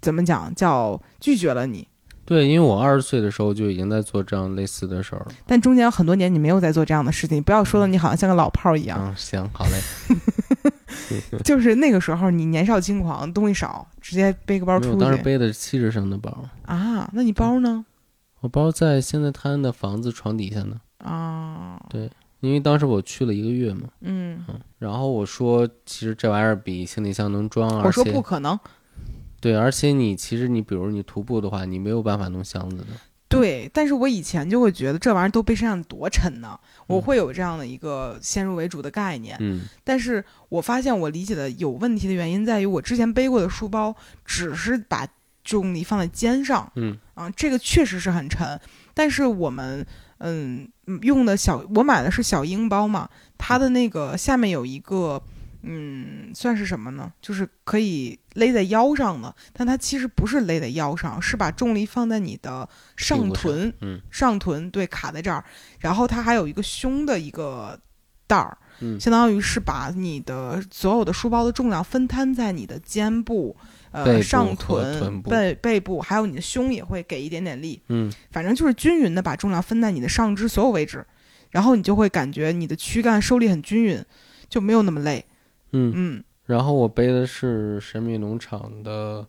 Speaker 1: 怎么讲叫拒绝了你。
Speaker 2: 对，因为我二十岁的时候就已经在做这样类似的事儿了。
Speaker 1: 但中间有很多年你没有在做这样的事情，不要说的你好像像个老炮儿一样。
Speaker 2: 嗯，行，好嘞。
Speaker 1: 就是那个时候你年少轻狂，东西少，直接背个包
Speaker 2: 因为
Speaker 1: 出
Speaker 2: 我
Speaker 1: 去
Speaker 2: 当时背的是七十升的包，
Speaker 1: 啊。那你包呢？
Speaker 2: 我包在现在他的房子床底下呢，
Speaker 1: 啊，
Speaker 2: 因为当时我去了一个月嘛。
Speaker 1: 嗯，
Speaker 2: 然后我说，其实这玩意儿比行李箱能装，
Speaker 1: 我
Speaker 2: 嗯而
Speaker 1: 说不
Speaker 2: 且
Speaker 1: 可能。
Speaker 2: 对，而且你其实你比如你徒步的话，你没有办法弄箱子的。
Speaker 1: 对，但是我以前就会觉得这玩意儿都背身上多沉呢，我会有这样的一个先入为主的概念。
Speaker 2: 嗯，
Speaker 1: 但是我发现我理解的有问题的原因在于，我之前背过的书包只是把重力放在肩上，
Speaker 2: 嗯
Speaker 1: 啊，这个确实是很沉。但是我们嗯用的小，我买的是小鹰包嘛，它的那个下面有一个嗯，算是什么呢？就是可以勒在腰上的，但它其实不是勒在腰上，是把重力放在你的
Speaker 2: 屁
Speaker 1: 上
Speaker 2: 股上
Speaker 1: 臀，
Speaker 2: 嗯
Speaker 1: 上臀对卡在这儿，然后它还有一个胸的一个带儿，
Speaker 2: 嗯
Speaker 1: 相当于是把你的所有的书包的重量分摊在你的肩部、
Speaker 2: 背
Speaker 1: 呃
Speaker 2: 部
Speaker 1: 上
Speaker 2: 和
Speaker 1: 臀、
Speaker 2: 臀部
Speaker 1: 背背部，还有你的胸也会给一点点力，
Speaker 2: 嗯，
Speaker 1: 反正就是均匀的把重量分在你的上肢所有位置，然后你就会感觉你的躯干受力很均匀，就没有那么累。
Speaker 2: 嗯，
Speaker 1: 嗯，
Speaker 2: 然后我背的是神秘农场的，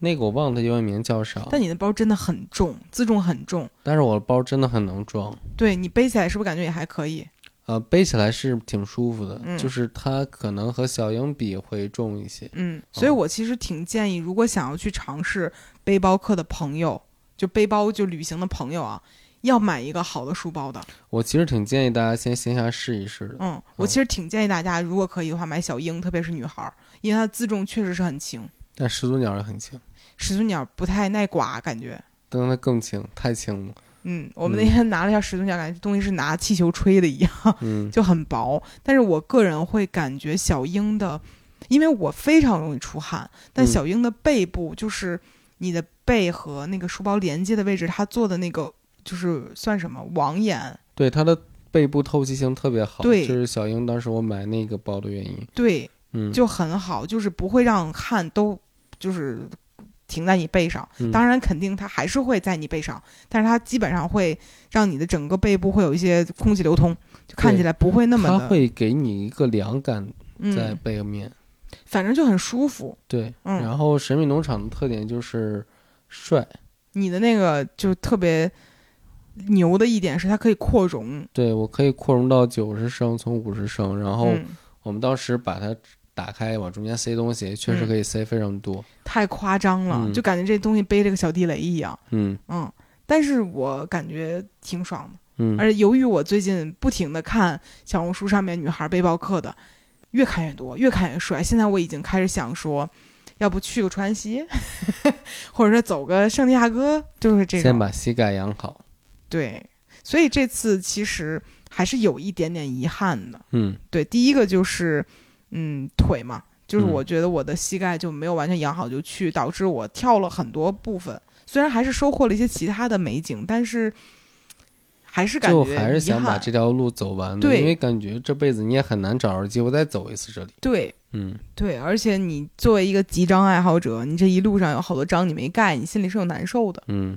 Speaker 2: 那个我忘了它英文名叫啥，
Speaker 1: 但你的包真的很重，自重很重，
Speaker 2: 但是我的包真的很能装，
Speaker 1: 对你背起来是不是感觉也还可以？
Speaker 2: 呃，背起来是挺舒服的，
Speaker 1: 嗯
Speaker 2: 就是它可能和小鹰比会重一些。
Speaker 1: 嗯，所以我其实挺建议，如果想要去尝试背包客的朋友，就背包就旅行的朋友啊，要买一个好的书包的。
Speaker 2: 我其实挺建议大家先线下试一试的。
Speaker 1: 嗯，我其实挺建议大家，如果可以的话，买小鹰，特别是女孩儿，因为它自重确实是很轻，
Speaker 2: 但始祖鸟也很轻，
Speaker 1: 始祖鸟不太耐刮，感觉。
Speaker 2: 但它更轻，太轻了。
Speaker 1: 嗯，我们那天拿了一下始祖鸟，感觉这东西是拿气球吹的一样。
Speaker 2: 嗯，
Speaker 1: 就很薄。但是我个人会感觉小鹰的，因为我非常容易出汗，但
Speaker 2: 嗯
Speaker 1: 小鹰的背部就是你的背和那个书包连接的位置，它做的那个就是算什么网眼。
Speaker 2: 对，它的背部透气性特别好，
Speaker 1: 对
Speaker 2: 就是小鹰当时我买那个包的原因，
Speaker 1: 对，
Speaker 2: 嗯，
Speaker 1: 就很好，就是不会让汗都就是停在你背上。
Speaker 2: 嗯
Speaker 1: 当然，肯定它还是会在你背上，但是它基本上会让你的整个背部会有一些空气流通，就看起来不会那么
Speaker 2: 它
Speaker 1: 的
Speaker 2: 会给你一个凉感在
Speaker 1: 嗯，
Speaker 2: 背面。
Speaker 1: 反正就很舒服。
Speaker 2: 对，
Speaker 1: 嗯
Speaker 2: 然后神秘农场的特点就是帅，
Speaker 1: 你的那个就特别牛的一点是它可以扩容，
Speaker 2: 对我可以扩容到九十升，从五十升，然后
Speaker 1: 嗯，
Speaker 2: 我们当时把它打开，往中间塞东西，确实
Speaker 1: 嗯
Speaker 2: 可以塞非常多。
Speaker 1: 太夸张了，
Speaker 2: 嗯
Speaker 1: 就感觉这东西背着个小地雷一样，
Speaker 2: 嗯
Speaker 1: 嗯。但是我感觉挺爽的。
Speaker 2: 嗯，
Speaker 1: 而且由于我最近不停的看小红书上面女孩背包客的，越看越多，越看越帅。现在我已经开始想说，要不去个川西， 或者说走个圣地亚哥，就是这
Speaker 2: 先
Speaker 1: 种。
Speaker 2: 把膝盖养好。
Speaker 1: 对，所以这次其实还是有一点点遗憾的。
Speaker 2: 嗯
Speaker 1: 对，第一个就是，嗯，腿嘛，就是
Speaker 2: 嗯
Speaker 1: 我觉得我的膝盖就没有完全养好就去，导致我跳了很多部分。虽然还是收获了一些其他的美景，但是还是感觉
Speaker 2: 就还是
Speaker 1: 遗
Speaker 2: 想把
Speaker 1: 憾
Speaker 2: 这条路走完的，
Speaker 1: 对
Speaker 2: 因为感觉这辈子你也很难找着机会再走一次这里。
Speaker 1: 对
Speaker 2: 嗯，
Speaker 1: 对，而且你作为一个集章爱好者，你这一路上有好多章你没盖，你心里是有难受的。
Speaker 2: 嗯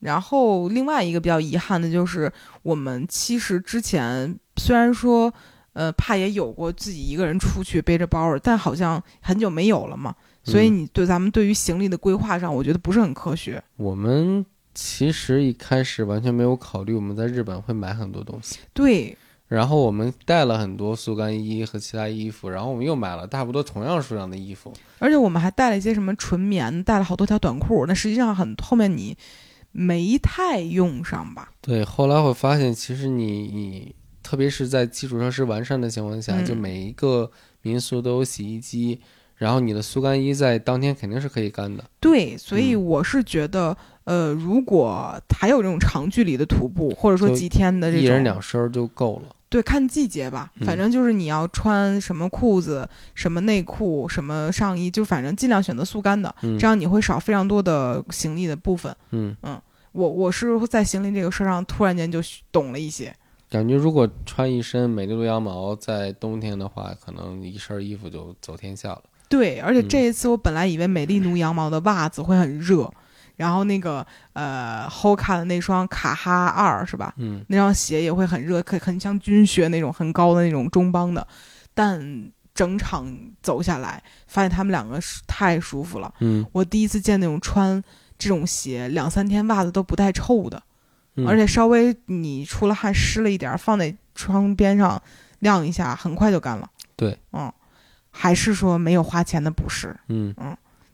Speaker 1: 然后另外一个比较遗憾的就是，我们其实之前虽然说，呃，怕也有过自己一个人出去背着包儿，但好像很久没有了嘛。所以
Speaker 2: 嗯
Speaker 1: 你对咱们对于行李的规划上，我觉得不是很科学。
Speaker 2: 我们其实一开始完全没有考虑我们在日本会买很多东西，
Speaker 1: 对，
Speaker 2: 然后我们带了很多速干衣和其他衣服，然后我们又买了差不多同样数量的衣服。
Speaker 1: 而且我们还带了一些什么纯棉，带了好多条短裤，那实际上很后面你没太用上吧？
Speaker 2: 对，后来会发现，其实你你特别是在基础设施完善的情况下，
Speaker 1: 嗯
Speaker 2: 就每一个民宿都有洗衣机，然后你的速干衣在当天肯定是可以干的。
Speaker 1: 对，所以
Speaker 2: 嗯
Speaker 1: 我是觉得，呃，如果还有这种长距离的徒步，或者说
Speaker 2: 就
Speaker 1: 几天的这
Speaker 2: 一
Speaker 1: 种，
Speaker 2: 人两身儿就够了。
Speaker 1: 对，看季节吧，
Speaker 2: 嗯
Speaker 1: 反正就是你要穿什么裤子、什么内裤、什么上衣，就反正尽量选择速干的，
Speaker 2: 嗯
Speaker 1: 这样你会少非常多的行李的部分。
Speaker 2: 嗯，
Speaker 1: 我我是在行李这个事儿上突然间就懂了一些，
Speaker 2: 感觉如果穿一身美利露羊毛，在冬天的话，可能一身衣服就走天下了。
Speaker 1: 对，而且
Speaker 2: 嗯
Speaker 1: 这一次我本来以为美丽奴羊毛的袜子会很热，然后那个呃 Hoka 的那双卡哈二是吧？
Speaker 2: 嗯，
Speaker 1: 那双鞋也会很热，很很像军靴那种很高的那种中帮的，但整场走下来，发现他们两个是太舒服了。
Speaker 2: 嗯，
Speaker 1: 我第一次见那种穿这种鞋两三天袜子都不带臭的，
Speaker 2: 嗯
Speaker 1: 而且稍微你出了汗湿了一点儿，放在窗边上晾一下，很快就干了。
Speaker 2: 对，
Speaker 1: 嗯，还是说没有花钱的不是，
Speaker 2: 嗯，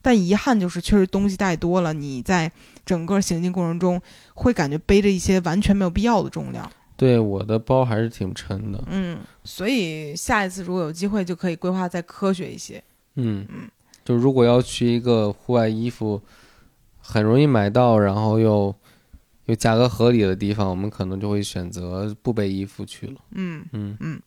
Speaker 1: 但遗憾就是确实东西带多了，你在整个行进过程中会感觉背着一些完全没有必要的重量。
Speaker 2: 对，我的包还是挺沉的。
Speaker 1: 嗯，所以下一次如果有机会，就可以规划再科学一些。
Speaker 2: 嗯
Speaker 1: 嗯，
Speaker 2: 就如果要去一个户外衣服很容易买到，然后又又价格合理的地方，我们可能就会选择不背衣服去了。
Speaker 1: 嗯，
Speaker 2: 嗯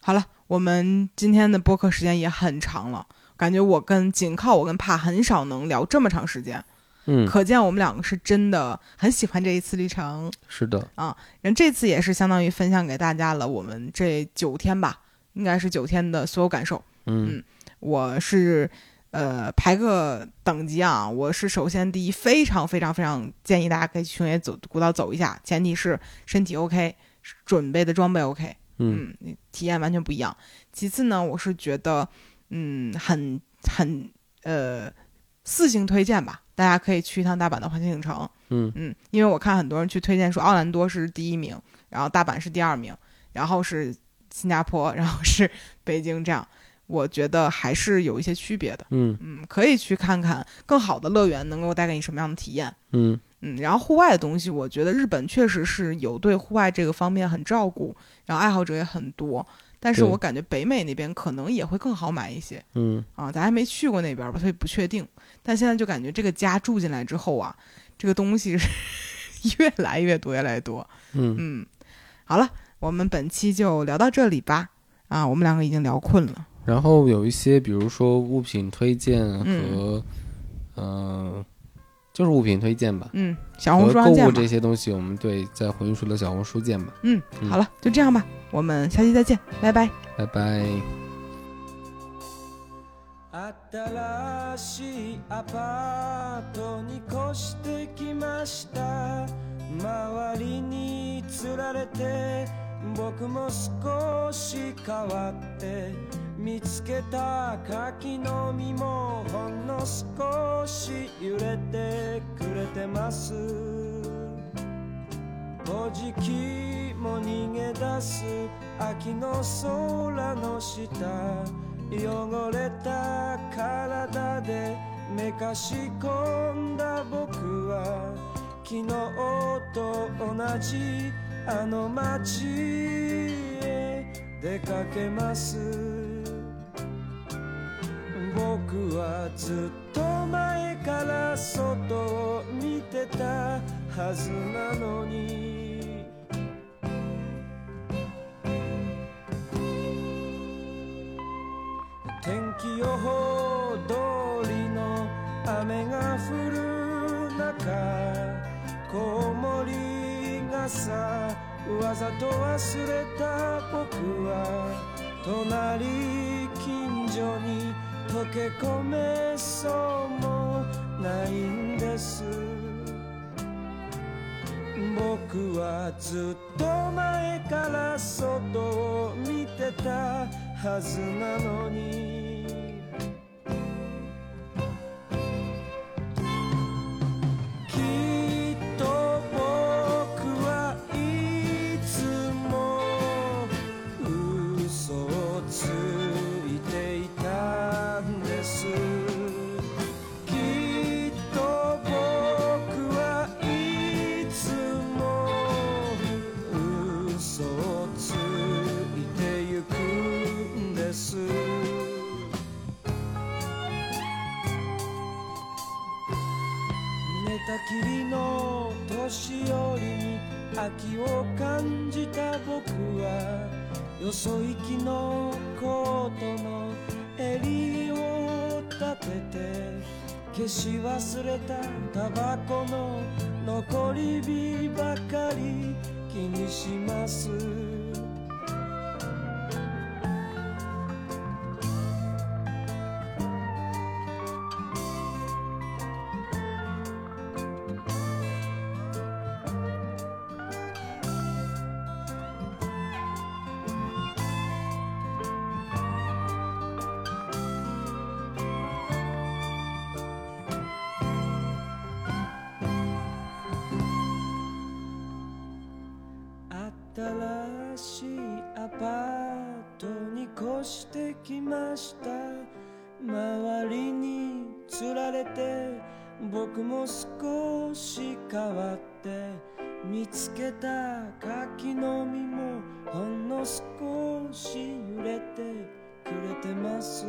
Speaker 1: 好了，我们今天的播客时间也很长了，感觉我跟仅靠我跟帕很少能聊这么长时间，
Speaker 2: 嗯，
Speaker 1: 可见我们两个是真的很喜欢这一次旅程。
Speaker 2: 是的，
Speaker 1: 然后这次也是相当于分享给大家了我们这九天吧，应该是九天的所有感受。
Speaker 2: 嗯
Speaker 1: 我是呃排个等级啊，我是首先第一，非常非常非常建议大家可以去熊野走古道走一下，前提是身体 OK，准备的装备 OK，
Speaker 2: 嗯
Speaker 1: 嗯，体验完全不一样。其次呢，我是觉得嗯很很呃四星推荐吧，大家可以去一趟大阪的环球影城，
Speaker 2: 嗯
Speaker 1: 嗯，因为我看很多人去推荐说奥兰多是第一名，然后大阪是第二名，然后是新加坡，然后是北京这样，我觉得还是有一些区别的。
Speaker 2: 嗯
Speaker 1: 嗯，可以去看看更好的乐园能够带给你什么样的体验。
Speaker 2: 嗯
Speaker 1: 嗯，然后户外的东西，我觉得日本确实是有对户外这个方面很照顾，然后爱好者也很多。但是
Speaker 2: 对
Speaker 1: 我感觉北美那边可能也会更好买一些
Speaker 2: 嗯
Speaker 1: 啊，咱还没去过那边吧，所以不确定。但现在就感觉这个家住进来之后啊，这个东西是 越来越多，越来越多。
Speaker 2: 嗯，
Speaker 1: 嗯，好了，我们本期就聊到这里吧。啊，我们两个已经聊困了。
Speaker 2: 然后有一些，比如说物品推荐
Speaker 1: 嗯
Speaker 2: 和嗯、呃就是物品推荐吧。
Speaker 1: 嗯，小红
Speaker 2: 和
Speaker 1: 书
Speaker 2: 购
Speaker 1: 上见
Speaker 2: 物
Speaker 1: 吧
Speaker 2: 这。些东西，我们对在回忆书的小红书见吧，
Speaker 1: 嗯，
Speaker 2: 嗯
Speaker 1: 好了，就这样吧，我们下期再见，拜拜。
Speaker 2: 拜拜。
Speaker 3: 新しいアパートに越してきました周りにつられて僕も少し変わって見つけた柿の実もほんの少し揺れてくれてますおじきも逃げ出す秋の空の下汚れた体でめかし込んだ僕は昨日と同じあの街へ出かけます僕はずっと前から外を見てたはずなのに天気予報通りの雨が降る中コウモリがさわざと忘れた僕は隣近所に溶け込めそうもないんです僕はずっと前から外を見てたはずなのにきっと僕はいつも嘘をついていたんですきっと僕はいつも嘘をついてゆくんです寝たきりの年寄りに秋を感じた僕はよそ行きのコートの襟を立てて消し忘れたタバコの残り火ばかり気にします新しいアパートに越してきました周りにつられて僕も少し変わって見つけた柿の実もほんの少し揺れてくれてます